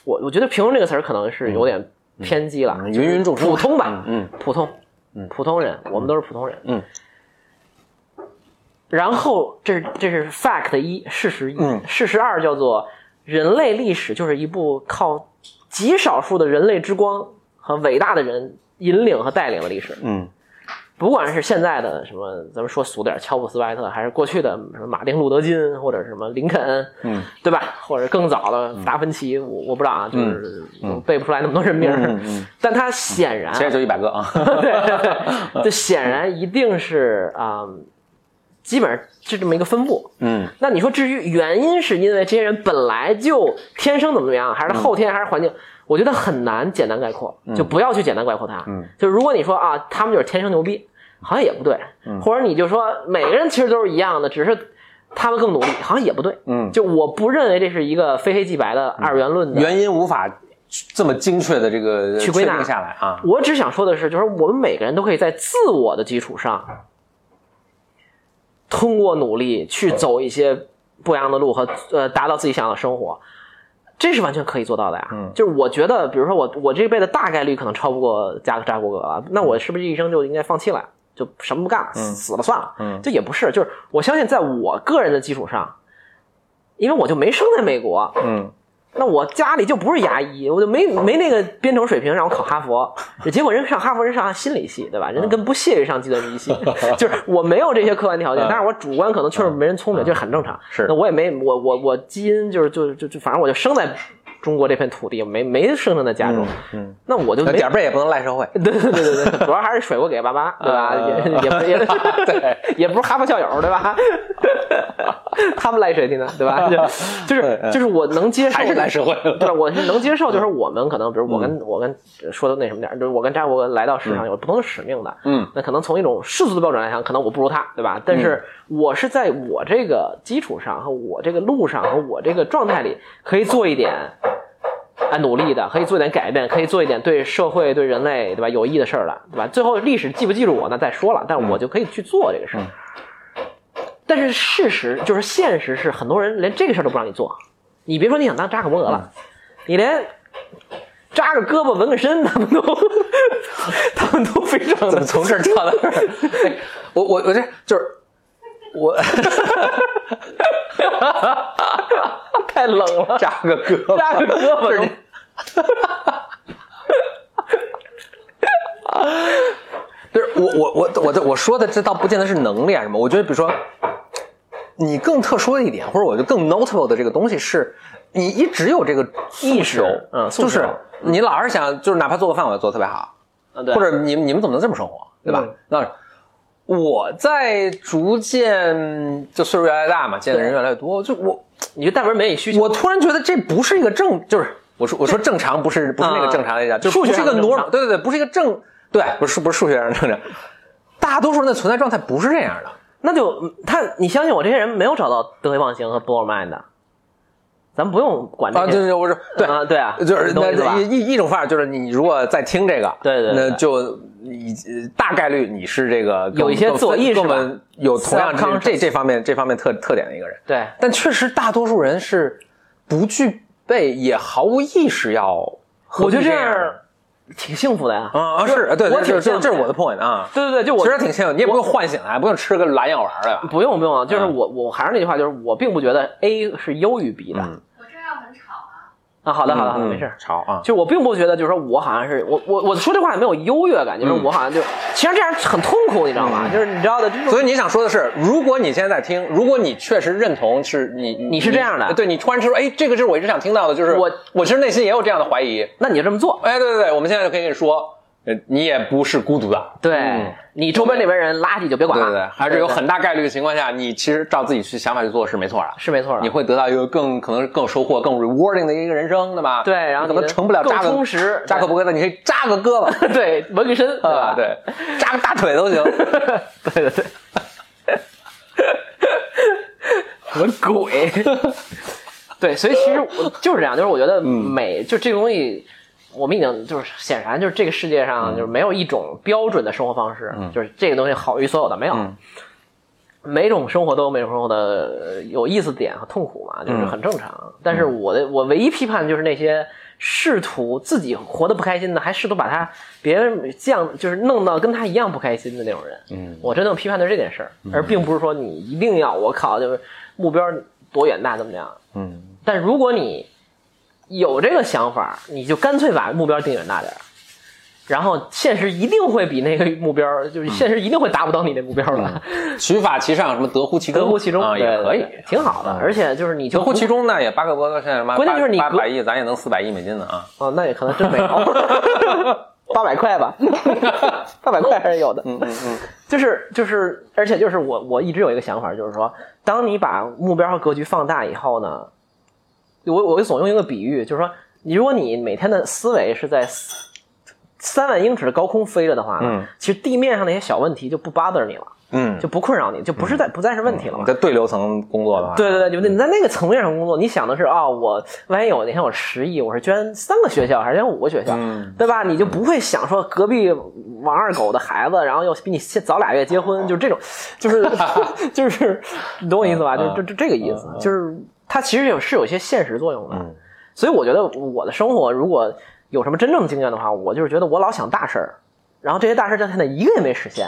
我我觉得“平庸”这个词儿可能是有点偏激了，
嗯芸芸众生
普通吧，
嗯
普通
嗯，
普通人，我们都是普通人，嗯
嗯。
然后这是这是 fact 一，事实一，
嗯
事实二叫做人类历史就是一部靠极少数的人类之光和伟大的人引领和带领的历史。
嗯
不管是现在的什么，咱们说俗点，乔布斯怀特，还是过去的什么马丁路德金，或者什么林肯，
嗯，
对吧？或者更早的达芬奇，我我不知道啊，就是我背不出来那么多人名儿，
嗯嗯
但他显然，
其实就一百个啊，
对， 这显然一定是啊、嗯基本上是这么一个分布。
嗯
那你说至于原因，是因为这些人本来就天生怎么怎么样，还是
嗯
后天，还是环境？我觉得很难简单概括，就不要去简单概括它。
嗯，
就如果你说啊，他们就是天生牛逼，好像也不对。嗯，或者你就说每个人其实都是一样的，只是他们更努力，好像也不对。
嗯，
就我不认为这是一个非黑即白的二元论的。
原因无法这么精确的这个
去归纳
确定下来啊，
我只想说的是，就是我们每个人都可以在自我的基础上，通过努力去走一些不一样的路和呃达到自己想要的生活，这是完全可以做到的呀。
嗯
就是我觉得，比如说我我这辈子大概率可能超不过扎扎伯格了，那我是不是一生就应该放弃了，就什么不干了，死了算了？
嗯
这也不是，就是我相信在我个人的基础上。因为我就没生在美国，
嗯，
那我家里就不是牙医，我就没没那个编程水平让我考哈佛， 结果人上哈佛人上心理系，对吧？人家跟不屑于上计算机系， 就是我没有这些客观条件，
嗯
但是我主观可能确实没人聪明，这很正常。
是
那我也没我我我基因就是就就就反正我就生在中国这片土地，没没生长在家中，
嗯，
那我就
那
没
点儿背也不能赖社会，
对对对对对，主要还是甩锅给爸妈，对吧？
啊
也也 不也
对
也不是哈佛校友，对吧？他们赖谁去呢？对 吧？就就
对嗯
是就是我能接受，
还是赖社会了。嗯
对，我是能接受，就是我们可能，比如我跟我跟说的那什么点儿，就是我跟扎国来到市场有不同的使命的，
嗯，
那可能从一种世俗的标准来讲，可能我不如他，对吧？但是我是在我这个基础上和我这个路上和我这个状态里，可以做一点啊努力的，可以做一点改变，可以做一点对社会对人类对吧有益的事儿了，对吧？最后历史记不记住我那再说了，但我就可以去做这个事儿。但是事实就是现实是，很多人连这个事儿都不让你做。你别说你想当扎克伯格了，
嗯
你连扎个胳膊纹个身，他们都他们都非常
怎
的
么 从这儿跳到这儿？ 哎我我我这就是我
太冷了，
扎个胳膊，
扎个胳膊
就是
都
你。就是我我我我的我说的这倒不见得是能力啊什么，我觉得比如说，你更特殊的一点，或者我就更 notable 的这个东西是，你一直有这个
意
诉
识
求
嗯诉
就是
求
你老是想，就是哪怕做个饭我也做得特别好，
啊对
或者你们你们怎么能这么生活，对吧？
嗯
那我在逐渐就岁数越来越大嘛，见的人越来越多，就我
你就单门没你需求，
我突然觉得这不是一个正，就是我说我说正常不是不是那个正常的讲，就是
啊数
不
学
是一
上
个
的正
normal，
常
对对对，不是一个正对，不是不是数学上的正常，大多数人的存在状态不是这样的。
那就嗯他你相信我，这些人没有找到德黑忘形和波尔曼的，咱们不用管这
啊，
些。
对对，我说对，
啊对啊，
就是
你懂
那
我意思吧
一一一种方法就是你如果在听这个，
对对对
那就你大概率你是这个
有一些自我意识吧
我们有同样这
Self-conscious
这这方面这方面特特点的一个人，
对
但确实大多数人是不具备也毫无意识要何
我
必
觉得这
样
样挺幸福的呀。
啊啊是，对
我
对，
挺
这这
幸福
这是我的 point 啊。
对对对，就我
其实挺幸运，你也不用唤醒啊来，不用吃个蓝药丸了吧？
不用不用啊，就是
嗯
我我还是那句话，就是我并不觉得 A 是优于 B 的
嗯
我这样很吵啊，
啊。好的好的好的，
嗯
没事儿。
吵啊，
就我并不觉得，就是说我好像是我我我说这话也没有优越感，就是
嗯
我好像就其实这样很痛苦，你知道吗？就是你知道的，这种
所以你想说的是，如果你现在在听，如果你确实认同是你
你是这样的
对你突然说，哎，这个是我一直想听到的，就是
我
我其实内心也有这样的怀疑。
那你就这么做。
哎，对对对，我们现在就可以跟你说，呃，你也不是孤独的，
对
嗯
你周边那边人垃圾就
对
别管
对对
了，，
还是有很大概率的情况下，你其实照自己去想法去做是没错啊的，
是没错的。
你会得到一个更可能是更有收获、更 rewarding 的一个人生，对吧？
对然后
你可能
你
成不了
更
扎个
充实
扎克伯格的，你可以扎个 胳膊。
对纹个身，对
啊，
吧？
对，扎个大腿都 行。
对对对，什么 鬼？对，所以其实我就是这样，就是我觉得
嗯
美、就这个东西，我们已经就是显然就是这个世界
嗯
上就是没有一种标准的生活方式，就是这个东西好于所有的没有。
嗯
每种生活都有每种生活的呃有意思点和痛苦嘛，就是很正常。但是我的我唯一批判就是那些试图自己活得不开心的，还试图把他别人降，就是弄到跟他一样不开心的那种人。
嗯，
我真正批判的是这件事儿，而并不是说你一定要我靠就是目标多远大怎么样。
嗯，
但如果你有这个想法，你就干脆把目标定远大点儿，然后现实一定会比那个目标，就是现实一定会达不到你那目标的。
取法其上，什么得乎其中，
得乎其中
啊，
对
也可以
对，挺好的。而且就是你就
得乎
不
其中呢，也巴克伯格现在什么，
关键就是你
八
隔
百亿，咱也能四百亿美金呢啊。
哦，那也可能真 没有，八百块吧，八百块还是有的。嗯嗯嗯，就是就是，而且就是我我一直有一个想法，就是说，当你把目标和格局放大以后呢，我我总用一个比喻，就是说，你如果你每天的思维是在三三万英尺的高空飞着的话呢，
嗯
其实地面上那些小问题就不 bother 你了，
嗯，
就不困扰你，就不是在、不再是问题了
你
嘛。
嗯在对流层工作的话，
对对对，你
嗯
你在那个层面上工作，你想的是啊、我万一有哪天我十亿，我是捐三个学校还是捐五个学校，
嗯
对吧？你就不会想说隔壁王二狗的孩子，然后又比你先早俩月结婚，就这种，就是 就是，你懂我意思吧？
嗯嗯
就就就这个意思
嗯嗯，
就是它其实有是有一些现实作用的。
嗯
所以我觉得我的生活如果有什么真正经验的话，我就是觉得我老想大事儿，然后这些大事儿到现在一个也没实现，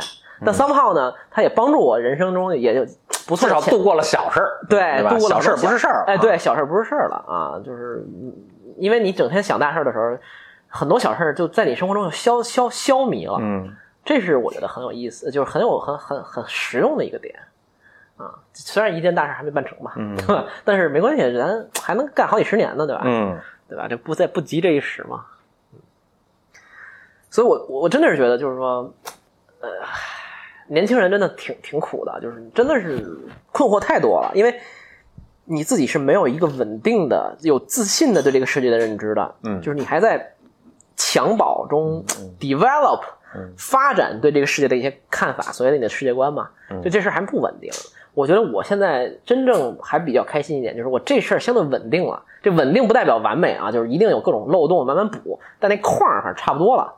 嗯
但 somehow 呢，它也帮助我人生中也就不
至
算
少
前
度过了小事儿，
对，
吧
度过
小
了
事儿不是事儿，
哎，
啊
对，，小事儿不是事儿了啊，就是嗯因为你整天想大事儿的时候，很多小事儿就在你生活中就消消消弭了，
嗯，
这是我觉得很有意思，就是很有很很很实用的一个点啊。虽然一件大事儿还没办成吧，
嗯
对吧？ 但是没关系，咱还能干好几十年呢，对吧？
嗯，
对吧？这不在不急这一时嘛。嗯所以我，我我真的是觉得，就是说，呃，年轻人真的挺挺苦的，就是真的是困惑太多了，因为你自己是没有一个稳定的、有自信的对这个世界的认知的，
嗯
就是你还在襁褓中 develop、发展对这个世界的一些看法，所谓的你的世界观嘛，就这事儿还不稳定。我觉得我现在真正还比较开心一点，就是我这事儿相对稳定了。这稳定不代表完美啊，就是一定有各种漏洞慢慢补，但那框儿反正差不多了。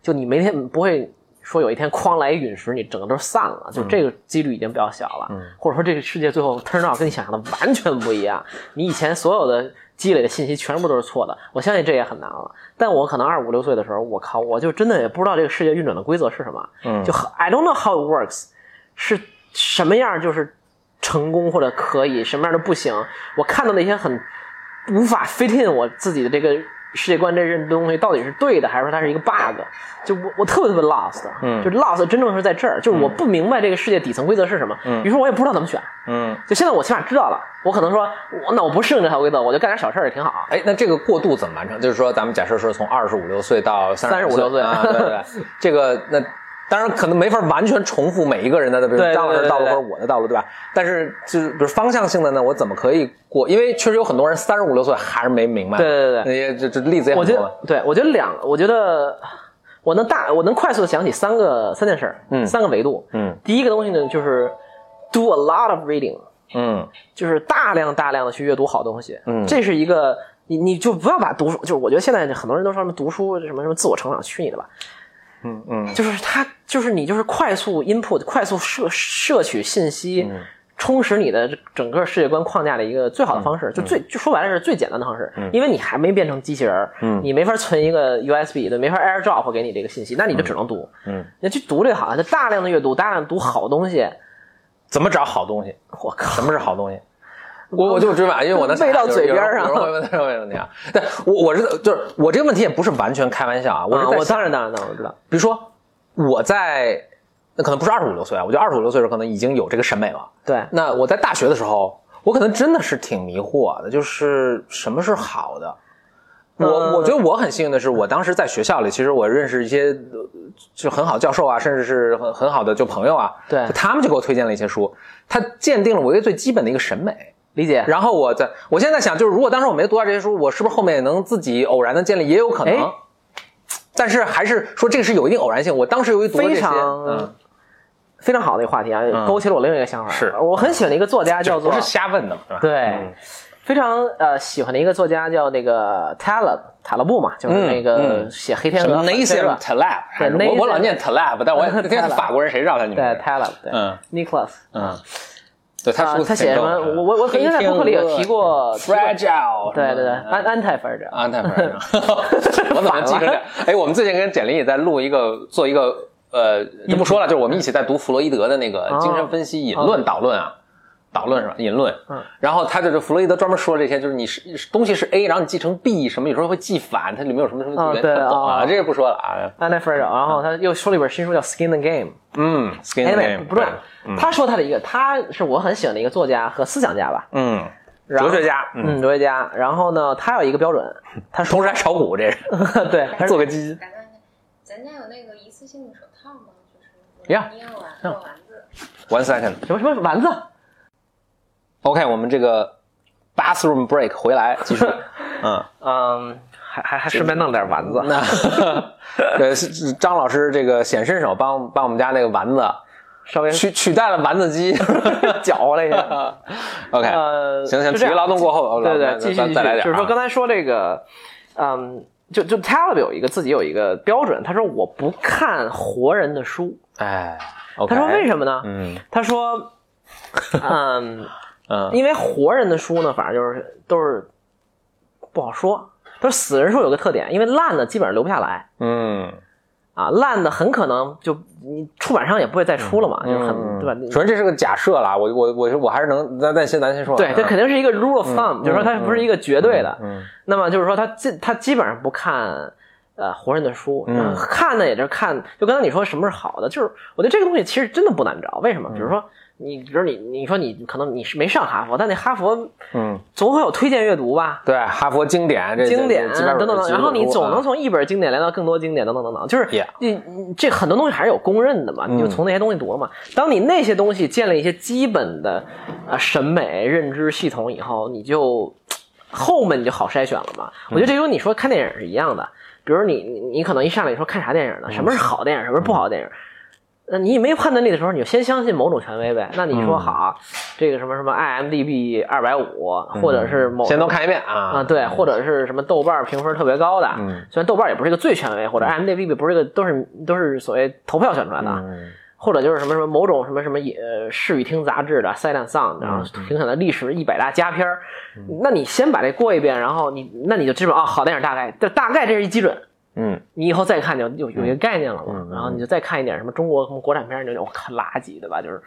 就你每天不会说有一天哐来一陨石，你整个都散了，就这个几率已经比较小了。或者说这个世界最后 turn out 跟你想象的完全不一样，你以前所有的积累的信息全部都是错的，我相信这也很难了。但我可能二五六岁的时候，我靠，我就真的也不知道这个世界运转的规则是什么，
嗯
就很 I don't know how it works，是什么样就是成功或者可以，什么样的不行。我看到那些很无法 fit in 我自己的这个世界观这认东西到底是对的，还是说它是一个 bug？就我我特别特别 lost，
嗯
就 lost 真正是在这儿，就是我不明白这个世界底层规则是什么，
嗯
于是我也不知道怎么选。
嗯，
就现在我起码知道了，我可能说，我那我不适应这条规则，我就干点小事儿也挺好。
哎，那这个过渡怎么完成？就是说，咱们假设是从二十五六岁到三
35六岁
啊，对对 对，这个那当然可能没法完全重复每一个人的，比如
对对
张老师
对
的
对
道路或
对
者我的道路，对吧？但是就是比如方向性的呢，我怎么可以过？因为确实有很多人三十五六岁还是没明白，
对对对
那些这这例子也
我
很
觉
多
得
了，，
对我觉得两，我觉得我能大，我能快速的想起三个三件事儿，
嗯
三个维度。
嗯
第一个东西呢，就是 do a lot of reading，
嗯
就是大量大量的去阅读好东西。
嗯
这是一个你你就不要把读书，就是我觉得现在很多人都说什么读书什么什么自我成长，去你的吧！
嗯嗯
就是它就是你就是快速 input，快速摄摄取信息。
嗯
充实你的整个世界观框架的一个最好的方式，
嗯
就最就说白了是最简单的方式，因为你还没变成机器人儿，
嗯
你没法存一个 USB 的，没法 AirDrop 给你这个信息，那你就只能读，
嗯，
那去读这好，就大量的阅读，大量地读好东西，
怎么找好东西？
我靠，
什么是好东西？我我就追问，因为 我能
喂到嘴边儿上
有人会问这个问题啊。但我我是就是我这个问题也不是完全开玩笑啊，我是
啊
在
我
想
当然当然当然我知道，
比如说我在那可能不是二十五六岁啊，我觉得二十五六岁的时候可能已经有这个审美了。
对，
那我在大学的时候，我可能真的是挺迷惑的，就是什么是好的。我
嗯
我觉得我很幸运的是，我当时在学校里，其实我认识一些呃就很好教授啊，甚至是很很好的就朋友啊，
对
他们就给我推荐了一些书，他鉴定了我一个最基本的一个审美。
理解，
然后我在我现在想，就是如果当时我没读到这些书，我是不是后面也能自己偶然的建立，也有可能
哎。
但是还是说这个是有一定偶然性。我当时由于读了这
非
些，
常、
嗯，
非常好的一个话题啊，勾起了我另一个想法，
是
我很喜欢的一个作家叫
就
做
不是嗯瞎问的嘛，是吧？
对，非常呃喜欢的一个作家叫那个 Taleb 塔勒布嘛，就是
嗯
那个
嗯
写《黑天
什
鹅》
么
反推
Nassim
论
Taleb，还是
对
我
Nassim-
我老念 Taleb，但我 也
Taleb
听法国人谁知道他你
对
们？
Taleb 对
嗯
Nicholas
嗯，对他
啊
书，
他
挺
写什
逗
么？
的
我我我应该在博客里有提过，提过
fragile，
对对对，
嗯
安安泰菲尔德，
啊，太烦 人了！我怎么记成这样？ 哎，我们最近跟简林也在录一个，做一个呃，就不说了，就是我们一起在读弗洛伊德的那个
哦
精神分析引论导论啊，导论是吧？引论。
嗯。
然后他就是弗洛伊德专门说这些，就是你是是东西是 A，然后你继承 B，什么有时候会记反，它里面有什么什么
哦
原
对
它懂啊，
哦
这个不说了啊。
安泰菲尔德。然后他又出了一本新书叫《Skin the Game》，
嗯，skin
哎
game，
那不重要
对。嗯
他说他的一个，他是我很喜欢的一个作家和思想家吧，
嗯，
然后
哲学家，嗯，
嗯，哲学家。然后呢，他有一个标准， 他说
同时还炒股，这是
对，他
做
是
个基 金。
咱家咱家有那个一次性的手套吗？就是
呀
捏丸做丸子，
One second。
什么什么丸子，
OK，我们这个 bathroom break 回来继 续。嗯。
嗯，还还还顺便弄点丸子，
那对是是张老师这个显身手帮帮我们家那个丸子
稍微
取取代了丸子 鸡。
搅 和了一下。
OK，、
呃，
哎行行，
就
体
这
育
样
劳动过后，
对对，
咱
继续
咱
继续
再来点啊。
就是说刚才说这个，嗯，就就 Taleb 有一个自己有一个标准，他说我不看活人的书，
哎，OK，
他说为什么呢？
嗯
他说，嗯，
嗯
因为活人的书呢，反正就是都是不好说，但是死人书有个特点，因为烂的基本上留不下来。
嗯
啊，烂的很可能就你出版商也不会再出了嘛，就是很
嗯
对吧？你
首先这是个假设啦，我我我我还是能，那那先咱先说完
对
啊，，
这肯定是一个 rule of thumb，、就是说它不是一个绝对的。
嗯
那么就是说他基他基本上不看呃活人的书，
嗯
然后看呢也就是看，就刚才你说什么是好的，就是我觉得这个东西其实真的不难找。为什么？
嗯
比如说你，比如你你说你可能你是没上哈佛，但那哈佛
嗯，
总会有推荐阅读吧。
对，哈佛经典这
经典
这
啊
这几百本
等等等，
几百
然后你
本书
总能
啊
从一本经典来到更多经典等等等等，就是
Yeah
你你这很多东西还是有公认的嘛，
嗯
你就从那些东西读嘛。当你那些东西建立一些基本的啊审美认知系统以后，你就后面你就好筛选了嘛。我觉
嗯
得这跟你说看电影是一样的，比如你你你可能一上来你说看啥电影呢？什
嗯
么是好电影？什么是不好电影？那你没有判断力的时候，你就先相信某种权威呗。那你说
嗯
好，这个什么什么 IMDB 二百五，或者是某
嗯先都看一遍啊
啊，对，或者是什么豆瓣儿评分特别高的，
嗯
虽然豆瓣儿也不是一个最权威，或者 IMDB 不是一个都是都是所谓投票选出来的，啊，
嗯
或者就是什么什么某种什么什么也呃视与听杂志的 Silent Sound，然
嗯
后评选的历史一百大佳片儿，那你先把这过一遍，然后你那你就知道啊，好电影大概，这大概这是一基准。
嗯，
你以后再看就有有一个概念了嘛，
嗯嗯
然后你就再看一点什么中国什么国产片儿，你就觉得我靠垃圾，对吧？就是、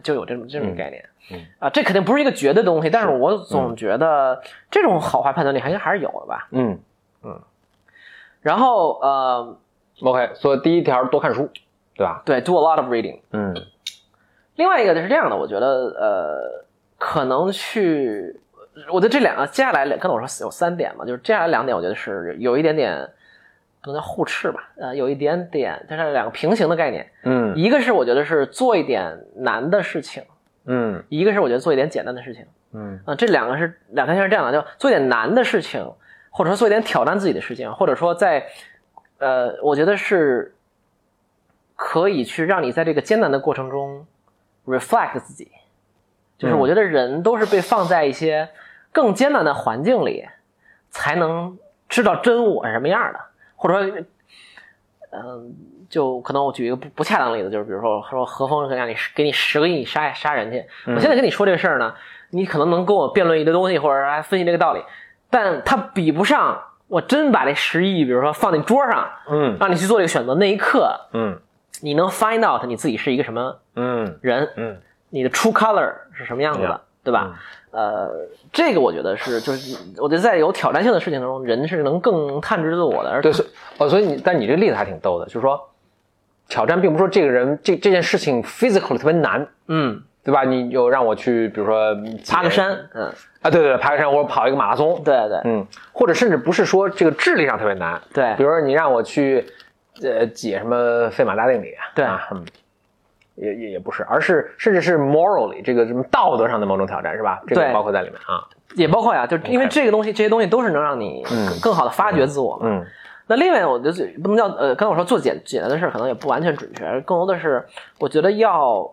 就有这种这种概念、
嗯
啊，这肯定不是一个绝对的东西，但是我总觉得这种好坏判断力还是还是有的吧。
嗯
然后呃，
，OK，所以第一条多看书，对吧？
对，do a lot of reading。
嗯
另外一个就是这样的，我觉得呃，可能去，我觉得这两个接下来两刚才我说有三点嘛，就是接下来两点，我觉得是有一点点不能叫互斥吧，呃，有一点点，但是两个平行的概念。
嗯
一个是我觉得是做一点难的事情，
嗯
一个是我觉得做一点简单的事情。
嗯
啊、这两个是两条线是这样的，就做一点难的事情，或者说做一点挑战自己的事情，或者说在呃，我觉得是可以去让你在这个艰难的过程中 reflect 自己。就是
嗯
我觉得人都是被放在一些更艰难的环境里，才能知道真我是什么样的，或者说，嗯、就可能我举一个不不恰当的例子，就是比如说说何峰让你给你十个亿你杀杀人去，我现在跟你说这个事儿呢，你可能能跟我辩论一堆东西，或者还分析这个道理，但它比不上我真把这十亿，比如说放你桌上，
嗯
让你去做这个选择那一刻，
嗯
你能 find out 你自己是一个什么
嗯
人，
嗯
你的 true color 是什么样子的，
Yeah
对吧？呃，这个我觉得是，就是我觉得在有挑战性的事情中，人是能更探知自我的。而
对，所以哦，所以你但你这个例子还挺逗的，就是说挑战并不是说这个人这这件事情 physically 特别难，
嗯，
对吧？你有让我去，比如说
爬个山，嗯，
啊，对对，对爬个山或者跑一个马拉松，
对对
嗯，或者甚至不是说这个智力上特别难，
对
比如说你让我去，呃，解什么费马大定理，
对
啊，嗯，也也也不是，而是甚至是 morally 这个什么道德上的某种挑战是吧？这个
对
包括在里面啊，
也包括呀，就是因为
OK
这个东西，这些东西都是能让你
嗯
更更好的发掘自我嘛。
嗯
那另外，我觉得不能叫呃，刚才我说做简简单的事儿，可能也不完全准确，更多的是我觉得要，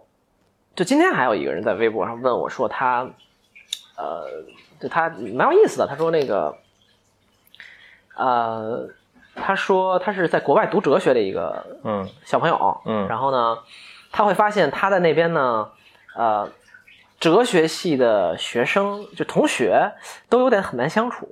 就今天还有一个人在微博上问我说他，呃，就他蛮有意思的，他说那个，呃，他说他是在国外读哲学的一个
嗯
小朋友，
嗯
然后呢，他会发现他在那边呢，呃，哲学系的学生就同学都有点很难相处，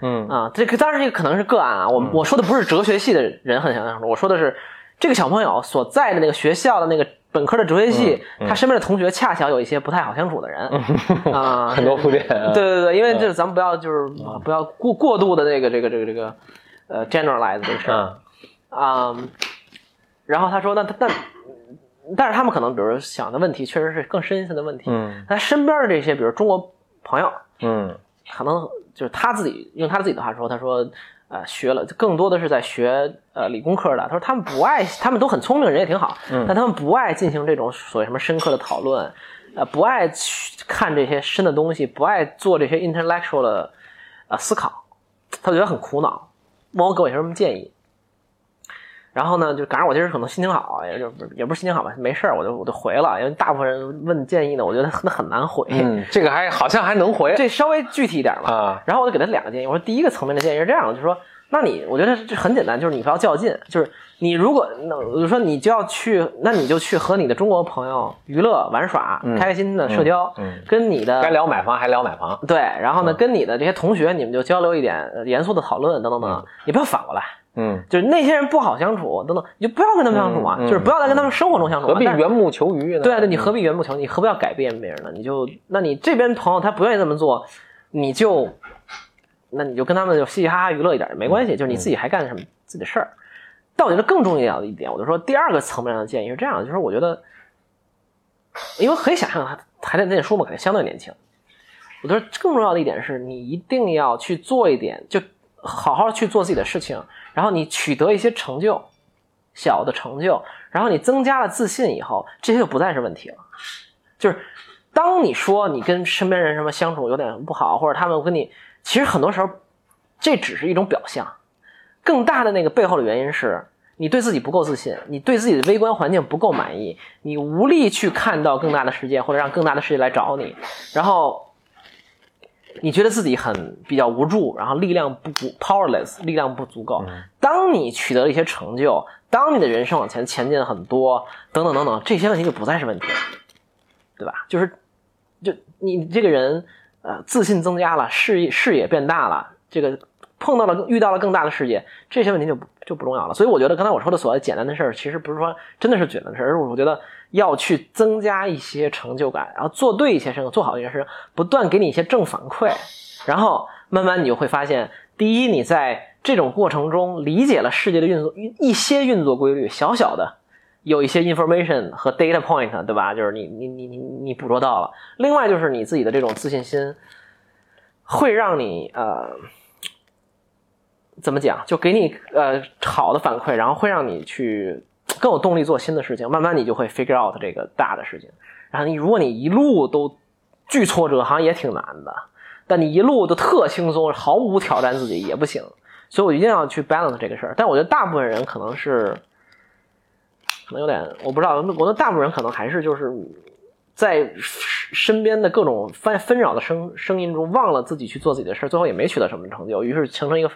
嗯
啊，这个当然这个可能是个案啊。我、我说的不是哲学系的人很想相处，我说的是这个小朋友所在的那个学校的那个本科的哲学系，
嗯
他身边的同学恰巧有一些不太好相处的人、啊，
很嗯多铺垫，
对对对，因为这咱们不要就是不要过过度的这个这个这个这个呃 generalize 这个事儿
嗯
啊、嗯然后他说，那他但但是他们可能比如说想的问题确实是更深一层的问题。
嗯
他身边的这些，比如中国朋友，
嗯
可能就是他自己用他自己的话说，他说，呃，学了更多的是在学呃理工科的。他说他们不爱，他们都很聪明，人也挺好，
嗯
但他们不爱进行这种所谓什么深刻的讨论，呃，不爱去看这些深的东西，不爱做这些 intellectual 的呃思考，他觉得很苦恼，问我给我有什么建议。然后呢，就赶上我今儿可能心情好，哎也就不是也不是心情好吧，没事儿，我就我就回了，因为大部分人问建议呢，我觉得很很难回，
嗯，这个还好像还能回
这稍微具体一点吧。
啊，
然后我就给他两个建议，我说第一个层面的建议是这样，的，就是说，那你我觉得这很简单，就是你不要较劲，就是你如果那我就说你就要去，那你就去和你的中国朋友娱乐玩耍，
嗯
开开心心的社交，
嗯嗯
跟你
该
的
聊嗯买房还聊买房，
对，然后呢，跟你的这些同学你们就交流一点呃严肃的讨论等等等，你不要反过来，
嗯，
就是那些人不好相处等等，你就不要跟他们相处嘛，
嗯嗯
就是不要再跟他们生活中相处嘛。
何必
但是
缘木求鱼呢？
对啊，对你何必缘木求？你何必要改变别人呢？你就，那你这边朋友他不愿意这么做，你就，那你就跟他们就嘻嘻哈哈娱乐一点也没关系，就是你自己还干什么自己的事儿。但我觉得更重要的一点，我就说第二个层面上的建议是这样的，就是我觉得，因为可以想象他还在念书嘛，肯定相对年轻。我觉得更重要的一点是你一定要去做一点，就好好去做自己的事情，然后你取得一些成就，小的成就，然后你增加了自信以后，这些就不再是问题了。就是当你说你跟身边人什么相处有点不好，或者他们跟你，其实很多时候这只是一种表象，更大的那个背后的原因是你对自己不够自信，你对自己的微观环境不够满意，你无力去看到更大的世界，或者让更大的世界来找你，然后。你觉得自己很比较无助，然后力量不足 powerless，力量不足够。当你取得了一些成就，当你的人生往前前进很多，等等等等，这些问题就不再是问题了，对吧？就是，就你这个人，呃，自信增加了，视野视野变大了，这个碰到了遇到了更大的世界，这些问题就不就不重要了。所以我觉得刚才我说的所谓简单的事儿，其实不是说真的是简单的事儿，而是我觉得要去增加一些成就感，然后做对一些事情，做好一些事情，不断给你一些正反馈，然后慢慢你就会发现，第一，你在这种过程中理解了世界的运作一一些运作规律，小小的有一些 information 和 data point，对吧？就是你你你你你捕捉到了。另外就是你自己的这种自信心，会让你呃怎么讲，就给你呃好的反馈，然后会让你去更有动力做新的事情。慢慢你就会 figure out 这个大的事情。然后你如果你一路都巨挫折，好像也挺难的。但你一路都特轻松，毫无挑战自己也不行。所以我一定要去 balance 这个事儿。但我觉得大部分人可能是，可能有点我不知道，我觉得大部分人可能还是就是在身边的各种纷纷扰的声声音中，忘了自己去做自己的事儿，最后也没取得什么成就，于是形成一个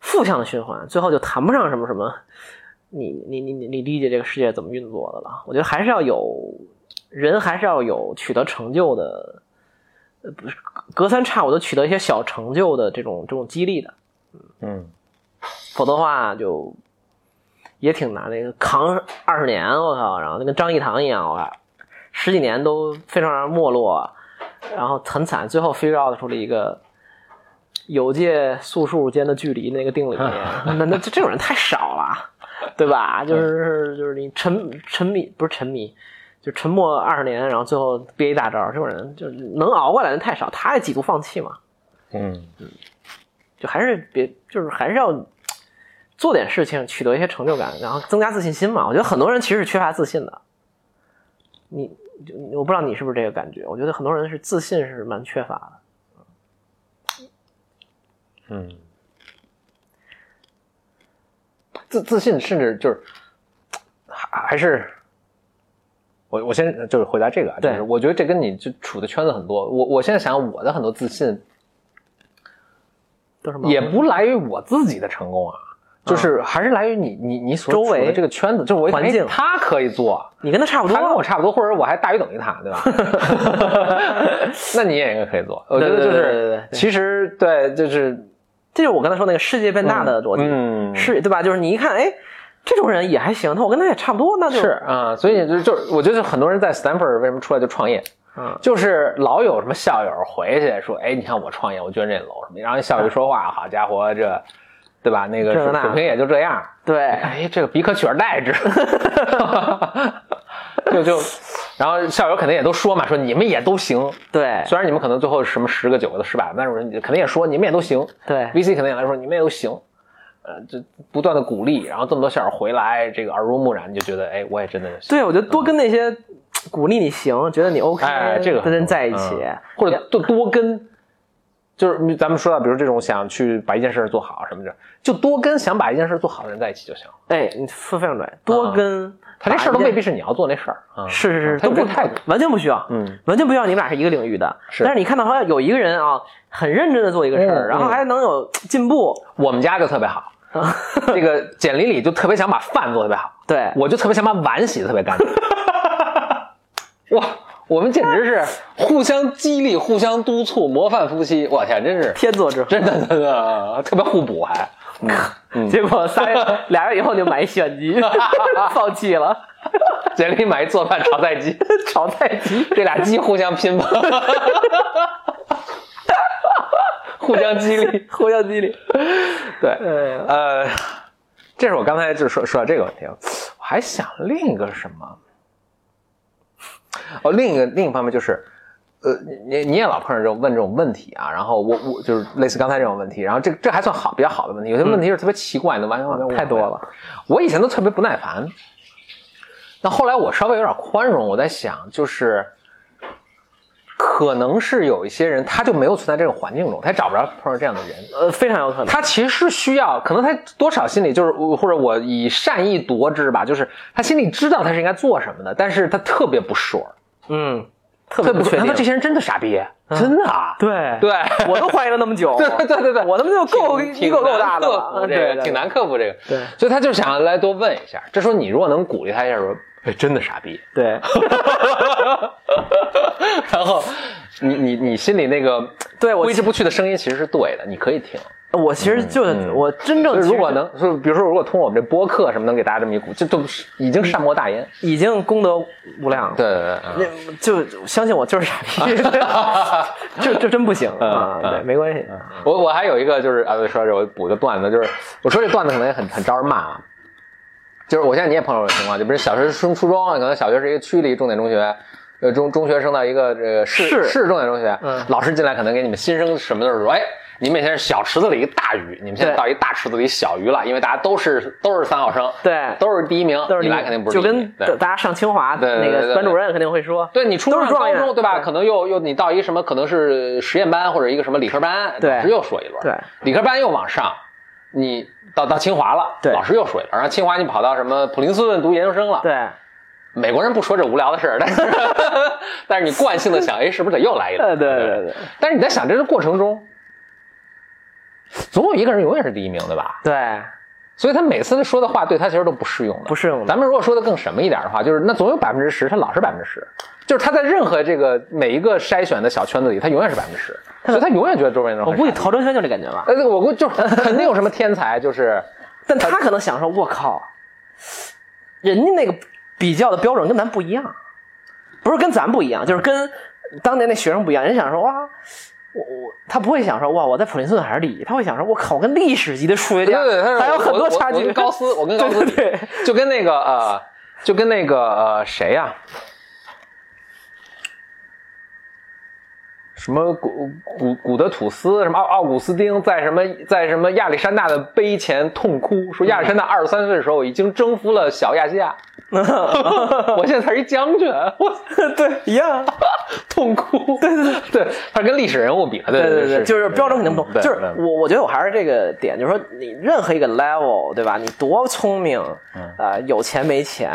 负向的循环，最后就谈不上什么什么。你你你你你理解这个世界怎么运作的了？我觉得还是要有人，还是要有取得成就的，呃，不是隔三差五的取得一些小成就的这种这种激励的。
嗯，
否则的话就也挺难的，扛二十年，我靠，然后就跟张一堂一样，我靠，十几年都非常让人没落，然后很惨，最后 figure out 出了一个有界素数间的距离那个定理，那那这这种人太少了，对吧？就是就是你沉沉迷不是沉迷。就沉默二十年，然后最后憋一大招，这种人就是能熬过来的人太少，他也几度放弃嘛。
嗯，
就还是别，就是还是要做点事情，取得一些成就感，然后增加自信心嘛。我觉得很多人其实是缺乏自信的，你就我不知道你是不是这个感觉，我觉得很多人是自信是蛮缺乏的。
嗯，自自信甚至就是还还是我我先就是回答这个啊，就
对
是我觉得这跟你就处的圈子很多，我我现在想我的很多自信
都是吗
也不来于我自己的成功啊，就是还是来于你你你所
嗯周
处的
围
这个圈子，就是我一看
环境
哎他可以做，
你跟他差不多
他，跟我差不多，或者我还大于等于他，对吧？ 那你也应该可以做。我觉得就
对对对对对
是
对，
其实对，就是
这就是我刚才说那个世界变大的逻辑，
嗯
是对吧？就是你一看，哎，这种人也还行，那我跟他也差不多，那就是
啊，所以就就是我觉得很多人在 Stanford 为什么出来就创业，
嗯，
就是老有什么校友回去说，哎，你看我创业，我捐这楼什么，然后校友一说话，好家伙，这对吧？那个
这个
水
那
水平也就这样，
对，
哎，这个比可取而代之， 就就，然后校友肯定也都说嘛，说你们也都行，
对，
虽然你们可能最后什么十个九个都失败，但是肯定也说你们也都行
对，
，VC 肯定也来说你们也都行，呃，这不断的鼓励，然后这么多校友回来，这个耳濡目染，你就觉得哎，我也真的行。
对，我觉得多跟那些鼓励你行，觉得你 OK，
哎，这个
的
很
人
重要
在一起
嗯，或者多多跟，就是咱们说到，比如这种想去把一件事儿做好啊什么的，就多跟想把一件事儿做好的人在一起就行了。
哎，你说非常对，多跟
他这事儿都
把一
未
件
必是你要做那事儿啊，
是是是，
他
都
有
不
这态度，
完全不需要，
嗯，
完全不需要你们俩是一个领域的。
是
但是你看到好像有一个人啊，很认真的做一个事
嗯
儿，
嗯
然后还能有进步，
我们家就特别好。这个简里里就特别想把饭做得特别好，
对，
我就特别想把碗洗得特别干净。哇，我们简直是互相激励、互相督促，模范夫妻。我天，真是
天作之合。
真的真的特别互补还。嗯
结果仨月 俩月以后就买一洗碗机， 放弃了
杰里买一做饭炒菜机，
炒菜机。
这俩鸡互相 拼吧，互相激励。
互相激励，
对，
哎呀，
呃，这是我刚才就说说到这个问题，啊我还想另一个什么？哦，另一个另一方面就是，呃，你你也老碰上这种问这种问题啊，然后我我就是类似刚才这种问题，然后这这还算好比较好的问题，有些问题是特别奇怪的，完全完全
太多了。
我以前都特别不耐烦，但后来我稍微有点宽容。我在想，就是可能是有一些人他就没有存在这种环境中，他也找不着碰上这样的人。
呃，非常有可能。
他其实是需要，可能他多少心里就是，我或者我以善意夺之吧，就是他心里知道他是应该做什么的，但是他特别不 sure，
嗯，特
特
别不确
他说这
定。
些人真的傻逼，真的啊，
对，
对，
我都怀疑了那么久。
对对对对，
我他妈就够
挺
一个够大的
挺难
了
克服，这
对对
个
对
挺难克服这个，
对
所以他就想来多问一下。这时候你如果能鼓励他一下，说，哎，真的傻逼，
对
然后你你你心里那个
对，我
挥之不去的声音其实是对的，你可以听。
我其实就
嗯
我真正
所以
其实
如果能，就比如说如果通过我们这播客什么能给大家这么一鼓，这都是已经善莫大焉。
已经功德无量了。
嗯对对对，嗯
那就相信我，就是傻逼， 这这真不行
啊嗯
啊！
嗯
对，没关系，
我我还有一个就是啊，对，说这我补个段子，就是我说这段子可能也很很招人骂啊，就是我现在你也碰到这种情况，就比如小学升初中，可能小学是一个区里重点中学。呃，中中学升到一个这个市
市
市重点中学，
嗯
老师进来可能给你们新生什么的时候说，哎，你们以前是小池子里一大鱼，你们现在
对
到一大池子里小鱼了，因为大家都是都是三好生，
对
都是第一名，
都是
你
你
来肯定不是
就
第一名
跟
对
大家上清华
对对
那
对对
个班主任肯定会说，
对你初
都
中
是状
高
元
中对吧？
对
可能又又你到一什么可能是实验班或者一个什么理科班，
对
老师又说一轮，
对，
理科班又往上，你到到清华了，
对
老师又说一轮，然后清华你跑到什么普林斯顿读研究生了，，
对，
美国人不说这无聊的事儿，但 是但是你惯性的想，哎，是不是得又来一
呃，
轮？
对对对
但是你在想这个过程中，总有一个人永远是第一名，对吧？
对，
所以他每次说的话对他其实都不适用的，
不适用的
咱们如果说的更什么一点的话，就是那总有百分之十，他老是百分之十，就是他在任何这个每一个筛选的小圈子里，他永远是百分之十，所以他永远觉得周围人都
我
很
估计
傻逼
陶哲轩就这感觉吧，
呃，这个我估计就是肯定有什么天才，就是
但他可能想说，我靠，人家那个比较的标准跟咱不一样，不是跟咱不一样，就是跟当年那学生不一样，人家想说哇。我我他不会想说哇，我在普林斯顿还是第一，他会想说我靠，我跟历史级的数 学
对
家
对，他是
还有很
我
多
我
差
我
距。
跟高斯，我跟高斯
对
比，
对对
就跟那个呃，就跟那个呃谁呀、什么古古古德土斯，什么奥奥古斯丁，在什么在什么亚历山大的碑前痛哭，说亚历山大二十三岁的时候，我已经征服了小亚细 亚，我现在才是一将军，我
对，一样。啊
痛哭，对对对，他跟历史人物比了，对
对
对
对，就是标准肯定不同。
对
就是
对
我我觉得我还是这个点，就是说你任何一个 level，对吧？你多聪明，呃，有钱没钱，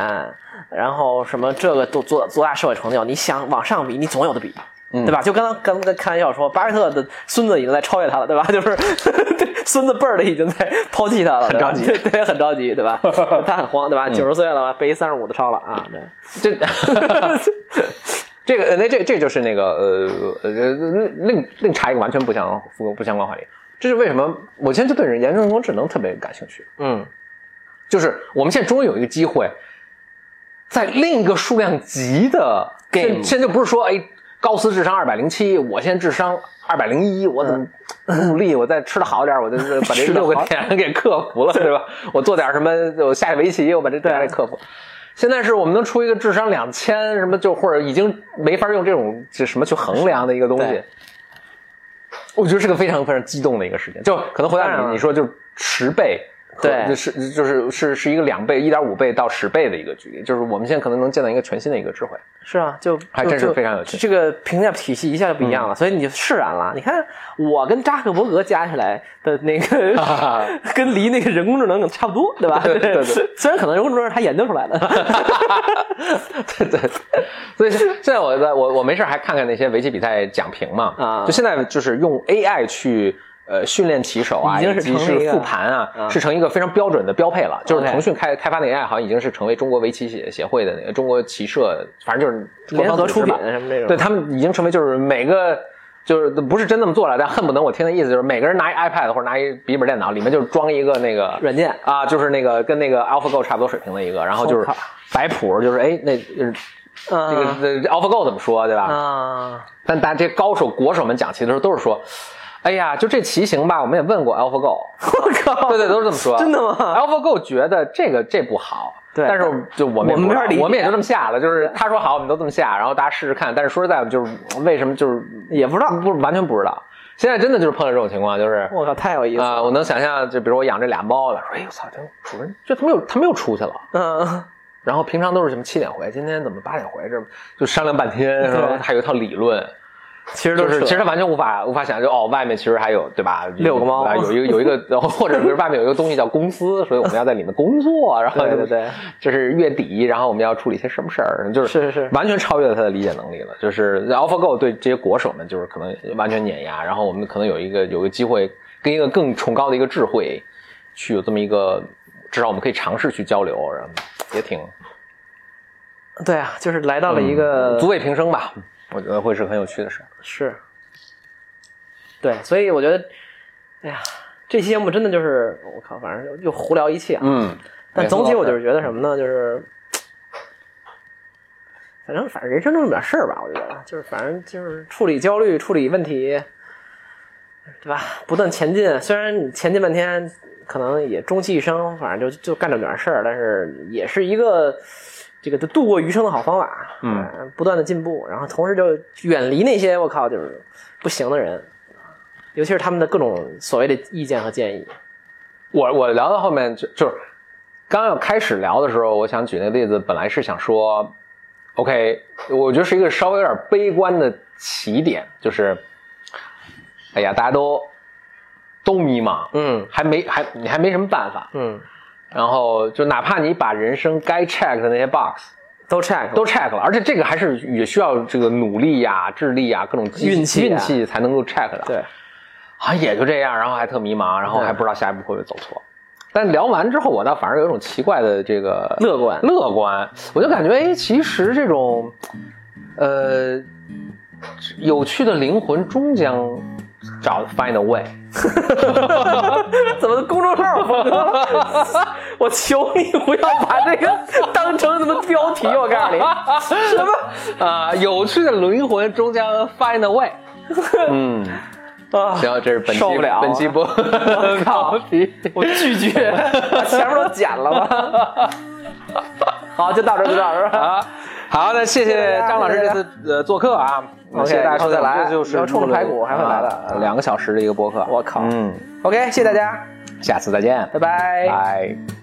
然后什么这个多做多大社会成就，你想往上比，你总有的比。对吧？就刚刚刚刚开玩笑说，巴菲特的孙子已经在超越他了，对吧？就是 对孙子辈儿的已经在抛弃他了，很
着急
对对，很着急，对 吧？他很慌，对吧？九十岁了，被一三十五的超了啊，对，
这这个呃那这这就是那个呃呃另另另查一个完全不相不不相关话题，这是为什么我现在就对人研究人工智能特别感兴趣，
嗯，
就是我们现在终于有一个机会，在另一个数量级的
Game
现现在就不是说哎高斯智商二百零七，我现在智商二百零一，我怎么努力，我再吃的好点， 我就就把这
吃
嗯
得
六
好
个点给克服 了，对吧？我做点什么，我下围棋，我把这点给克服。现在是我们能出一个智商两千什么，就或者已经没法用这种这什么去衡量的一个东西
对，
我觉得是个非常非常激动的一个事情。就可能回答
当然了
你，你说就是十倍和，
对
就是就是是是一个两倍、一点五倍到十倍的一个距离，就是我们现在可能能见到一个全新的一个智慧。
是啊，就
还
就
真是
就
非常有趣嗯
这个评价体系一下就不一样了，所以你就释然了。你看我跟扎克伯格加起来的 那个跟离那个人工智能可差不多，对吧？
对对对
虽然可能人工智能是他研究出 来的，
对 对，所以现现在我在我我没事还看看那些围棋比赛讲评嘛，
啊
就现在就是用 AI 去。呃，训练棋手啊，
已经是
以及
成为
是
一个
复盘啊，
啊
是成一个非常标准的标配了。就是
OK
腾讯开开发那个 AI，好像已经是成为中国围棋协协会的那个中国棋社，反正就是官
联
方
合
组织
出品
吧
什么这种。
对他们已经成为就是每个就是不是真那么做了，但恨不能我听的意思就是每个人拿一 iPad 或者拿一笔记本电脑，里面就是装一个那个
软件
啊，就是那个跟那个 AlphaGo 差不多水平的一个，然后就是
好
摆谱，就是哎那呃这个
啊
这个 AlphaGo 怎么说对吧？
啊，
但大家这高手国手们讲棋的时候都是说，哎呀，就这棋形吧，我们也问过 AlphaGo，
我靠，
对对，都是这么说，
真的吗？
AlphaGo 觉得这个这不好，
对
但是就我们
我们没法理解
我们也就这么下了，就是他说好，我们都这么下，然后大家试试看。但是说实在，我们就是为什么就是也不知道，不是完全不知道。现在真的就是碰到这种情况，就是
我靠，太有意思
啊、
了。
我能想象，就比如我养这俩猫了，说哎呦操，这主人这他们又他们又出去了。
嗯，
然后平常都是什么七点回，今天怎么八点回？这就商量半天，然后
对
还有一套理论，
其实都
就是
扯
其实他完全无法无法想象，就哦，外面其实还有对吧？
遛个猫
啊有一个有一个，然 后或者是外面有一个东西叫公司，所以我们要在里面工作，然后
对对对，
这是月底，然后我们要处理些什么事儿，就是
是是是
完全超越了他的理解能力了。就是 AlphaGo 对这些国手们就是可能完全碾压，然后我们可能有一个有一个机会跟一个更崇高的一个智慧去有这么一个，至少我们可以尝试去交流，然后也挺
对啊，就是来到了
嗯
一个
足谓平生吧，我觉得会是很有趣的事儿。
是，对，所以我觉得，哎呀，这期节目真的就是我靠，反正又胡聊一气啊。
嗯，
但总体我就是是觉得什么呢？就是，反正反正人生就这么点事儿吧，我觉得就是反正就是处理焦虑、处理问题，对吧？不断前进，虽然你前进半天，可能也终其一生，反正就就干这么点事儿，但是也是一个这个度过余生的好方法。
嗯
呃，不断的进步，然后同时就远离那些我靠就是不行的人。尤其是他们的各种所谓的意见和建议，
我我聊到后面就就是刚要开始聊的时候，我想举那个例子，本来是想说，OK，我觉得是一个稍微有点悲观的起点，就是，哎呀，大家都都迷茫，
嗯
还没还你还没什么办法，
嗯，
然后就哪怕你把人生该 check 的那些 box
都 check 了
都 check 了，而且这个还是也需要这个努力呀、智力呀、各种机
运气啊
运气才能够 check 的，
对，
好像啊也就这样，然后还特迷茫，然后还
嗯
不知道下一步会不会走错。但聊完之后，我倒反而有一种奇怪的这个
乐观，
乐观，我就感觉哎，其实这种呃有趣的灵魂终将找 find a way。
怎么公众号风 格？我求你不要把这个当成什么标题，我 告诉你， 什么
啊、有趣的灵魂终将 find a way。嗯，
啊？
行，这是本期
受不了啊
本期播
靠
标题。
我 拒绝，把前面都剪了吧。好，就到这儿，就到这儿。
啊， 好，那谢
谢谢
谢
大家
张老师这次呃做客啊
OK，
谢谢大家
以后
收
再
听，
来
这就是
你要冲着
录了
排骨还会来的
啊两个小时的一个播客，
我靠
嗯，
OK，谢谢大家，
下次再见，
拜拜
拜。